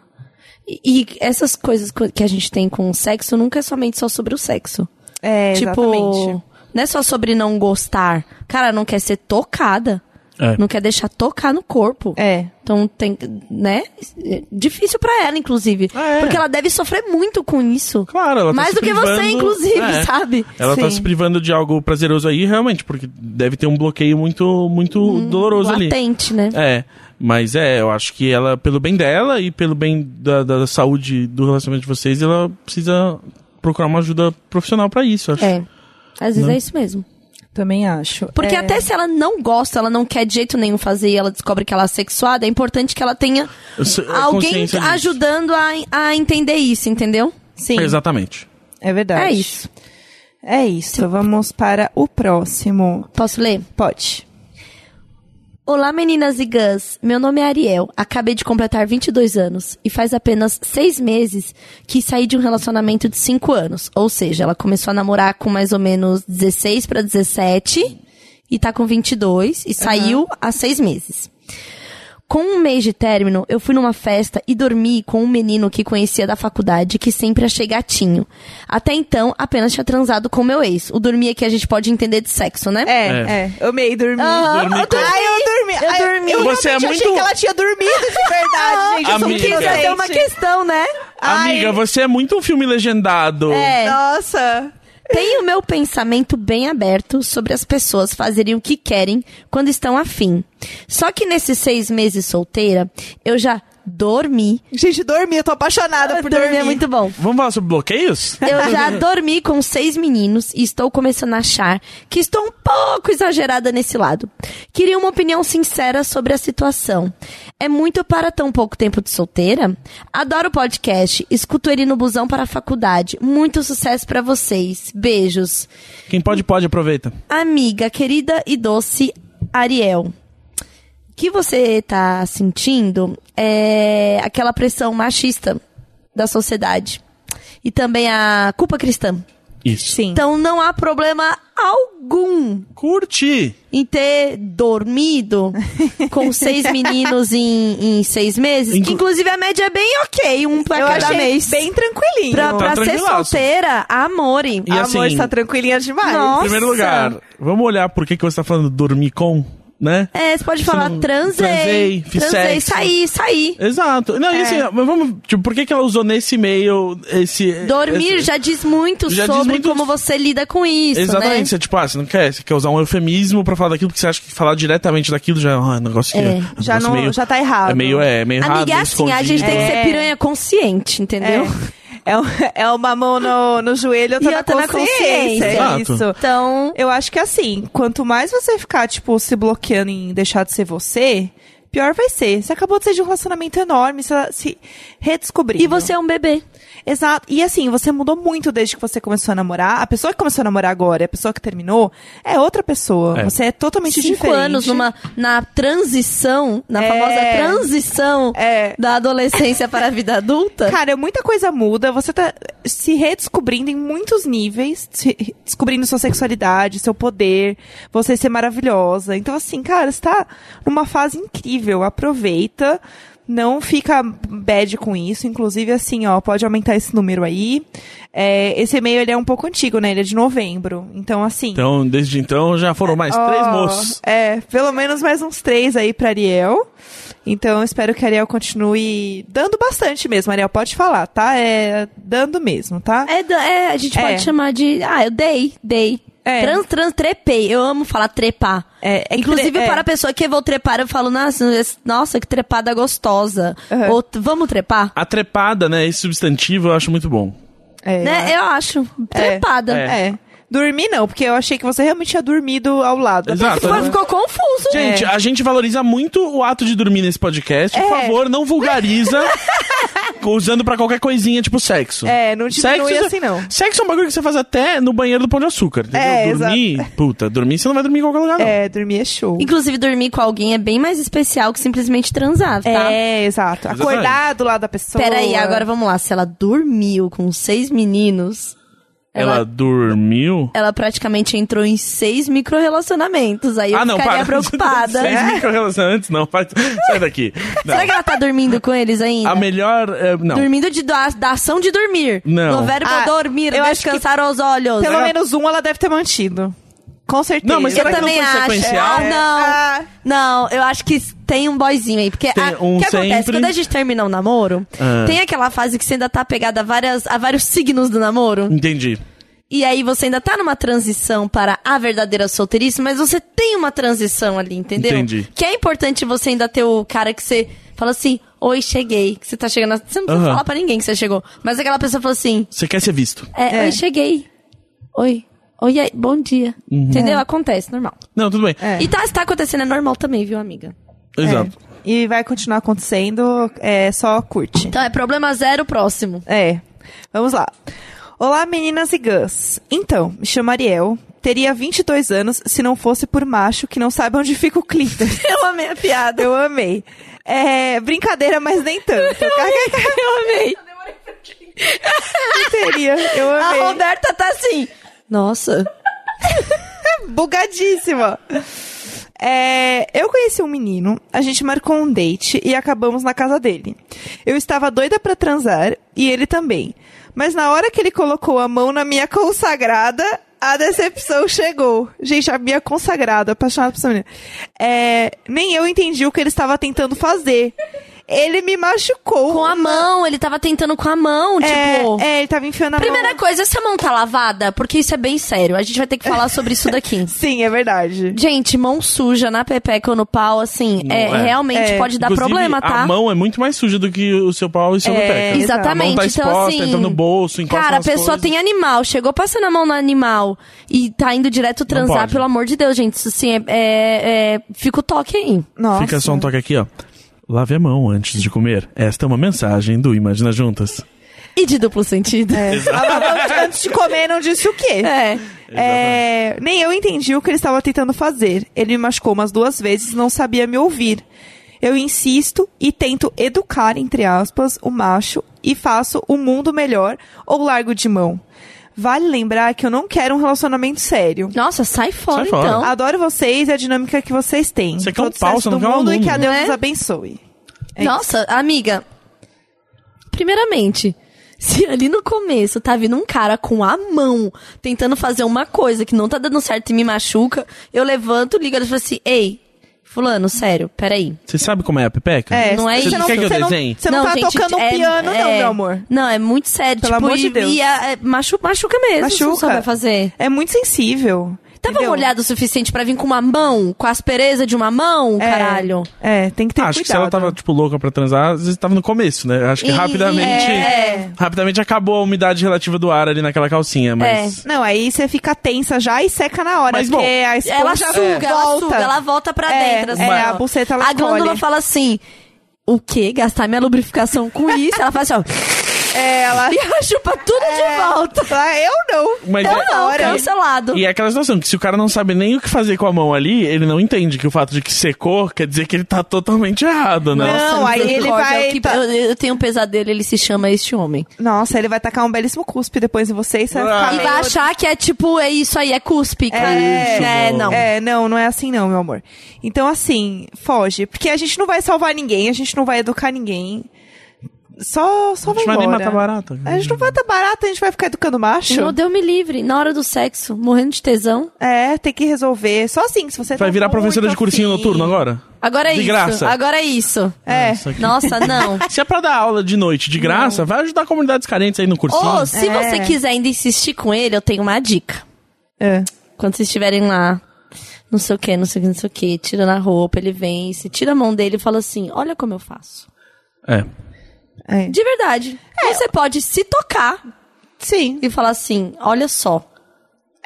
Speaker 3: E, e essas coisas co- que a gente tem com o sexo nunca é somente só sobre o sexo.
Speaker 2: É,
Speaker 3: tipo,
Speaker 2: exatamente.
Speaker 3: não é só sobre não gostar. Cara, não quer ser tocada.
Speaker 2: Então
Speaker 1: É.
Speaker 3: Não quer deixar tocar no corpo.
Speaker 2: É,
Speaker 3: Então tem, que- né? É Difícil pra ela, inclusive.
Speaker 1: É.
Speaker 3: Porque ela deve sofrer muito com isso.
Speaker 1: Claro, ela tá
Speaker 3: Mais
Speaker 1: se
Speaker 3: do que você,
Speaker 1: privando-
Speaker 3: inclusive,
Speaker 1: É.
Speaker 3: sabe?
Speaker 1: Ela tá
Speaker 2: Sim.
Speaker 1: se privando de algo prazeroso aí, realmente, porque deve ter um bloqueio muito, muito doloroso ali.
Speaker 3: Hum, Latente, né?
Speaker 1: É, mas é, eu acho que ela, pelo bem dela e pelo bem da, da saúde do relacionamento de vocês, ela precisa procurar uma ajuda profissional pra isso, eu acho.
Speaker 3: É. Às vezes é isso mesmo.
Speaker 2: também acho.
Speaker 3: Porque
Speaker 2: É.
Speaker 3: até se ela não gosta, ela não quer de jeito nenhum fazer e ela descobre que ela é sexuada, é importante que ela tenha
Speaker 1: Eu sei- a
Speaker 3: alguém
Speaker 1: É, consciência disso.
Speaker 3: ajudando a, a entender isso, entendeu?
Speaker 2: Sim,
Speaker 1: Exatamente.
Speaker 2: é verdade.
Speaker 3: É isso.
Speaker 2: É isso. Vamos para o próximo.
Speaker 3: Posso ler?
Speaker 2: Pode.
Speaker 3: Olá, meninas e gãs. Meu nome é Ariel. Acabei de completar 22 anos e faz apenas seis meses que saí de um relacionamento de cinco anos. Ou seja, ela começou a namorar com mais ou menos 16 para 17 e tá com 22 e saiu há seis meses. Com um mês de término, eu fui numa festa e dormi com um menino que conhecia da faculdade, que sempre achei gatinho. Até então, apenas tinha transado com meu ex. O dormir aqui a gente pode entender de sexo, né?
Speaker 2: É, é.
Speaker 1: É.
Speaker 2: Eu meio dormi.
Speaker 3: Ah,
Speaker 1: Dormi
Speaker 3: eu
Speaker 1: com-
Speaker 3: dormi.
Speaker 2: Ai, eu dormi.
Speaker 3: Eu
Speaker 2: Ai,
Speaker 3: dormi.
Speaker 2: Eu
Speaker 1: Você é
Speaker 2: realmente achei
Speaker 1: muito-
Speaker 2: que ela tinha dormido de verdade, gente. Eu sou muito
Speaker 1: Amiga.
Speaker 3: Isso
Speaker 2: inocente.
Speaker 3: é uma questão, né?
Speaker 2: Ai.
Speaker 1: Amiga, você é muito um filme legendado.
Speaker 3: É.
Speaker 2: Nossa.
Speaker 3: Tenho o meu pensamento bem aberto sobre as pessoas fazerem o que querem quando estão afim. Só que nesses seis meses solteira, eu já dormi.
Speaker 2: Gente, dormi, eu tô apaixonada por dormir.
Speaker 3: Dormir é muito bom.
Speaker 1: Vamos falar sobre bloqueios?
Speaker 3: Eu já dormi com seis meninos e estou começando a achar que estou um pouco exagerada nesse lado. Queria uma opinião sincera sobre a situação. É muito para tão pouco tempo de solteira? Adoro o podcast, escuto ele no busão para a faculdade. Muito sucesso para vocês. Beijos.
Speaker 1: Quem pode, pode, aproveita.
Speaker 3: Amiga querida e doce Ariel. O que você tá sentindo é aquela pressão machista da sociedade e também a culpa cristã.
Speaker 1: Isso.
Speaker 2: Sim.
Speaker 3: Então não há problema algum
Speaker 1: Curti!
Speaker 3: em ter dormido com seis meninos em, em seis meses.
Speaker 1: Inclu-
Speaker 3: Que inclusive a média é bem ok, um pra
Speaker 2: eu
Speaker 3: cada
Speaker 2: achei
Speaker 3: mês.
Speaker 2: bem tranquilinho.
Speaker 1: Tá
Speaker 3: Pra, pra ser
Speaker 1: tranquilaço.
Speaker 3: solteira, amore.
Speaker 1: E
Speaker 2: Amor,
Speaker 1: assim-
Speaker 2: está tranquilinha demais.
Speaker 3: Nossa.
Speaker 1: Em primeiro lugar, vamos olhar por que, que você tá falando dormir com, né?
Speaker 3: É, você pode falar
Speaker 1: não-
Speaker 3: transei.
Speaker 1: transei, fiz
Speaker 3: transei,
Speaker 1: sexo.
Speaker 3: saí, saí.
Speaker 1: Exato. Não,
Speaker 3: É.
Speaker 1: e assim, mas vamos. Tipo, por que, que ela usou nesse e-mail esse.
Speaker 3: Dormir
Speaker 1: esse-
Speaker 3: já diz muito
Speaker 1: Já diz
Speaker 3: sobre
Speaker 1: muito-
Speaker 3: como você lida com isso,
Speaker 1: Exatamente,
Speaker 3: né?
Speaker 1: você tipo, ah, você não quer, você quer usar um eufemismo pra falar daquilo, porque você acha que falar diretamente daquilo já é um negócio que.
Speaker 3: É.
Speaker 1: um
Speaker 2: Já
Speaker 1: negócio
Speaker 2: não-
Speaker 1: meio-
Speaker 2: já tá errado.
Speaker 1: É meio, é, meio errado.
Speaker 3: Amiga, é
Speaker 1: meio
Speaker 3: assim, a gente
Speaker 1: escondido.
Speaker 3: tem que
Speaker 2: É.
Speaker 3: ser piranha consciente, entendeu?
Speaker 2: É, um- é uma mão no, no joelho, outra,
Speaker 3: E outra na
Speaker 2: na consciência. é
Speaker 1: consciência.
Speaker 2: isso.
Speaker 3: Então,
Speaker 2: Eu acho que assim, quanto mais você ficar, tipo, se bloqueando em deixar de ser você, pior vai ser. Você acabou de sair de um relacionamento enorme, você tá se redescobrindo.
Speaker 3: e você é um bebê.
Speaker 2: Exato. E assim, você mudou muito desde que você começou a namorar. A pessoa que começou a namorar agora, e a pessoa que terminou, é outra pessoa.
Speaker 1: É.
Speaker 2: Você é totalmente
Speaker 3: cinco
Speaker 2: diferente.
Speaker 3: anos numa, na transição, na
Speaker 2: É.
Speaker 3: famosa transição
Speaker 2: É.
Speaker 3: da adolescência para a vida adulta.
Speaker 2: Cara, muita coisa muda. Você tá se redescobrindo em muitos níveis, se- descobrindo sua sexualidade, seu poder, você ser maravilhosa. Então, assim, cara, você tá numa fase incrível. Aproveita. Não fica bad com isso. Inclusive, assim, ó, pode aumentar esse número aí. É, esse e-mail, ele é um pouco antigo, né? Ele é de novembro. Então, assim...
Speaker 1: Então, desde então, já foram mais três
Speaker 2: ó,
Speaker 1: moços.
Speaker 2: É, pelo menos mais uns três aí pra Ariel. Então, eu espero que a Ariel continue dando bastante mesmo. Ariel, pode falar, tá? É dando mesmo, tá?
Speaker 3: É, da- é, a gente
Speaker 2: É.
Speaker 3: pode chamar de. Ah, eu dei, dei.
Speaker 2: É.
Speaker 3: Trans, trans, trepei. Eu amo falar trepar.
Speaker 2: É, é que
Speaker 3: Inclusive,
Speaker 2: tre- é.
Speaker 3: para a pessoa que eu vou trepar, eu falo, nossa, nossa que trepada gostosa.
Speaker 2: Uhum.
Speaker 3: Ou t- vamos trepar?
Speaker 1: A trepada, né? Esse substantivo eu acho muito bom.
Speaker 2: É.
Speaker 3: Né? Eu acho. Trepada.
Speaker 1: É.
Speaker 2: É. Dormir não, porque eu achei que você realmente tinha dormido ao lado. da
Speaker 1: Exato.
Speaker 2: pessoa.
Speaker 3: Ficou, ficou confuso.
Speaker 1: Gente, a gente valoriza muito o ato de dormir nesse podcast.
Speaker 3: É.
Speaker 1: Por favor, não vulgariza usando pra qualquer coisinha, tipo sexo.
Speaker 2: É, não diminui
Speaker 1: Sexo-
Speaker 2: assim não.
Speaker 1: Sexo é um bagulho que você faz até no banheiro do Pão de Açúcar, entendeu?
Speaker 2: É,
Speaker 1: dormir, puta, dormir você não vai dormir em qualquer lugar, não.
Speaker 2: É, dormir é show.
Speaker 3: Inclusive, dormir com alguém é bem mais especial que simplesmente transar, tá?
Speaker 2: É, exato.
Speaker 1: Exatamente.
Speaker 2: Acordar do lado da pessoa.
Speaker 3: Peraí, agora vamos lá. Se ela dormiu com seis meninos,
Speaker 1: Ela,
Speaker 3: ela, ela,
Speaker 1: dormiu?
Speaker 3: praticamente entrou em seis microrrelacionamentos. Aí
Speaker 1: Ah,
Speaker 3: eu ficaria preocupada. É?
Speaker 1: Seis microrelacionantes, não. Faz... Sai daqui. Não.
Speaker 3: Será que ela tá dormindo com eles ainda?
Speaker 1: A melhor... é, não.
Speaker 3: Dormindo de, da, da ação de dormir.
Speaker 1: Não.
Speaker 3: Do verbo
Speaker 2: Ah,
Speaker 3: dormir,
Speaker 2: eu acho
Speaker 3: descansar os olhos.
Speaker 2: Pelo menos um ela deve ter mantido. Com certeza.
Speaker 1: Não, mas
Speaker 3: eu
Speaker 1: será que não
Speaker 3: também
Speaker 1: foi
Speaker 3: acho.
Speaker 1: sequencial?
Speaker 3: Ah, não.
Speaker 2: Ah.
Speaker 3: Não, eu acho que tem um boyzinho aí. Porque
Speaker 1: Tem
Speaker 3: a- o
Speaker 1: um
Speaker 3: que acontece?
Speaker 1: sempre.
Speaker 3: Quando a gente termina um namoro,
Speaker 1: Ah.
Speaker 3: tem aquela fase que você ainda tá apegada a, várias, a vários signos do namoro.
Speaker 1: Entendi.
Speaker 3: E aí você ainda tá numa transição para a verdadeira solteirice, mas você tem uma transição ali, entendeu?
Speaker 1: Entendi.
Speaker 3: Que é importante você ainda ter o cara que você fala assim, oi, cheguei. Que você tá chegando. na- Você não precisa
Speaker 1: Aham.
Speaker 3: falar pra ninguém que você chegou. Mas aquela pessoa fala assim,
Speaker 1: Você quer ser visto.
Speaker 3: é,
Speaker 2: É.
Speaker 3: oi, cheguei. Oi. Oi, aí, bom dia.
Speaker 1: Uhum.
Speaker 3: Entendeu? Acontece, normal.
Speaker 1: Não, tudo bem.
Speaker 2: É.
Speaker 3: E tá, se tá acontecendo, é normal também, viu, amiga?
Speaker 1: Exato.
Speaker 2: É. E vai continuar acontecendo, é só curte.
Speaker 3: Então é problema zero próximo.
Speaker 2: É. Vamos lá. Olá, meninas e gãs. Então, me chamo Ariel. Teria 22 anos se não fosse por macho que não sabe onde fica o clítoris.
Speaker 3: Eu amei a piada.
Speaker 2: Eu amei. É, brincadeira, mas nem tanto.
Speaker 3: Eu amei.
Speaker 2: Teria. Eu
Speaker 3: A
Speaker 2: amei.
Speaker 3: Roberta tá assim. Nossa.
Speaker 2: Bugadíssima. É, eu conheci um menino, a gente marcou um date e acabamos na casa dele. Eu estava doida pra transar e ele também. Mas na hora que ele colocou a mão na minha consagrada, a decepção chegou. Gente, a minha consagrada, apaixonada por essa menina. É, nem eu entendi o que ele estava tentando fazer. Ele me machucou.
Speaker 3: Com a mão, ele tava tentando com a mão,
Speaker 2: É,
Speaker 3: tipo.
Speaker 2: é, ele tava enfiando a mão.
Speaker 3: Primeira coisa, essa mão tá lavada, porque isso é bem sério. A gente vai ter que falar sobre isso daqui.
Speaker 2: Sim, é verdade.
Speaker 3: Gente, mão suja na pepeca ou no pau, assim, é,
Speaker 1: Não é.
Speaker 3: realmente
Speaker 2: É.
Speaker 3: pode dar
Speaker 1: Inclusive,
Speaker 3: problema, tá?
Speaker 1: A mão é muito mais suja do que o seu pau e sua pepeca. A
Speaker 3: Exatamente.
Speaker 1: mão tá
Speaker 3: então,
Speaker 1: exposta,
Speaker 3: assim.
Speaker 1: entra no bolso, encosta
Speaker 3: Cara, a
Speaker 1: nas
Speaker 3: pessoa
Speaker 1: coisas.
Speaker 3: tem animal, chegou passando a mão no animal e tá indo direto transar,
Speaker 1: pode.
Speaker 3: pelo amor de Deus, gente. Isso assim é. é- é- Fica o toque aí.
Speaker 2: Nossa.
Speaker 1: Fica só um toque aqui, ó. Lave a mão antes de comer. Esta é uma mensagem do Imagina Juntas.
Speaker 3: E de duplo sentido.
Speaker 2: É. Ah, mas Antes de comer, não disse o quê?
Speaker 3: É.
Speaker 2: É, nem eu entendi o que ele estava tentando fazer. Ele me machucou umas duas vezes, não sabia me ouvir. Eu insisto e tento educar, entre aspas, o macho e faço o mundo melhor ou largo de mão. Vale lembrar que eu não quero um relacionamento sério.
Speaker 3: Nossa, sai fora,
Speaker 1: Sai fora.
Speaker 3: então.
Speaker 2: Adoro vocês e a dinâmica que vocês têm.
Speaker 1: Você quer um
Speaker 2: Todo
Speaker 1: pau, você
Speaker 2: sucesso
Speaker 1: não
Speaker 2: do
Speaker 1: quer um
Speaker 2: mundo e
Speaker 1: aluno.
Speaker 2: que a Deus
Speaker 3: Não é?
Speaker 2: nos abençoe. É
Speaker 3: Nossa, amiga. Primeiramente, se ali no começo tá vindo um cara com a mão tentando fazer uma coisa que não tá dando certo e me machuca, eu levanto, ligo e falo assim: Ei, Fulano, sério, peraí.
Speaker 1: Você sabe como é a pepeca?
Speaker 2: É,
Speaker 3: Não é
Speaker 1: Você
Speaker 3: isso.
Speaker 1: não quer que eu
Speaker 2: você não,
Speaker 1: desenhe?
Speaker 2: você não tá
Speaker 3: gente,
Speaker 2: tocando um
Speaker 3: é-
Speaker 2: piano, não,
Speaker 3: é-
Speaker 2: meu amor.
Speaker 3: Não, é muito sério.
Speaker 2: Pelo
Speaker 3: tipo,
Speaker 2: amor de
Speaker 3: e-
Speaker 2: Deus.
Speaker 3: e a- é, machu- machuca mesmo, se não
Speaker 2: Machuca.
Speaker 3: souber fazer.
Speaker 2: É muito sensível.
Speaker 3: Tava
Speaker 2: entendeu?
Speaker 3: molhado o suficiente pra vir com uma mão, com a aspereza de uma mão,
Speaker 2: É,
Speaker 3: caralho.
Speaker 2: É, tem que ter
Speaker 1: Ah,
Speaker 2: cuidado.
Speaker 1: acho que se ela tava, tipo, louca pra transar, às vezes tava no começo, né? Acho que
Speaker 3: E-
Speaker 1: rapidamente.
Speaker 2: é.
Speaker 1: Rapidamente acabou a umidade relativa do ar ali naquela calcinha, mas.
Speaker 2: Não, aí você fica tensa já e seca na hora,
Speaker 1: Mas, bom,
Speaker 2: porque a esponja
Speaker 3: Ela suga,
Speaker 2: volta.
Speaker 3: ela suga, ela volta pra
Speaker 2: É,
Speaker 3: dentro. assim,
Speaker 2: é,
Speaker 3: ó.
Speaker 2: a buceta, ela
Speaker 3: A glândula
Speaker 2: encolhe.
Speaker 3: fala assim, o quê? Gastar minha lubrificação com isso? ela faz assim, ó,
Speaker 2: É, ela... é,
Speaker 3: e ela chupa tudo de volta.
Speaker 2: Ela, eu não.
Speaker 1: Mas
Speaker 3: Eu
Speaker 1: é-
Speaker 3: não,
Speaker 2: hora.
Speaker 3: cancelado.
Speaker 1: E é aquela situação que se o cara não sabe nem o que fazer com a mão ali, ele não entende que o fato de que secou quer dizer que ele tá totalmente errado, né?
Speaker 2: Não,
Speaker 3: Nossa,
Speaker 2: aí ele
Speaker 3: misericórdia,
Speaker 2: vai-
Speaker 3: o que-
Speaker 2: tá-
Speaker 3: Eu, eu tenho um pesadelo, ele se chama Este Homem.
Speaker 2: Nossa, ele vai tacar um belíssimo cuspe depois em você e você
Speaker 1: Ah.
Speaker 2: vai ficar...
Speaker 3: E
Speaker 2: meio-
Speaker 3: vai achar que é tipo, é isso aí, é cuspe, cara.
Speaker 2: isso,
Speaker 3: É,
Speaker 1: bom.
Speaker 3: não.
Speaker 2: É, não, não é assim não, meu amor. Então, assim, foge. Porque a gente não vai salvar ninguém, a gente não vai educar ninguém. Só, só
Speaker 1: A gente
Speaker 2: vai
Speaker 1: vai nem
Speaker 2: embora.
Speaker 1: matar barata.
Speaker 2: A gente não vai matar barata, a gente vai ficar educando macho.
Speaker 3: Não, deu me livre. Na hora do sexo, morrendo de tesão.
Speaker 2: É, tem que resolver. Só assim, se você
Speaker 1: Vai
Speaker 2: tá
Speaker 1: virar
Speaker 2: muito assim.
Speaker 1: professora de cursinho
Speaker 2: afim.
Speaker 1: noturno agora?
Speaker 3: Agora é
Speaker 1: De
Speaker 3: isso.
Speaker 1: graça.
Speaker 3: Agora é isso.
Speaker 2: É.
Speaker 1: Nossa, que-
Speaker 3: Nossa, não.
Speaker 1: Se é pra dar aula de noite de graça, vai ajudar comunidades carentes aí no cursinho.
Speaker 3: Ou, se
Speaker 2: É.
Speaker 3: você quiser ainda insistir com ele, eu tenho uma dica.
Speaker 2: É.
Speaker 3: Quando vocês estiverem lá, não sei o que, não sei o que, não sei o que, tirando a roupa, ele vem, se tira a mão dele e fala assim: Olha como eu faço.
Speaker 1: É.
Speaker 2: É.
Speaker 3: De verdade. Você pode se tocar
Speaker 2: Sim.
Speaker 3: e falar assim: Olha só.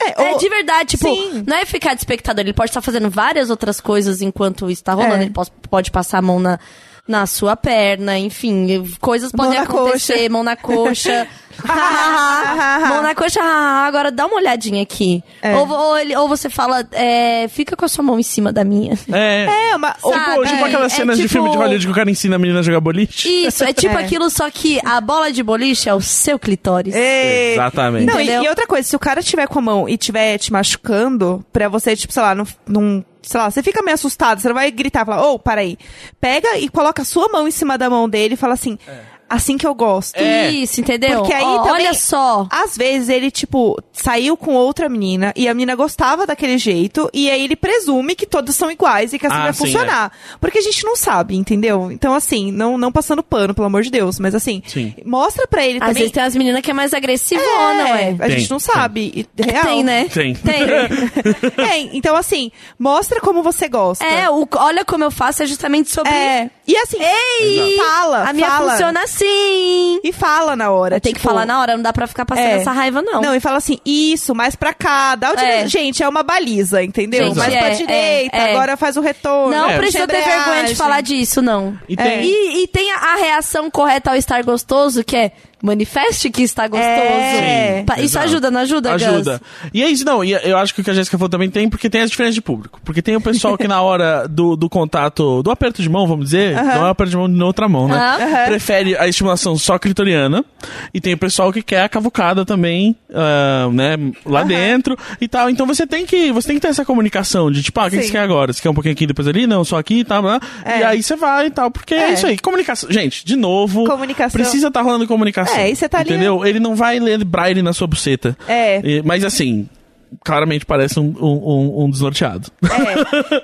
Speaker 2: É,
Speaker 3: É
Speaker 2: ou-
Speaker 3: de verdade, tipo,
Speaker 2: Sim.
Speaker 3: não é ficar de espectador. Ele pode estar fazendo várias outras coisas enquanto isso tá rolando.
Speaker 2: É.
Speaker 3: Ele pode, pode passar a mão na, na sua perna, enfim, coisas
Speaker 2: Mão
Speaker 3: podem
Speaker 2: na
Speaker 3: acontecer.
Speaker 2: coxa.
Speaker 3: Mão na coxa. mão na coxa. Agora dá uma olhadinha aqui.
Speaker 2: É.
Speaker 3: Ou, ou ele- ou você fala, é, fica com a sua mão em cima da minha.
Speaker 1: É.
Speaker 2: É, uma...
Speaker 1: Ou,
Speaker 3: sabe?
Speaker 1: pô, tipo
Speaker 3: É, é
Speaker 1: aquelas cenas de
Speaker 3: tipo-
Speaker 1: filme de Hollywood que o cara ensina a menina a jogar boliche.
Speaker 3: Isso, é tipo
Speaker 2: É.
Speaker 3: aquilo, só que a bola de boliche é o seu clitóris.
Speaker 2: É.
Speaker 1: Exatamente.
Speaker 2: Não, e,
Speaker 3: Entendeu?
Speaker 2: e outra coisa, se o cara tiver com a mão e tiver te machucando, pra você, tipo, sei lá, não. não sei lá, você fica meio assustado, você não vai gritar, falar, ô, para aí. Pega e coloca a sua mão em cima da mão dele e fala assim, assim que eu gosto.
Speaker 1: É.
Speaker 3: Isso, entendeu?
Speaker 2: Porque aí
Speaker 3: Ó,
Speaker 2: também-
Speaker 3: Olha só.
Speaker 2: Às vezes ele, tipo, saiu com outra menina e a menina gostava daquele jeito, e aí ele presume que todas são iguais e que assim
Speaker 1: Ah,
Speaker 2: vai
Speaker 1: sim,
Speaker 2: funcionar. Porque a gente não sabe, entendeu? Então, assim, não, não passando pano, pelo amor de Deus, mas assim,
Speaker 1: Sim.
Speaker 2: mostra pra ele
Speaker 3: Às
Speaker 2: também.
Speaker 3: vezes tem as meninas que é mais agressivona,
Speaker 2: É,
Speaker 3: ué.
Speaker 2: a
Speaker 1: Tem,
Speaker 2: gente não
Speaker 1: tem.
Speaker 2: sabe. e- Real.
Speaker 3: Tem, né?
Speaker 1: Tem.
Speaker 3: Tem.
Speaker 2: Tem. Então, assim, mostra como você gosta.
Speaker 3: É, o olha como eu faço é justamente sobre.
Speaker 2: É. E assim,
Speaker 3: Ei!
Speaker 2: fala,
Speaker 3: a minha
Speaker 2: fala.
Speaker 3: funciona assim.
Speaker 2: E fala na hora.
Speaker 3: Tem que falar na hora, não dá pra ficar passando
Speaker 2: É.
Speaker 3: essa raiva, não.
Speaker 2: Não. e fala assim, isso, mais pra cá, dá o direito.
Speaker 3: É.
Speaker 2: Gente, é uma baliza, entendeu?
Speaker 3: Gente,
Speaker 2: mais
Speaker 3: é,
Speaker 2: pra
Speaker 3: é,
Speaker 2: direita,
Speaker 3: é.
Speaker 2: agora faz o retorno.
Speaker 3: Não
Speaker 1: É.
Speaker 3: precisa ter
Speaker 2: Embreagem.
Speaker 3: vergonha de falar disso, não. É.
Speaker 1: E tem-
Speaker 3: E, e tem a, a reação correta ao estar gostoso, que é manifeste que está gostoso.
Speaker 2: É.
Speaker 3: Pa- Isso
Speaker 1: Exato.
Speaker 3: ajuda, não ajuda, Gus?
Speaker 1: Ajuda. E é isso, não. E eu acho que o que a Jéssica falou também tem, porque tem as diferenças de público. Porque tem o pessoal que na hora do, do contato, do aperto de mão, vamos dizer, não é o aperto de mão na outra mão, né?
Speaker 3: Aham.
Speaker 1: Prefere a estimulação só clitoriana. E tem o pessoal que quer a cavucada também, ah, né? Lá dentro e tal. Então você tem que você tem que ter essa comunicação de tipo, ah, o que que
Speaker 2: Sim.
Speaker 1: você quer agora? Você quer um pouquinho aqui, depois ali? Não, só aqui e tal. blá. E
Speaker 3: É.
Speaker 1: aí você vai e tal. Porque é.
Speaker 2: É.
Speaker 1: isso aí. Comunicação. Gente, de novo.
Speaker 2: Comunicação.
Speaker 1: Precisa estar rolando comunicação.
Speaker 2: É, e você tá ali-
Speaker 1: Entendeu? Ele não vai ler braille na sua buceta.
Speaker 2: É.
Speaker 1: E- Mas assim, claramente parece um, um, um desnorteado.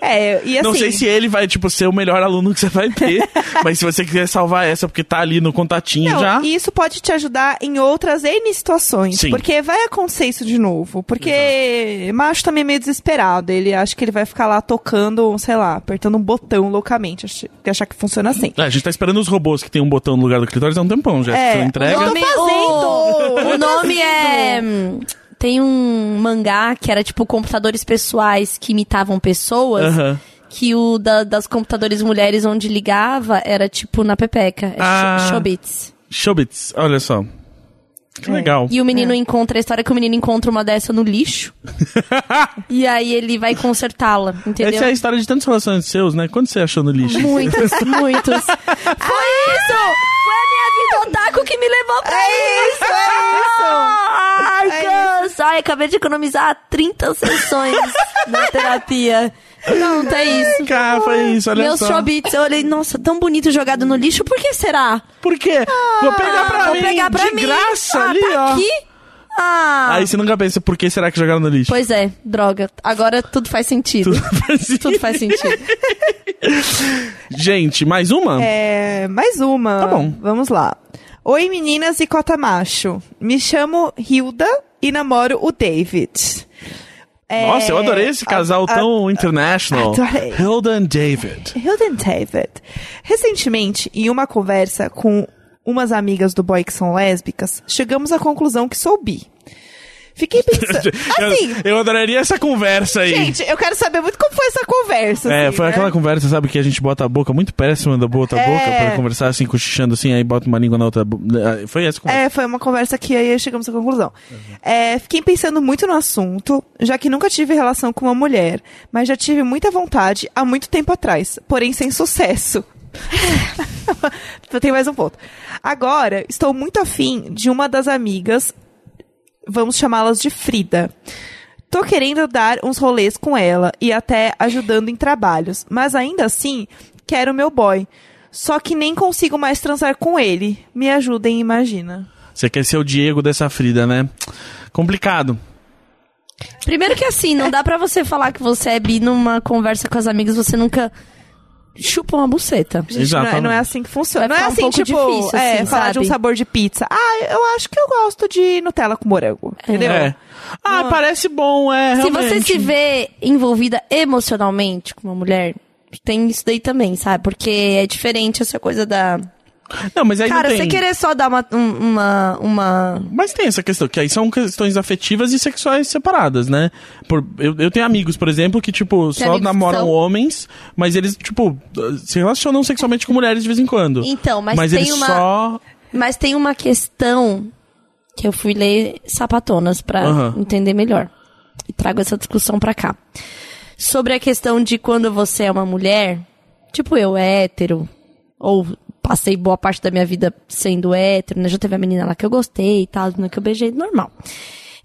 Speaker 2: É, é, e assim.
Speaker 1: Não sei se ele vai, tipo, ser o melhor aluno que você vai ter, mas se você quiser salvar essa, porque tá ali no contatinho
Speaker 2: Não,
Speaker 1: já.
Speaker 2: Então, E isso pode te ajudar em outras N situações.
Speaker 1: Sim.
Speaker 2: Porque vai acontecer isso de novo. Porque macho também é meio desesperado. Ele acha que ele vai ficar lá tocando, sei lá, apertando um botão loucamente. ach- de achar que funciona assim.
Speaker 1: É, a gente tá esperando os robôs que tem um botão no lugar do clitóris há um tempão já.
Speaker 2: É,
Speaker 1: Você entrega.
Speaker 2: o nome- Eu tô fazendo!
Speaker 3: O, o nome é. hum, Tem um mangá que era tipo computadores pessoais que imitavam pessoas.
Speaker 1: Aham.
Speaker 3: Que o da- das computadores mulheres onde ligava era tipo na Pepeca. É
Speaker 1: Ah.
Speaker 3: Sho- Shobits.
Speaker 1: Chobits, olha só. Que
Speaker 2: É.
Speaker 1: legal.
Speaker 3: E o menino encontra a história que o menino encontra uma dessa no lixo. e aí ele vai consertá-la, entendeu?
Speaker 1: Essa é a história de tantos relacionamentos seus, né? Quando você achou no lixo?
Speaker 3: Muitos, muitos. Foi
Speaker 1: Ah!
Speaker 3: isso! Foi a minha vida otaku que me levou pra
Speaker 1: É
Speaker 3: isso! Ai, Deus! Ai, acabei de economizar 30 sessões na terapia. Não, tá isso.
Speaker 1: Cara, foi isso, olha
Speaker 3: Meus
Speaker 1: só.
Speaker 3: showbits, eu olhei, nossa, tão bonito jogado no lixo, por que será?
Speaker 1: Por quê? vou pegar pra
Speaker 3: Ah, vou
Speaker 1: mim,
Speaker 3: pegar pra
Speaker 1: de
Speaker 3: mim.
Speaker 1: graça
Speaker 3: Ah,
Speaker 1: ali,
Speaker 3: tá
Speaker 1: ó.
Speaker 3: aqui? Ah,
Speaker 1: Aí você nunca pensa, por que será que jogaram no lixo?
Speaker 3: pois é, droga. Agora tudo faz sentido.
Speaker 1: Tudo assim.
Speaker 3: Tudo faz sentido.
Speaker 1: Gente, mais uma?
Speaker 2: É, mais uma.
Speaker 1: Tá bom.
Speaker 2: Vamos lá. Oi, meninas e cota macho. Me chamo Hilda e namoro o David. É,
Speaker 1: Nossa, eu adorei esse casal
Speaker 2: a- a-
Speaker 1: tão international.
Speaker 2: adorei.
Speaker 1: Hilda and David.
Speaker 2: Hilden David. Recentemente, em uma conversa com umas amigas do boy que são lésbicas, chegamos à conclusão que sou bi. Fiquei pensando. Assim,
Speaker 1: Eu, eu adoraria essa conversa aí.
Speaker 2: gente, eu quero saber muito como foi essa conversa.
Speaker 1: É,
Speaker 2: assim,
Speaker 1: foi
Speaker 2: né?
Speaker 1: aquela conversa, sabe, que a gente bota a boca muito péssima da bota a boca
Speaker 2: É.
Speaker 1: pra conversar assim, cochichando assim, aí bota uma língua na outra. bo- Ah, Foi essa conversa.
Speaker 2: É, foi uma conversa que aí chegamos à conclusão. É, fiquei pensando muito no assunto, já que nunca tive relação com uma mulher, mas já tive muita vontade há muito tempo atrás, porém sem sucesso. Tem mais um ponto. Agora, estou muito afim de uma das amigas, vamos chamá-las de Frida. Tô querendo dar uns rolês com ela e até ajudando em trabalhos, mas ainda assim quero meu boy. Só que nem consigo mais transar com ele. Me ajudem, imagina.
Speaker 3: É.
Speaker 1: Você quer ser o Diego dessa Frida, né? Complicado.
Speaker 3: Primeiro que assim, não dá pra você falar que você é bi numa conversa com as amigas, você nunca chupa uma buceta.
Speaker 2: Gente, não, é,
Speaker 1: Exatamente.
Speaker 2: não é assim que funciona.
Speaker 3: Vai
Speaker 2: não é
Speaker 3: ficar um
Speaker 2: assim,
Speaker 3: pouco
Speaker 2: tipo,
Speaker 3: difícil,
Speaker 2: é,
Speaker 3: assim,
Speaker 2: falar de um
Speaker 3: sabe?
Speaker 2: sabor de pizza. Ah, eu acho que eu gosto de Nutella com morango. Entendeu?
Speaker 1: É. Ah, parece bom, é.
Speaker 3: Se
Speaker 1: realmente.
Speaker 3: você se vê envolvida emocionalmente com uma mulher, tem isso daí também, sabe? Porque é diferente essa coisa da.
Speaker 1: Não, mas aí
Speaker 3: Cara,
Speaker 1: não tem.
Speaker 3: você querer só dar uma. um- uma, uma...
Speaker 1: Mas tem essa questão, que aí são questões afetivas e sexuais separadas, né? Por- eu, eu tenho amigos, por exemplo, que, tipo, só
Speaker 3: amigos que
Speaker 1: namoram
Speaker 3: são-
Speaker 1: homens, mas eles, tipo, se relacionam sexualmente com mulheres de vez em quando.
Speaker 3: Então, mas tem
Speaker 1: eles
Speaker 3: uma-
Speaker 1: só.
Speaker 3: Mas tem uma questão que eu fui ler sapatonas pra
Speaker 1: Aham.
Speaker 3: entender melhor. E trago essa discussão pra cá. Sobre a questão de quando você é uma mulher, tipo eu, hétero, ou passei boa parte da minha vida sendo hétero, né? Já teve a menina lá que eu gostei e tal, né, que eu beijei, normal.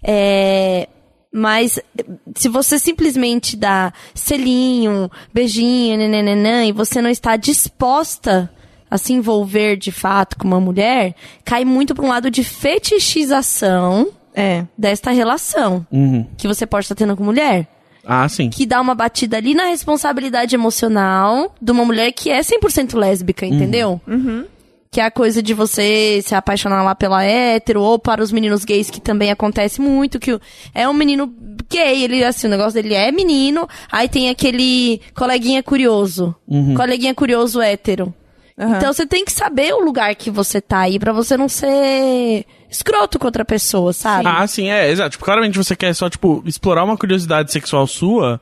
Speaker 3: É, mas se você simplesmente dá selinho, beijinho, nananã, e você não está disposta a se envolver de fato com uma mulher, cai muito para um lado de fetichização
Speaker 2: É.
Speaker 3: desta relação
Speaker 1: Uhum.
Speaker 3: que você pode estar tendo com mulher.
Speaker 1: Ah, sim.
Speaker 3: Que dá uma batida ali na responsabilidade emocional de uma mulher que é 100% lésbica,
Speaker 1: Uhum.
Speaker 3: entendeu? Que é a coisa de você se apaixonar lá pela hétero, ou para os meninos gays, que também acontece muito, que o- é um menino gay, ele, assim, o negócio dele é menino, aí tem aquele coleguinha curioso,
Speaker 1: Uhum.
Speaker 3: coleguinha curioso hétero.
Speaker 2: Aham.
Speaker 3: Então você tem que saber o lugar que você tá aí, pra você não ser escroto com outra pessoa, sabe?
Speaker 1: Ah, sim, é, exato. Tipo, claramente você quer só, tipo, explorar uma curiosidade sexual sua,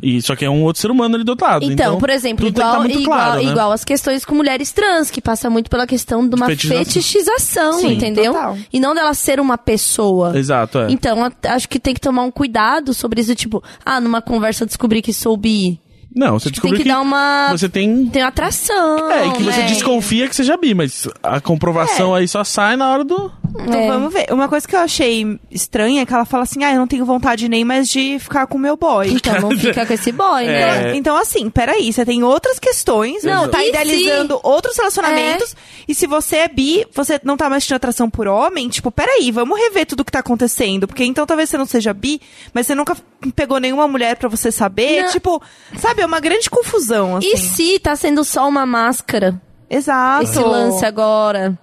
Speaker 1: e só que é um outro ser humano ali do outro lado.
Speaker 3: Então, por exemplo,
Speaker 1: tudo tem que tá
Speaker 3: igual,
Speaker 1: muito
Speaker 3: igual,
Speaker 1: claro, né?
Speaker 3: igual as questões com mulheres trans, que passa muito pela questão de uma
Speaker 1: Fetichização.
Speaker 3: fetichização,
Speaker 1: Sim,
Speaker 3: entendeu?
Speaker 2: total.
Speaker 3: E não dela ser uma pessoa.
Speaker 1: Exato, é.
Speaker 3: Então, a- acho que tem que tomar um cuidado sobre isso, tipo, ah, numa conversa descobrir que sou bi.
Speaker 1: Não, você
Speaker 3: Acho que
Speaker 1: descobriu
Speaker 3: tem que, dar uma.
Speaker 1: você tem.
Speaker 3: Tem uma atração.
Speaker 1: É, e que você
Speaker 3: né?
Speaker 1: desconfia que seja bi, mas a comprovação aí só sai na hora do.
Speaker 2: Então
Speaker 3: É.
Speaker 2: vamos ver. Uma coisa que eu achei estranha é que ela fala assim: ah, eu não tenho vontade nem mais de ficar com meu boy.
Speaker 3: Então não fica com esse boy,
Speaker 2: Então,
Speaker 3: né?
Speaker 1: É.
Speaker 2: então, assim, peraí, você tem outras questões,
Speaker 3: Não, É.
Speaker 2: não, tá
Speaker 3: e
Speaker 2: idealizando outros relacionamentos, e se você é bi, você não tá mais tendo atração por homem, tipo, peraí, vamos rever tudo que tá acontecendo, porque então talvez você não seja bi, mas você nunca pegou nenhuma mulher pra você saber,
Speaker 3: Não.
Speaker 2: tipo, sabe, é uma grande confusão, assim.
Speaker 3: E se tá sendo só uma máscara?
Speaker 2: Exato.
Speaker 3: Esse lance agora.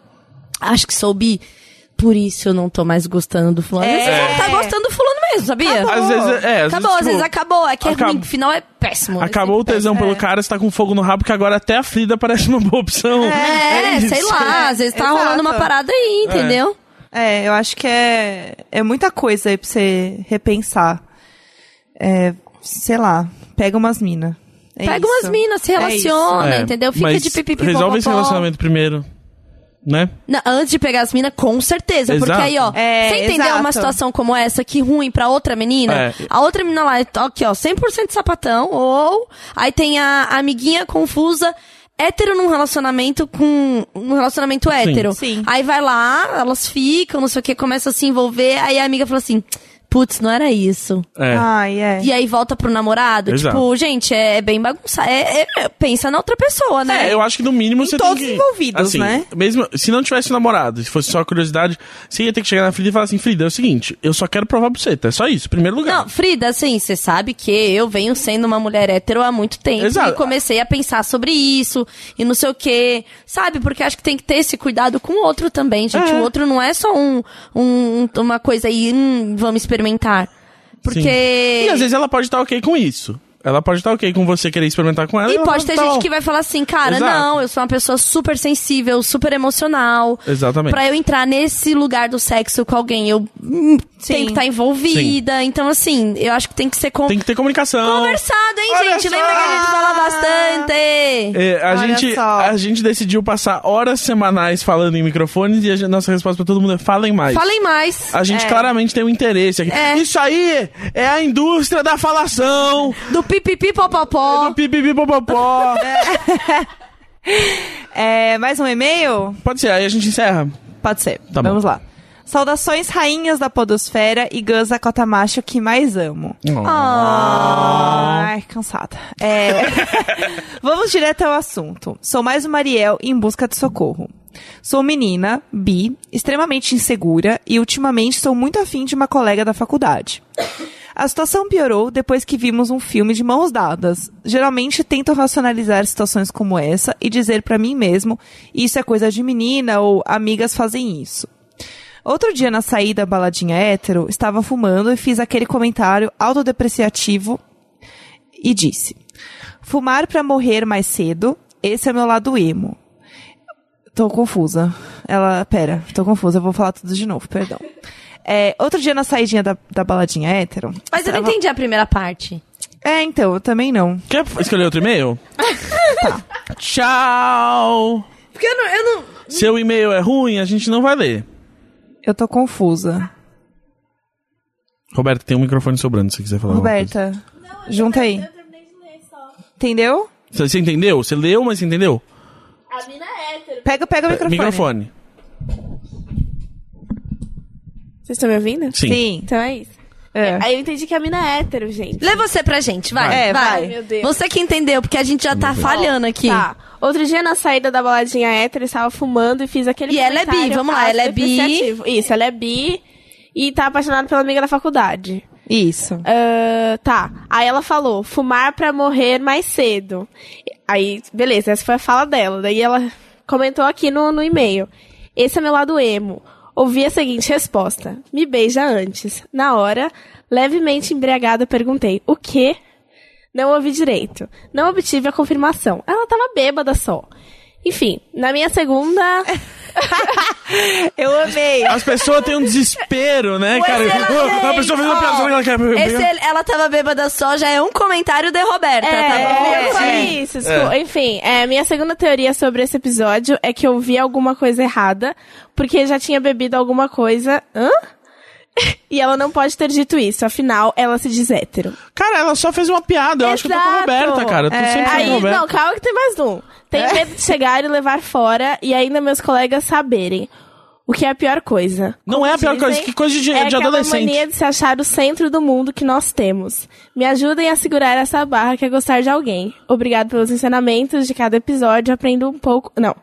Speaker 3: Acho que soube. Por isso eu não tô mais gostando do fulano.
Speaker 2: É.
Speaker 3: Às vezes Você não tá gostando do fulano mesmo, sabia?
Speaker 2: Acabou.
Speaker 1: Às vezes, é, às
Speaker 3: acabou, às
Speaker 1: vezes,
Speaker 3: vezes
Speaker 1: tipo,
Speaker 3: acabou. É que é
Speaker 1: acabou.
Speaker 3: ruim, o final é péssimo.
Speaker 1: acabou o tesão
Speaker 3: é.
Speaker 1: pelo cara, você tá com fogo no rabo, que agora até a Frida parece uma boa opção.
Speaker 3: É,
Speaker 1: isso.
Speaker 3: sei lá, às vezes tá
Speaker 2: Exato.
Speaker 3: rolando uma parada aí, entendeu?
Speaker 2: É, eu acho que é, é muita coisa aí pra você repensar. É, sei lá, pega umas É minas.
Speaker 3: Pega umas minas, se relaciona,
Speaker 1: É,
Speaker 3: né, entendeu? Fica
Speaker 1: mas
Speaker 3: de pipipi
Speaker 1: Resolve esse
Speaker 3: popopó.
Speaker 1: relacionamento primeiro. Né?
Speaker 3: Não, antes de pegar as minas, com certeza.
Speaker 1: Exato.
Speaker 3: Porque aí, ó,
Speaker 2: É,
Speaker 3: você entendeu
Speaker 2: exato.
Speaker 3: uma situação como essa, que ruim pra outra menina?
Speaker 1: É.
Speaker 3: A outra menina lá, tá aqui, ó, 100% sapatão, ou aí tem a amiguinha confusa, hétero num relacionamento com. um relacionamento hétero.
Speaker 2: Sim.
Speaker 3: Aí vai lá, elas ficam, não sei o que, começa a se envolver, aí a amiga fala assim. Putz, não era isso.
Speaker 1: É.
Speaker 2: Ai, é.
Speaker 3: E aí volta pro namorado.
Speaker 1: Exato.
Speaker 3: Tipo, gente, é bem bagunçado. É, é- pensa na outra pessoa, né?
Speaker 1: É, eu acho que no mínimo você
Speaker 2: todos
Speaker 1: tem que...
Speaker 2: envolvidos,
Speaker 1: assim,
Speaker 2: né?
Speaker 1: Mesmo, se não tivesse namorado, se fosse só curiosidade, você ia ter que chegar na Frida e falar assim, Frida, é o seguinte, eu só quero provar pra você, tá? É só isso, primeiro lugar.
Speaker 3: Não, Frida, assim, você sabe que eu venho sendo uma mulher hétero há muito tempo.
Speaker 1: Exato.
Speaker 3: E comecei a pensar sobre isso e não sei o quê. Sabe? Porque acho que tem que ter esse cuidado com o outro também, gente. O outro não é só um, um- uma coisa aí, hum, vamos experimentar. Porque.
Speaker 1: E às vezes ela pode estar ok com isso. Ela pode estar ok com você querer experimentar com ela.
Speaker 3: E
Speaker 1: ela
Speaker 3: pode ter
Speaker 1: tá
Speaker 3: gente
Speaker 1: bom.
Speaker 3: que vai falar assim, cara,
Speaker 1: Exato.
Speaker 3: não, eu sou uma pessoa super sensível, super emocional.
Speaker 1: Exatamente.
Speaker 3: Pra eu entrar nesse lugar do sexo com alguém, eu hum,
Speaker 2: Sim.
Speaker 3: tenho que estar envolvida. Então, assim, eu acho que tem que ser com...
Speaker 1: Tem que ter comunicação.
Speaker 3: conversado, hein,
Speaker 1: Olha só!
Speaker 3: gente? Lembra que a gente fala bastante?
Speaker 1: É, a,
Speaker 2: Olha
Speaker 1: gente,
Speaker 2: só.
Speaker 1: a gente decidiu passar horas semanais falando em microfones e a gente- nossa resposta pra todo mundo é falem mais.
Speaker 3: Falem mais.
Speaker 1: A gente claramente tem um interesse aqui.
Speaker 3: É.
Speaker 1: Isso aí é a indústria da falação,
Speaker 3: Do pipipi popopó.
Speaker 1: do pipipipopopó.
Speaker 2: É, mais um e-mail?
Speaker 1: Pode ser, aí a gente encerra.
Speaker 2: Pode ser.
Speaker 1: Tá bom.
Speaker 2: Vamos lá. Saudações, rainhas da podosfera e Gus da cota macho que mais amo. Ai, cansada. É, Vamos direto ao assunto. Sou mais uma Ariel em busca de socorro. Sou menina, bi, extremamente insegura e ultimamente sou muito afim de uma colega da faculdade. A situação piorou depois que vimos um filme de mãos dadas. Geralmente tento racionalizar situações como essa e dizer pra mim mesmo, isso é coisa de menina ou amigas fazem isso. Outro dia na saída baladinha hétero, estava fumando e fiz aquele comentário autodepreciativo e disse: Fumar pra morrer mais cedo, esse é meu lado emo. Tô confusa. Ela, pera, tô confusa, eu vou falar tudo de novo, perdão. É, outro dia na saidinha da, da baladinha hétero.
Speaker 3: Mas eu não entendi a primeira parte.
Speaker 2: É, então, eu também não.
Speaker 1: Quer escolher outro e-mail? Tchau!
Speaker 3: Tá. Porque eu não. Eu não...
Speaker 1: Seu e-mail é ruim, a gente não vai ler.
Speaker 2: Eu tô confusa.
Speaker 1: Roberta, tem um microfone sobrando se você quiser falar. alguma
Speaker 2: Roberta, junta aí. Entendeu?
Speaker 1: coisa. Você, você entendeu? Você leu, mas você entendeu?
Speaker 4: A mina é hétero.
Speaker 2: Pega, pega o microfone.
Speaker 1: Microfone.
Speaker 4: Vocês estão me ouvindo?
Speaker 1: Sim.
Speaker 2: Sim.
Speaker 4: Então é isso.
Speaker 2: É.
Speaker 4: Aí eu entendi que a mina é hétero, gente.
Speaker 3: Lê você pra gente, vai.
Speaker 2: Vai. É, vai.
Speaker 4: Meu Deus.
Speaker 3: Você que entendeu, porque a gente já
Speaker 1: Uhum.
Speaker 3: tá falhando aqui.
Speaker 4: Tá. Outro dia na saída da baladinha hétero, eu estava fumando e fiz aquele
Speaker 3: E ela é bi,
Speaker 4: comentário
Speaker 3: vamos lá, ela é bi.
Speaker 4: autodepreciativo. Isso, ela é bi e tá apaixonada pela amiga da faculdade.
Speaker 2: Isso.
Speaker 4: Ah, tá. Aí ela falou, fumar pra morrer mais cedo. Aí, beleza, essa foi a fala dela. Daí ela comentou aqui no, no e-mail. Esse é meu lado emo. Ouvi a seguinte resposta. Me beija antes. Na hora, levemente embriagada, perguntei, o quê? Não ouvi direito. Não obtive a confirmação. Ela tava bêbada só. Enfim, na minha segunda...
Speaker 2: Eu amei.
Speaker 1: As pessoas têm um desespero, né, cara? Oh, a pessoa fez uma piada, ela quer...
Speaker 3: Esse- é ela tava bêbada só, já é um comentário de Roberta, tá bom?
Speaker 4: É,
Speaker 2: bom?
Speaker 4: foi
Speaker 2: É.
Speaker 4: isso. desculpa. Enfim, é, minha segunda teoria sobre esse episódio é que eu vi alguma coisa errada, porque já tinha bebido alguma coisa. Hã? E ela não pode ter dito isso, afinal, ela se diz hétero.
Speaker 1: Cara, ela só fez uma piada. Eu acho que eu tô com a
Speaker 4: Exato.
Speaker 1: Roberta, cara. Eu tô sempre
Speaker 4: Aí,
Speaker 1: com a Roberta.
Speaker 4: não,
Speaker 1: É.
Speaker 4: calma que tem mais um. Tem medo de chegar e levar fora e ainda meus colegas saberem. O que é a pior coisa?
Speaker 1: Não
Speaker 4: Como
Speaker 1: é a pior coisa, que coisa de-
Speaker 4: é
Speaker 1: de adolescente.
Speaker 4: aquela mania de se achar o centro do mundo que nós temos. Me ajudem a segurar essa barra que é gostar de alguém. Obrigado pelos ensinamentos de cada episódio, aprendo um pouco... Não.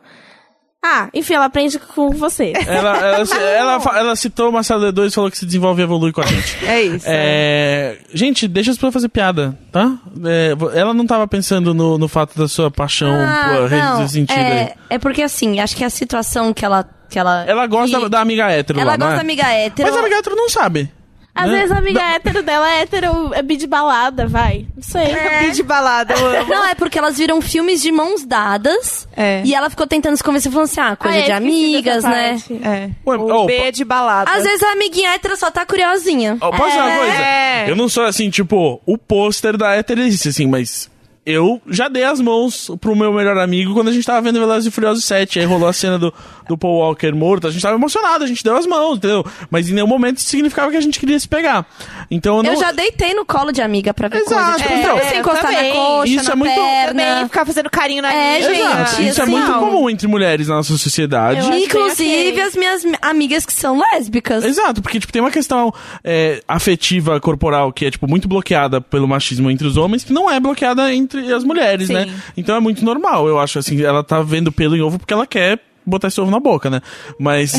Speaker 4: Ah, enfim, ela aprende com você.
Speaker 1: Ela, ela, ela, fa- ela citou o Marcelo D2 e falou que se desenvolve e evolui com a gente.
Speaker 2: É isso.
Speaker 1: É, gente, deixa as pessoas fazer piada, tá? É, vo- ela não tava pensando no, no fato da sua paixão
Speaker 3: Ah,
Speaker 1: por
Speaker 3: não,
Speaker 1: redes sentido aí.
Speaker 3: é, é porque assim, acho que a situação que ela. Que ela,
Speaker 1: Ela gosta
Speaker 3: que-
Speaker 1: da, da amiga hétero
Speaker 3: Ela
Speaker 1: lá, não
Speaker 3: gosta
Speaker 1: é?
Speaker 3: da amiga hétero.
Speaker 1: Mas a amiga hétero não sabe.
Speaker 4: Às
Speaker 1: né?
Speaker 4: vezes a amiga hétero dela é hétero, é bi de balada, vai. Não sei.
Speaker 3: É.
Speaker 2: Bi de balada, eu amo.
Speaker 3: Não, é porque elas viram filmes de mãos dadas.
Speaker 2: É.
Speaker 3: E ela ficou tentando se convencer, falando assim: ah, coisa
Speaker 4: Ah, é,
Speaker 3: de
Speaker 4: esqueci
Speaker 3: amigas,
Speaker 4: dessa
Speaker 3: né?
Speaker 4: parte.
Speaker 2: É.
Speaker 1: Ué,
Speaker 2: O
Speaker 1: oh,
Speaker 2: B é de balada.
Speaker 3: Às vezes a amiguinha hétera só tá curiosinha.
Speaker 1: Ó, posso dizer uma coisa?
Speaker 2: É.
Speaker 1: Eu não sou assim, tipo, o pôster da héterice, assim, mas. Eu já dei as mãos pro meu melhor amigo quando a gente tava vendo Velozes e Furiosos 7. Aí rolou a cena do, do Paul Walker morto. A gente tava emocionado, a gente deu as mãos, entendeu? Mas em nenhum momento isso significava que a gente queria se pegar. Então eu não.
Speaker 3: Eu já deitei no colo de amiga pra ver
Speaker 1: Exato,
Speaker 3: coisa. Tipo,
Speaker 1: então.
Speaker 3: você
Speaker 2: É,
Speaker 3: encostar
Speaker 2: também.
Speaker 3: na coxa,
Speaker 1: Isso
Speaker 3: na
Speaker 1: é muito-
Speaker 2: Também
Speaker 3: perna.
Speaker 2: ficar fazendo carinho na
Speaker 3: né? É,
Speaker 2: amiga.
Speaker 1: Exato.
Speaker 3: gente,
Speaker 1: isso é
Speaker 3: assim,
Speaker 1: muito
Speaker 3: ó.
Speaker 1: comum entre mulheres na nossa sociedade.
Speaker 4: Eu acho
Speaker 3: Inclusive
Speaker 4: bem ok.
Speaker 3: as minhas mi- amigas que são lésbicas.
Speaker 1: Exato, porque tipo, tem uma questão é, afetiva corporal que é tipo muito bloqueada pelo machismo entre os homens, que não é bloqueada entre as mulheres,
Speaker 2: Sim.
Speaker 1: né? Então é muito normal, eu acho assim, ela tá vendo pelo em ovo porque ela quer botar esse ovo na boca, né? Mas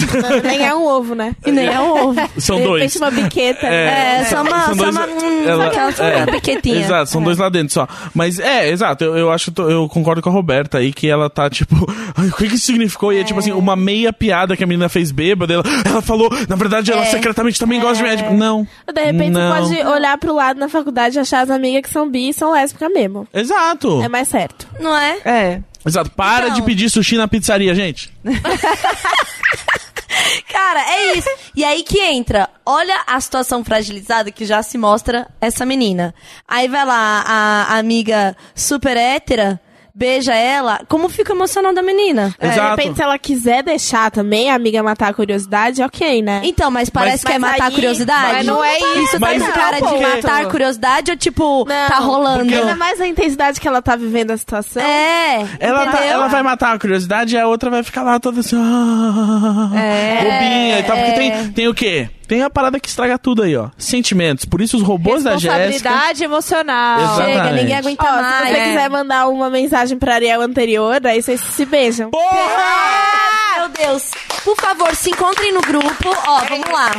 Speaker 4: Nem é um ovo, né?
Speaker 3: E nem é um ovo.
Speaker 1: são
Speaker 4: de
Speaker 1: dois.
Speaker 4: repente uma biqueta.
Speaker 3: É, só uma, só uma, hum,
Speaker 1: ela-
Speaker 3: só aquela só uma
Speaker 1: é.
Speaker 3: piquetinha.
Speaker 1: Exato, são dois lá dentro só. Mas é, exato, eu, eu acho, eu concordo com a Roberta aí que ela tá tipo, "Ai, o que que isso significou? E é tipo assim, uma meia piada que a menina fez bêbada, ela, ela falou, na verdade ela
Speaker 3: É.
Speaker 1: secretamente também gosta de mim. É, tipo, não.
Speaker 4: De repente
Speaker 1: não.
Speaker 4: você pode olhar pro lado na faculdade e achar as amigas que são bi e são lésbicas mesmo.
Speaker 1: Exato.
Speaker 4: É mais certo.
Speaker 3: Não é?
Speaker 2: É.
Speaker 1: Exato. Para
Speaker 3: Então.
Speaker 1: de pedir sushi na pizzaria, gente.
Speaker 3: Cara, é isso. E aí que entra. Olha a situação fragilizada que já se mostra essa menina. Aí vai lá a amiga super hétera, beija ela. Como fica emocional da menina?
Speaker 1: Exato.
Speaker 4: É, De repente, se ela quiser deixar também a amiga matar a curiosidade, ok, né?
Speaker 3: Então, mas
Speaker 4: Mas-
Speaker 3: parece que é
Speaker 4: mas
Speaker 3: matar
Speaker 4: aí-
Speaker 3: a curiosidade.
Speaker 2: mas não é isso,
Speaker 3: tá
Speaker 1: mas
Speaker 3: com cara
Speaker 2: não,
Speaker 3: de
Speaker 2: pô.
Speaker 3: matar a curiosidade ou tipo,
Speaker 4: Não,
Speaker 3: tá rolando?
Speaker 1: porque-
Speaker 4: Ainda é mais a intensidade que ela tá vivendo a situação.
Speaker 3: É.
Speaker 1: Ela, tá-
Speaker 3: entendeu?
Speaker 1: ela vai matar a curiosidade e a outra vai ficar lá toda assim. Ah,
Speaker 2: É,
Speaker 1: bobinha e tal. Porque
Speaker 3: é.
Speaker 1: tem, tem o quê? Tem a parada que estraga tudo aí, ó. Sentimentos. Por isso os robôs da Jéssica.
Speaker 2: Responsabilidade emocional.
Speaker 1: Exato.
Speaker 3: Chega,
Speaker 1: Exatamente.
Speaker 3: ninguém
Speaker 4: Ó,
Speaker 3: aguenta
Speaker 4: se
Speaker 3: mais.
Speaker 4: você
Speaker 3: É.
Speaker 4: quiser mandar uma mensagem pra Ariel anterior, aí vocês se beijam.
Speaker 1: Porra!
Speaker 3: Ah, Meu Deus. Por favor, se encontrem no grupo. Ó, vamos lá.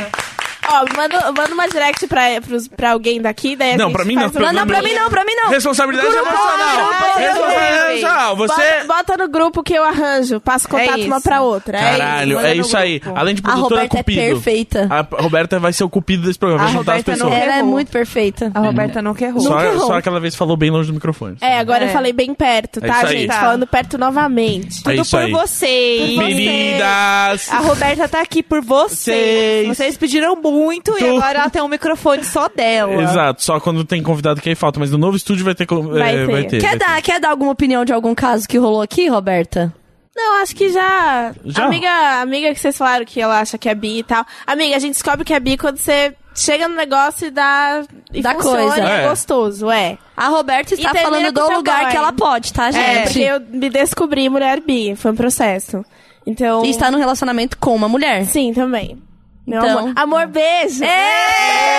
Speaker 4: Ó, manda, manda uma direct pra, pros, pra alguém daqui, daí a
Speaker 1: Não,
Speaker 4: gente
Speaker 1: pra mim
Speaker 4: faz
Speaker 1: não,
Speaker 4: um-
Speaker 1: pra
Speaker 3: Não, pra mim não, pra mim não.
Speaker 1: Responsabilidade
Speaker 3: Grupo,
Speaker 1: emocional.
Speaker 3: grupo,
Speaker 1: Responsabilidade
Speaker 2: grupo.
Speaker 1: emocional.
Speaker 4: Bota,
Speaker 1: Você.
Speaker 4: bota no grupo que eu arranjo. Passo contato
Speaker 2: isso.
Speaker 4: uma pra outra.
Speaker 1: Caralho,
Speaker 4: manda
Speaker 1: é
Speaker 4: no
Speaker 1: isso aí.
Speaker 4: grupo.
Speaker 1: Além de
Speaker 3: A
Speaker 1: produtora
Speaker 3: Roberta é
Speaker 1: Cupido.
Speaker 3: perfeita.
Speaker 1: A P- Roberta vai ser o cupido desse programa,
Speaker 2: A
Speaker 1: vai juntar as
Speaker 2: Roberta não
Speaker 1: pessoas.
Speaker 2: quer-
Speaker 3: Ela é
Speaker 2: errou.
Speaker 3: muito perfeita.
Speaker 2: A Roberta nunca errou.
Speaker 1: Só,
Speaker 3: errou.
Speaker 1: só aquela vez falou bem longe do microfone.
Speaker 4: É, agora
Speaker 2: É.
Speaker 4: eu falei bem perto,
Speaker 1: É
Speaker 4: tá,
Speaker 1: isso aí.
Speaker 4: gente?
Speaker 2: Tá.
Speaker 4: Falando perto novamente.
Speaker 1: É
Speaker 2: Tudo
Speaker 1: isso
Speaker 2: por
Speaker 1: aí.
Speaker 2: vocês.
Speaker 1: Meninas!
Speaker 2: A Roberta tá aqui por vocês.
Speaker 1: Vocês.
Speaker 2: Vocês pediram muito e
Speaker 1: Tu-
Speaker 2: agora ela tem um microfone
Speaker 3: é
Speaker 2: só dela.
Speaker 1: Exato, só quando tem convidado que aí falta, mas no novo estúdio vai ter. co-
Speaker 4: Vai
Speaker 1: é,
Speaker 4: ter.
Speaker 1: vai ter,
Speaker 3: Quer
Speaker 1: vai ter.
Speaker 3: dar, quer dar alguma opinião de algum caso que rolou aqui, Roberta?
Speaker 4: Não, acho que já.
Speaker 1: Já?
Speaker 4: Amiga, amiga que vocês falaram que ela acha que é bi e tal. Amiga, a gente descobre que é bi quando você chega no negócio e dá. E
Speaker 3: Dá
Speaker 4: funciona,
Speaker 3: coisa.
Speaker 4: e É.
Speaker 1: É.
Speaker 4: gostoso, é.
Speaker 3: A Roberta está
Speaker 4: E termina
Speaker 3: falando
Speaker 4: com o
Speaker 3: do
Speaker 4: seu
Speaker 3: lugar
Speaker 4: boy.
Speaker 3: que ela pode, tá,
Speaker 4: É, porque
Speaker 3: gente?
Speaker 4: eu me descobri mulher bi. Foi um processo. Então.
Speaker 3: E está num relacionamento com uma mulher.
Speaker 4: Sim, também. Meu
Speaker 3: Então-
Speaker 4: amor. Amor, beijo! É!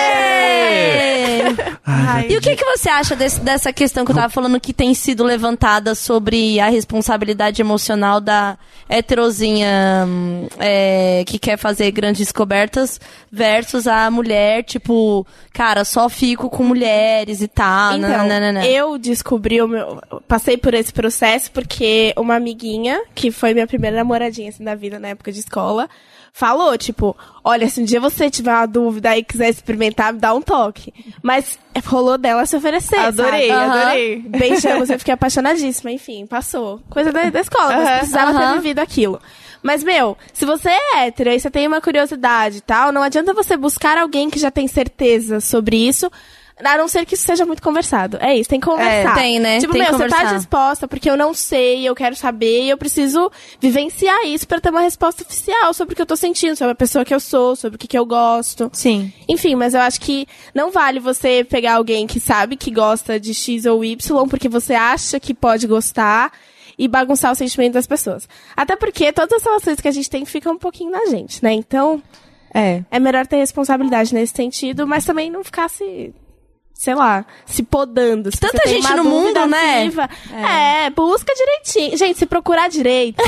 Speaker 3: É!
Speaker 2: Ai,
Speaker 3: E o que, que você acha desse- dessa questão que eu tava falando que tem sido levantada sobre a responsabilidade emocional da heterozinha hum, é, que quer fazer grandes descobertas versus a mulher, tipo, cara, só fico com mulheres e tal.
Speaker 2: Ah,
Speaker 4: Então,
Speaker 3: nananana.
Speaker 4: eu descobri o meu. Passei por esse processo porque uma amiguinha, que foi minha primeira namoradinha assim da vida na época de escola, falou, tipo, olha, se um dia você tiver uma dúvida e quiser experimentar, me dá um toque. Mas rolou dela se oferecer.
Speaker 2: Adorei,
Speaker 4: sabe?
Speaker 3: Aham.
Speaker 2: adorei.
Speaker 4: Beijamos, eu fiquei apaixonadíssima, enfim, passou. Coisa da, da escola,
Speaker 2: Aham,
Speaker 4: mas precisava
Speaker 3: aham.
Speaker 4: ter vivido aquilo. Mas, meu, se você é hétero e você tem uma curiosidade e tal, não adianta você buscar alguém que já tem certeza sobre isso, a não ser que isso seja muito conversado. É isso, tem que conversar.
Speaker 3: É, tem, né?
Speaker 4: Tipo,
Speaker 3: Tem que
Speaker 4: meu, você tá
Speaker 3: conversar.
Speaker 4: disposta porque eu não sei, eu quero saber e eu preciso vivenciar isso pra ter uma resposta oficial sobre o que eu tô sentindo, sobre a pessoa que eu sou, sobre o que, que eu gosto.
Speaker 2: Sim.
Speaker 4: Enfim, mas eu acho que não vale você pegar alguém que sabe que gosta de X ou Y porque você acha que pode gostar e bagunçar o sentimento das pessoas. Até porque todas as relações que a gente tem ficam um pouquinho na gente, né? Então,
Speaker 2: É.
Speaker 4: é melhor ter responsabilidade nesse sentido, mas também não ficar se, sei lá, se podando. Se
Speaker 3: Tanta
Speaker 4: você tem
Speaker 3: gente
Speaker 4: uma
Speaker 3: no
Speaker 4: dúvida
Speaker 3: mundo, né?
Speaker 4: viva- é. busca direitinho. Gente, se procurar direito,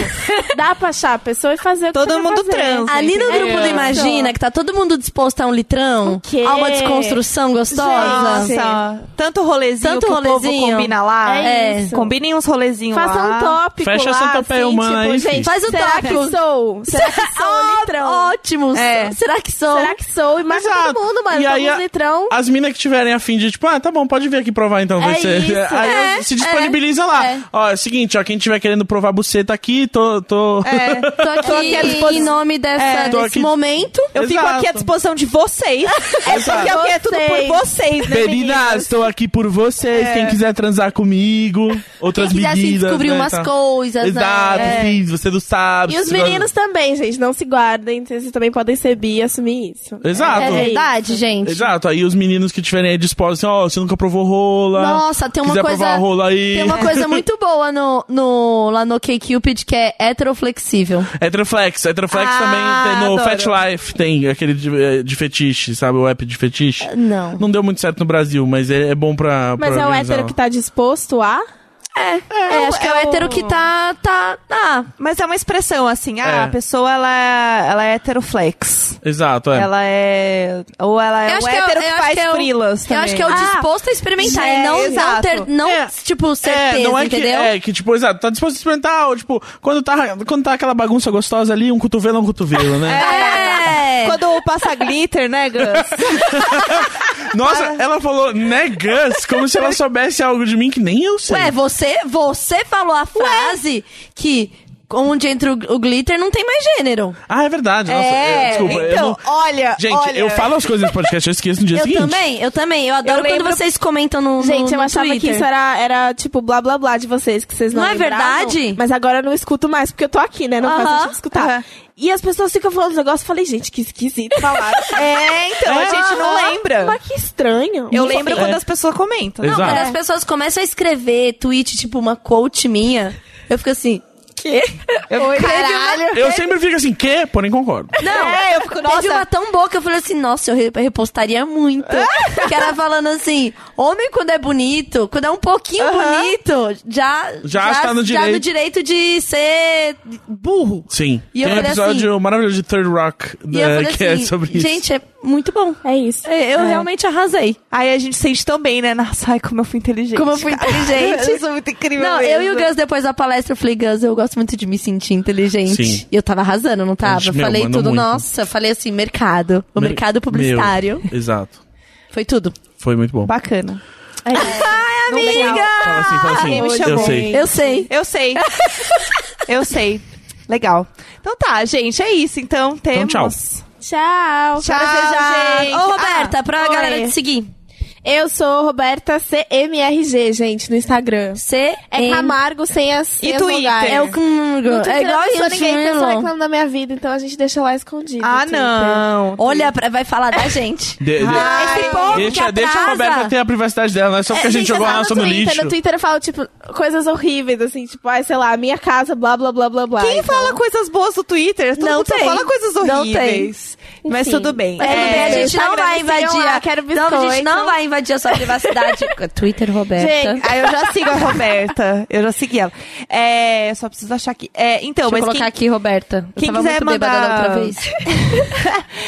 Speaker 4: dá pra achar a pessoa e fazer o que
Speaker 2: Todo
Speaker 4: você quer
Speaker 2: mundo
Speaker 4: fazer.
Speaker 2: transa.
Speaker 3: Ali no
Speaker 4: entendeu?
Speaker 3: grupo do Imagina, que tá todo mundo disposto a um litrão,
Speaker 4: O quê?
Speaker 3: a uma desconstrução gostosa.
Speaker 4: Gente.
Speaker 2: Nossa, tanto rolezinho
Speaker 3: Tanto
Speaker 2: que o povo
Speaker 3: rolezinho.
Speaker 2: combina lá.
Speaker 4: É isso.
Speaker 2: Combinem uns rolezinhos
Speaker 4: Faça
Speaker 2: lá.
Speaker 4: um tópico
Speaker 1: Fecha
Speaker 4: lá,
Speaker 1: essa topeia
Speaker 4: assim,
Speaker 1: humana
Speaker 4: tipo,
Speaker 1: aí,
Speaker 4: gente,
Speaker 1: filho.
Speaker 3: Faz o
Speaker 4: será
Speaker 3: tópico.
Speaker 4: que sou? Será que sou
Speaker 3: Ó-
Speaker 4: um litrão?
Speaker 3: Ótimo!
Speaker 2: É.
Speaker 3: Será que sou?
Speaker 4: Será que sou? E marca
Speaker 1: Exato.
Speaker 4: todo mundo, mano.
Speaker 1: E aí
Speaker 4: Somos
Speaker 1: a-
Speaker 4: litrão.
Speaker 1: As minas que tiverem a fim de, tipo, ah, tá bom, pode vir aqui provar então. vai
Speaker 4: É
Speaker 1: ser.
Speaker 4: isso,
Speaker 1: aí
Speaker 3: é,
Speaker 1: se disponibiliza lá.
Speaker 3: é.
Speaker 1: Ó, é o seguinte, ó, quem tiver querendo provar você tá aqui, tô. tô...
Speaker 2: É.
Speaker 3: Tô aqui,
Speaker 2: Tô aqui à
Speaker 3: em
Speaker 2: disposi-
Speaker 3: nome dessa,
Speaker 2: É.
Speaker 1: Tô
Speaker 3: desse
Speaker 1: aqui-
Speaker 3: momento.
Speaker 2: Eu fico
Speaker 1: Exato.
Speaker 2: aqui à disposição de vocês. é porque aqui é tudo por vocês, né,
Speaker 1: Meninas,
Speaker 2: meninas?
Speaker 1: estou aqui por vocês. Quem quiser transar comigo, outras
Speaker 3: Quem quiser assim,
Speaker 1: medidas.
Speaker 3: descobrir
Speaker 1: né,
Speaker 3: umas
Speaker 1: tá.
Speaker 3: coisas,
Speaker 1: Exato,
Speaker 3: né?
Speaker 1: sim, você não sabe.
Speaker 4: E os
Speaker 1: você gosta-
Speaker 4: meninos também, gente. Não se guardem. Vocês também podem ser bi e assumir isso.
Speaker 1: Exato.
Speaker 3: É
Speaker 4: É
Speaker 3: verdade, gente.
Speaker 1: Exato, aí os meninos que tiverem aí dispostos, assim, ó, você nunca provou rola.
Speaker 3: Nossa, tem uma
Speaker 1: quiser
Speaker 3: coisa-
Speaker 1: provar rola aí.
Speaker 3: Tem uma coisa muito boa no, no, lá no K-Cupid que é heteroflexível.
Speaker 1: É Heteroflex, Heteroflex
Speaker 2: Ah,
Speaker 1: também tem no
Speaker 2: adoro.
Speaker 1: Fat Life, tem aquele de, eh, de fetiche, sabe? O app de fetiche.
Speaker 3: Não.
Speaker 1: Não deu muito certo no Brasil, mas é, é bom pra.
Speaker 4: Mas
Speaker 1: pra
Speaker 4: é o
Speaker 1: organizar.
Speaker 4: hétero que tá disposto a.
Speaker 3: É, acho que é o
Speaker 2: é o-
Speaker 3: hétero que tá. tá ah,
Speaker 2: Mas é uma expressão, assim. Ah,
Speaker 1: É.
Speaker 2: a pessoa, ela, ela é heteroflex.
Speaker 1: Exato, é.
Speaker 2: Ela é... Ou ela
Speaker 3: Eu
Speaker 2: é
Speaker 3: acho
Speaker 2: o
Speaker 3: que é o-
Speaker 2: hétero
Speaker 3: eu
Speaker 2: que
Speaker 3: acho
Speaker 2: faz
Speaker 3: que é o-
Speaker 2: frilas
Speaker 3: eu
Speaker 2: também.
Speaker 3: acho que é o
Speaker 2: Ah,
Speaker 3: disposto a experimentar
Speaker 2: gente,
Speaker 3: e não, não
Speaker 2: exato.
Speaker 3: ter. Não,
Speaker 1: É.
Speaker 3: tipo, certeza,
Speaker 1: é, não é
Speaker 3: entendeu?
Speaker 1: que é que tipo, exato, tá disposto a experimentar, ou, tipo, quando tá quando tá aquela bagunça gostosa ali, um cotovelo é um cotovelo, né?
Speaker 3: É.
Speaker 2: Ah, Quando passa glitter, né, Gus?
Speaker 1: Nossa, ela falou, né, Gus, como se ela soubesse algo de mim que nem eu sei.
Speaker 2: é.
Speaker 3: Ué, você, você falou a frase que onde entra o, o glitter não tem mais gênero.
Speaker 1: ah, é verdade, nossa,
Speaker 3: É,
Speaker 1: é, desculpa, eu
Speaker 2: então,
Speaker 1: não-
Speaker 2: olha,
Speaker 1: Gente,
Speaker 2: olha.
Speaker 1: eu falo as coisas no podcast, eu esqueço no dia
Speaker 3: Eu
Speaker 1: seguinte.
Speaker 3: também, eu também. Eu adoro
Speaker 2: Eu
Speaker 3: quando
Speaker 2: lembro-
Speaker 3: vocês comentam no. no-
Speaker 4: Gente, eu
Speaker 3: no
Speaker 4: achava que
Speaker 3: Twitter.
Speaker 4: isso era, era tipo blá blá blá de vocês, que vocês não
Speaker 3: Não é
Speaker 4: lembravam,
Speaker 3: verdade?
Speaker 4: Mas agora eu não escuto mais, porque eu tô aqui, né? Não faz
Speaker 3: Aham,
Speaker 4: sentido escutar.
Speaker 2: aham.
Speaker 4: E as pessoas ficam falando os negócios, eu falei, gente, que esquisito falar.
Speaker 2: É, então, a gente não
Speaker 4: Aham,
Speaker 2: lembra.
Speaker 4: Mas que estranho.
Speaker 2: Eu lembro
Speaker 1: É.
Speaker 2: quando as pessoas comentam. né?
Speaker 3: Não,
Speaker 1: Exato.
Speaker 3: quando as pessoas começam a escrever tweet, tipo, uma quote minha, eu fico assim.
Speaker 4: que...
Speaker 2: Eu, Caralho.
Speaker 1: Eu sempre fico assim, que, porém concordo.
Speaker 3: Não,
Speaker 2: É, eu fico,
Speaker 3: Teve
Speaker 2: nossa.
Speaker 3: uma tão boa que eu falei assim, nossa, eu re- repostaria muito. que era falando assim, homem quando é bonito, quando é um pouquinho bonito, já,
Speaker 1: Já está no
Speaker 3: já
Speaker 1: direito.
Speaker 3: no direito de ser burro.
Speaker 1: Sim.
Speaker 3: E eu
Speaker 1: Tem um
Speaker 3: falei assim,
Speaker 1: episódio maravilhoso de Third Rock
Speaker 3: E eu
Speaker 1: né,
Speaker 3: falei
Speaker 1: que
Speaker 3: assim,
Speaker 1: é sobre isso.
Speaker 3: gente, é muito bom.
Speaker 4: É isso.
Speaker 3: É, Eu realmente arrasei.
Speaker 2: Aí a gente sente tão bem, né? Nossa, ai, como eu fui inteligente.
Speaker 3: Como eu fui inteligente.
Speaker 2: eu sou muito incrível
Speaker 3: Não, eu e o
Speaker 2: mesmo.
Speaker 3: Gus, depois da palestra, eu falei, Gus, eu gosto muito de me sentir inteligente.
Speaker 1: Sim.
Speaker 3: E eu tava arrasando, não tava?
Speaker 1: Gente, meu,
Speaker 3: falei
Speaker 1: mandou
Speaker 3: tudo,
Speaker 1: muito.
Speaker 3: nossa, falei assim, mercado. O
Speaker 1: Meu-
Speaker 3: mercado publicitário.
Speaker 1: Meu, exato.
Speaker 3: Foi tudo.
Speaker 1: Foi muito bom.
Speaker 2: Bacana.
Speaker 4: É isso.
Speaker 2: Amiga!
Speaker 1: Fala assim, fala
Speaker 3: Ah,
Speaker 1: assim.
Speaker 2: Alguém me
Speaker 1: Eu
Speaker 2: chamou.
Speaker 1: sei.
Speaker 3: Eu sei.
Speaker 2: Eu sei. eu sei. Legal. Então tá, gente, é isso. Então temos...
Speaker 1: tchau.
Speaker 4: Tchau.
Speaker 2: Tchau, gente.
Speaker 3: Ô, Roberta,
Speaker 2: Ah,
Speaker 3: pra
Speaker 2: oi.
Speaker 3: galera te seguir.
Speaker 4: Eu sou Roberta CMRG, gente, no Instagram.
Speaker 3: C.
Speaker 4: É Camargo sem as
Speaker 2: E
Speaker 4: sem os
Speaker 2: Twitter?
Speaker 4: lugares.
Speaker 3: É o
Speaker 4: No
Speaker 3: Camargo.
Speaker 4: Twitter
Speaker 3: É igual
Speaker 4: eu não sou
Speaker 3: isso,
Speaker 4: ninguém, porque eu só
Speaker 3: Nilo.
Speaker 4: reclamo da minha vida, então a gente deixa lá escondido.
Speaker 2: Ah,
Speaker 4: no Twitter.
Speaker 2: não.
Speaker 3: Olha, pra- vai falar da gente.
Speaker 1: De- de-
Speaker 2: Ai,
Speaker 3: Ah, Esse povo
Speaker 1: deixa,
Speaker 3: que
Speaker 1: deixa a
Speaker 3: atrasa.
Speaker 1: Roberta ter a privacidade dela, não é só porque
Speaker 4: É,
Speaker 1: a gente, jogou
Speaker 4: é
Speaker 1: a
Speaker 4: só
Speaker 1: nossa no,
Speaker 4: no Twitter,
Speaker 1: lixo.
Speaker 4: No Twitter eu falo, tipo, coisas horríveis, assim, tipo, ai, sei lá, minha casa, blá, blá, blá, blá, blá.
Speaker 2: Quem
Speaker 4: Então,
Speaker 2: fala coisas boas no Twitter? Todo
Speaker 3: Não
Speaker 2: mundo só
Speaker 3: tem.
Speaker 2: fala coisas
Speaker 3: Não
Speaker 2: horríveis. Mas
Speaker 4: Enfim.
Speaker 2: tudo bem.
Speaker 3: Mas tudo
Speaker 4: É,
Speaker 3: bem, a gente não
Speaker 4: Instagram,
Speaker 3: vai
Speaker 4: me sigam
Speaker 3: invadir.
Speaker 4: lá,
Speaker 3: a-
Speaker 4: quero
Speaker 3: Não, a gente
Speaker 4: biscoito.
Speaker 3: não vai invadir a sua privacidade. Twitter, Roberta.
Speaker 4: Gente,
Speaker 2: Aí Ah, eu já sigo a Roberta. Eu já segui ela. É, só preciso achar aqui. É, então, mas
Speaker 3: Deixa eu colocar
Speaker 2: quem,
Speaker 3: aqui, Roberta. Eu
Speaker 2: quem
Speaker 3: tava
Speaker 2: quiser
Speaker 3: muito bêbada da
Speaker 2: mandar-
Speaker 3: outra vez.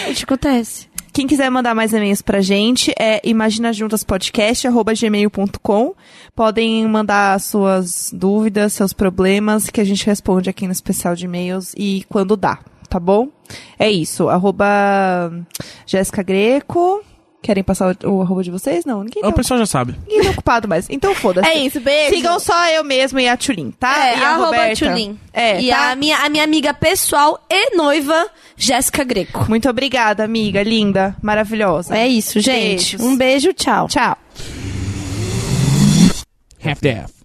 Speaker 3: O que acontece?
Speaker 2: quem quiser mandar mais e-mails pra gente é imaginajuntaspodcast.gmail.com. Podem mandar suas dúvidas, seus problemas, que a gente responde aqui no especial de e-mails e quando dá, tá bom? É isso. Arroba Jéssica Greco. Querem passar o, o arroba de vocês? Não, ninguém
Speaker 1: O
Speaker 2: tá,
Speaker 1: pessoal já sabe.
Speaker 2: ninguém tá ocupado mais. Então foda-se.
Speaker 4: É isso, beijo.
Speaker 2: Sigam só eu mesma e a Tchulin, tá? e
Speaker 3: É,
Speaker 2: a
Speaker 3: arroba
Speaker 2: Roberta.
Speaker 3: Tulin.
Speaker 2: É,
Speaker 3: e
Speaker 2: tá?
Speaker 3: a, minha, a minha amiga pessoal e noiva, Jéssica Greco.
Speaker 2: Muito obrigada, amiga. Linda, maravilhosa.
Speaker 3: É isso, gente.
Speaker 2: Beijos.
Speaker 3: Um beijo, tchau.
Speaker 2: Tchau.
Speaker 5: half-daff.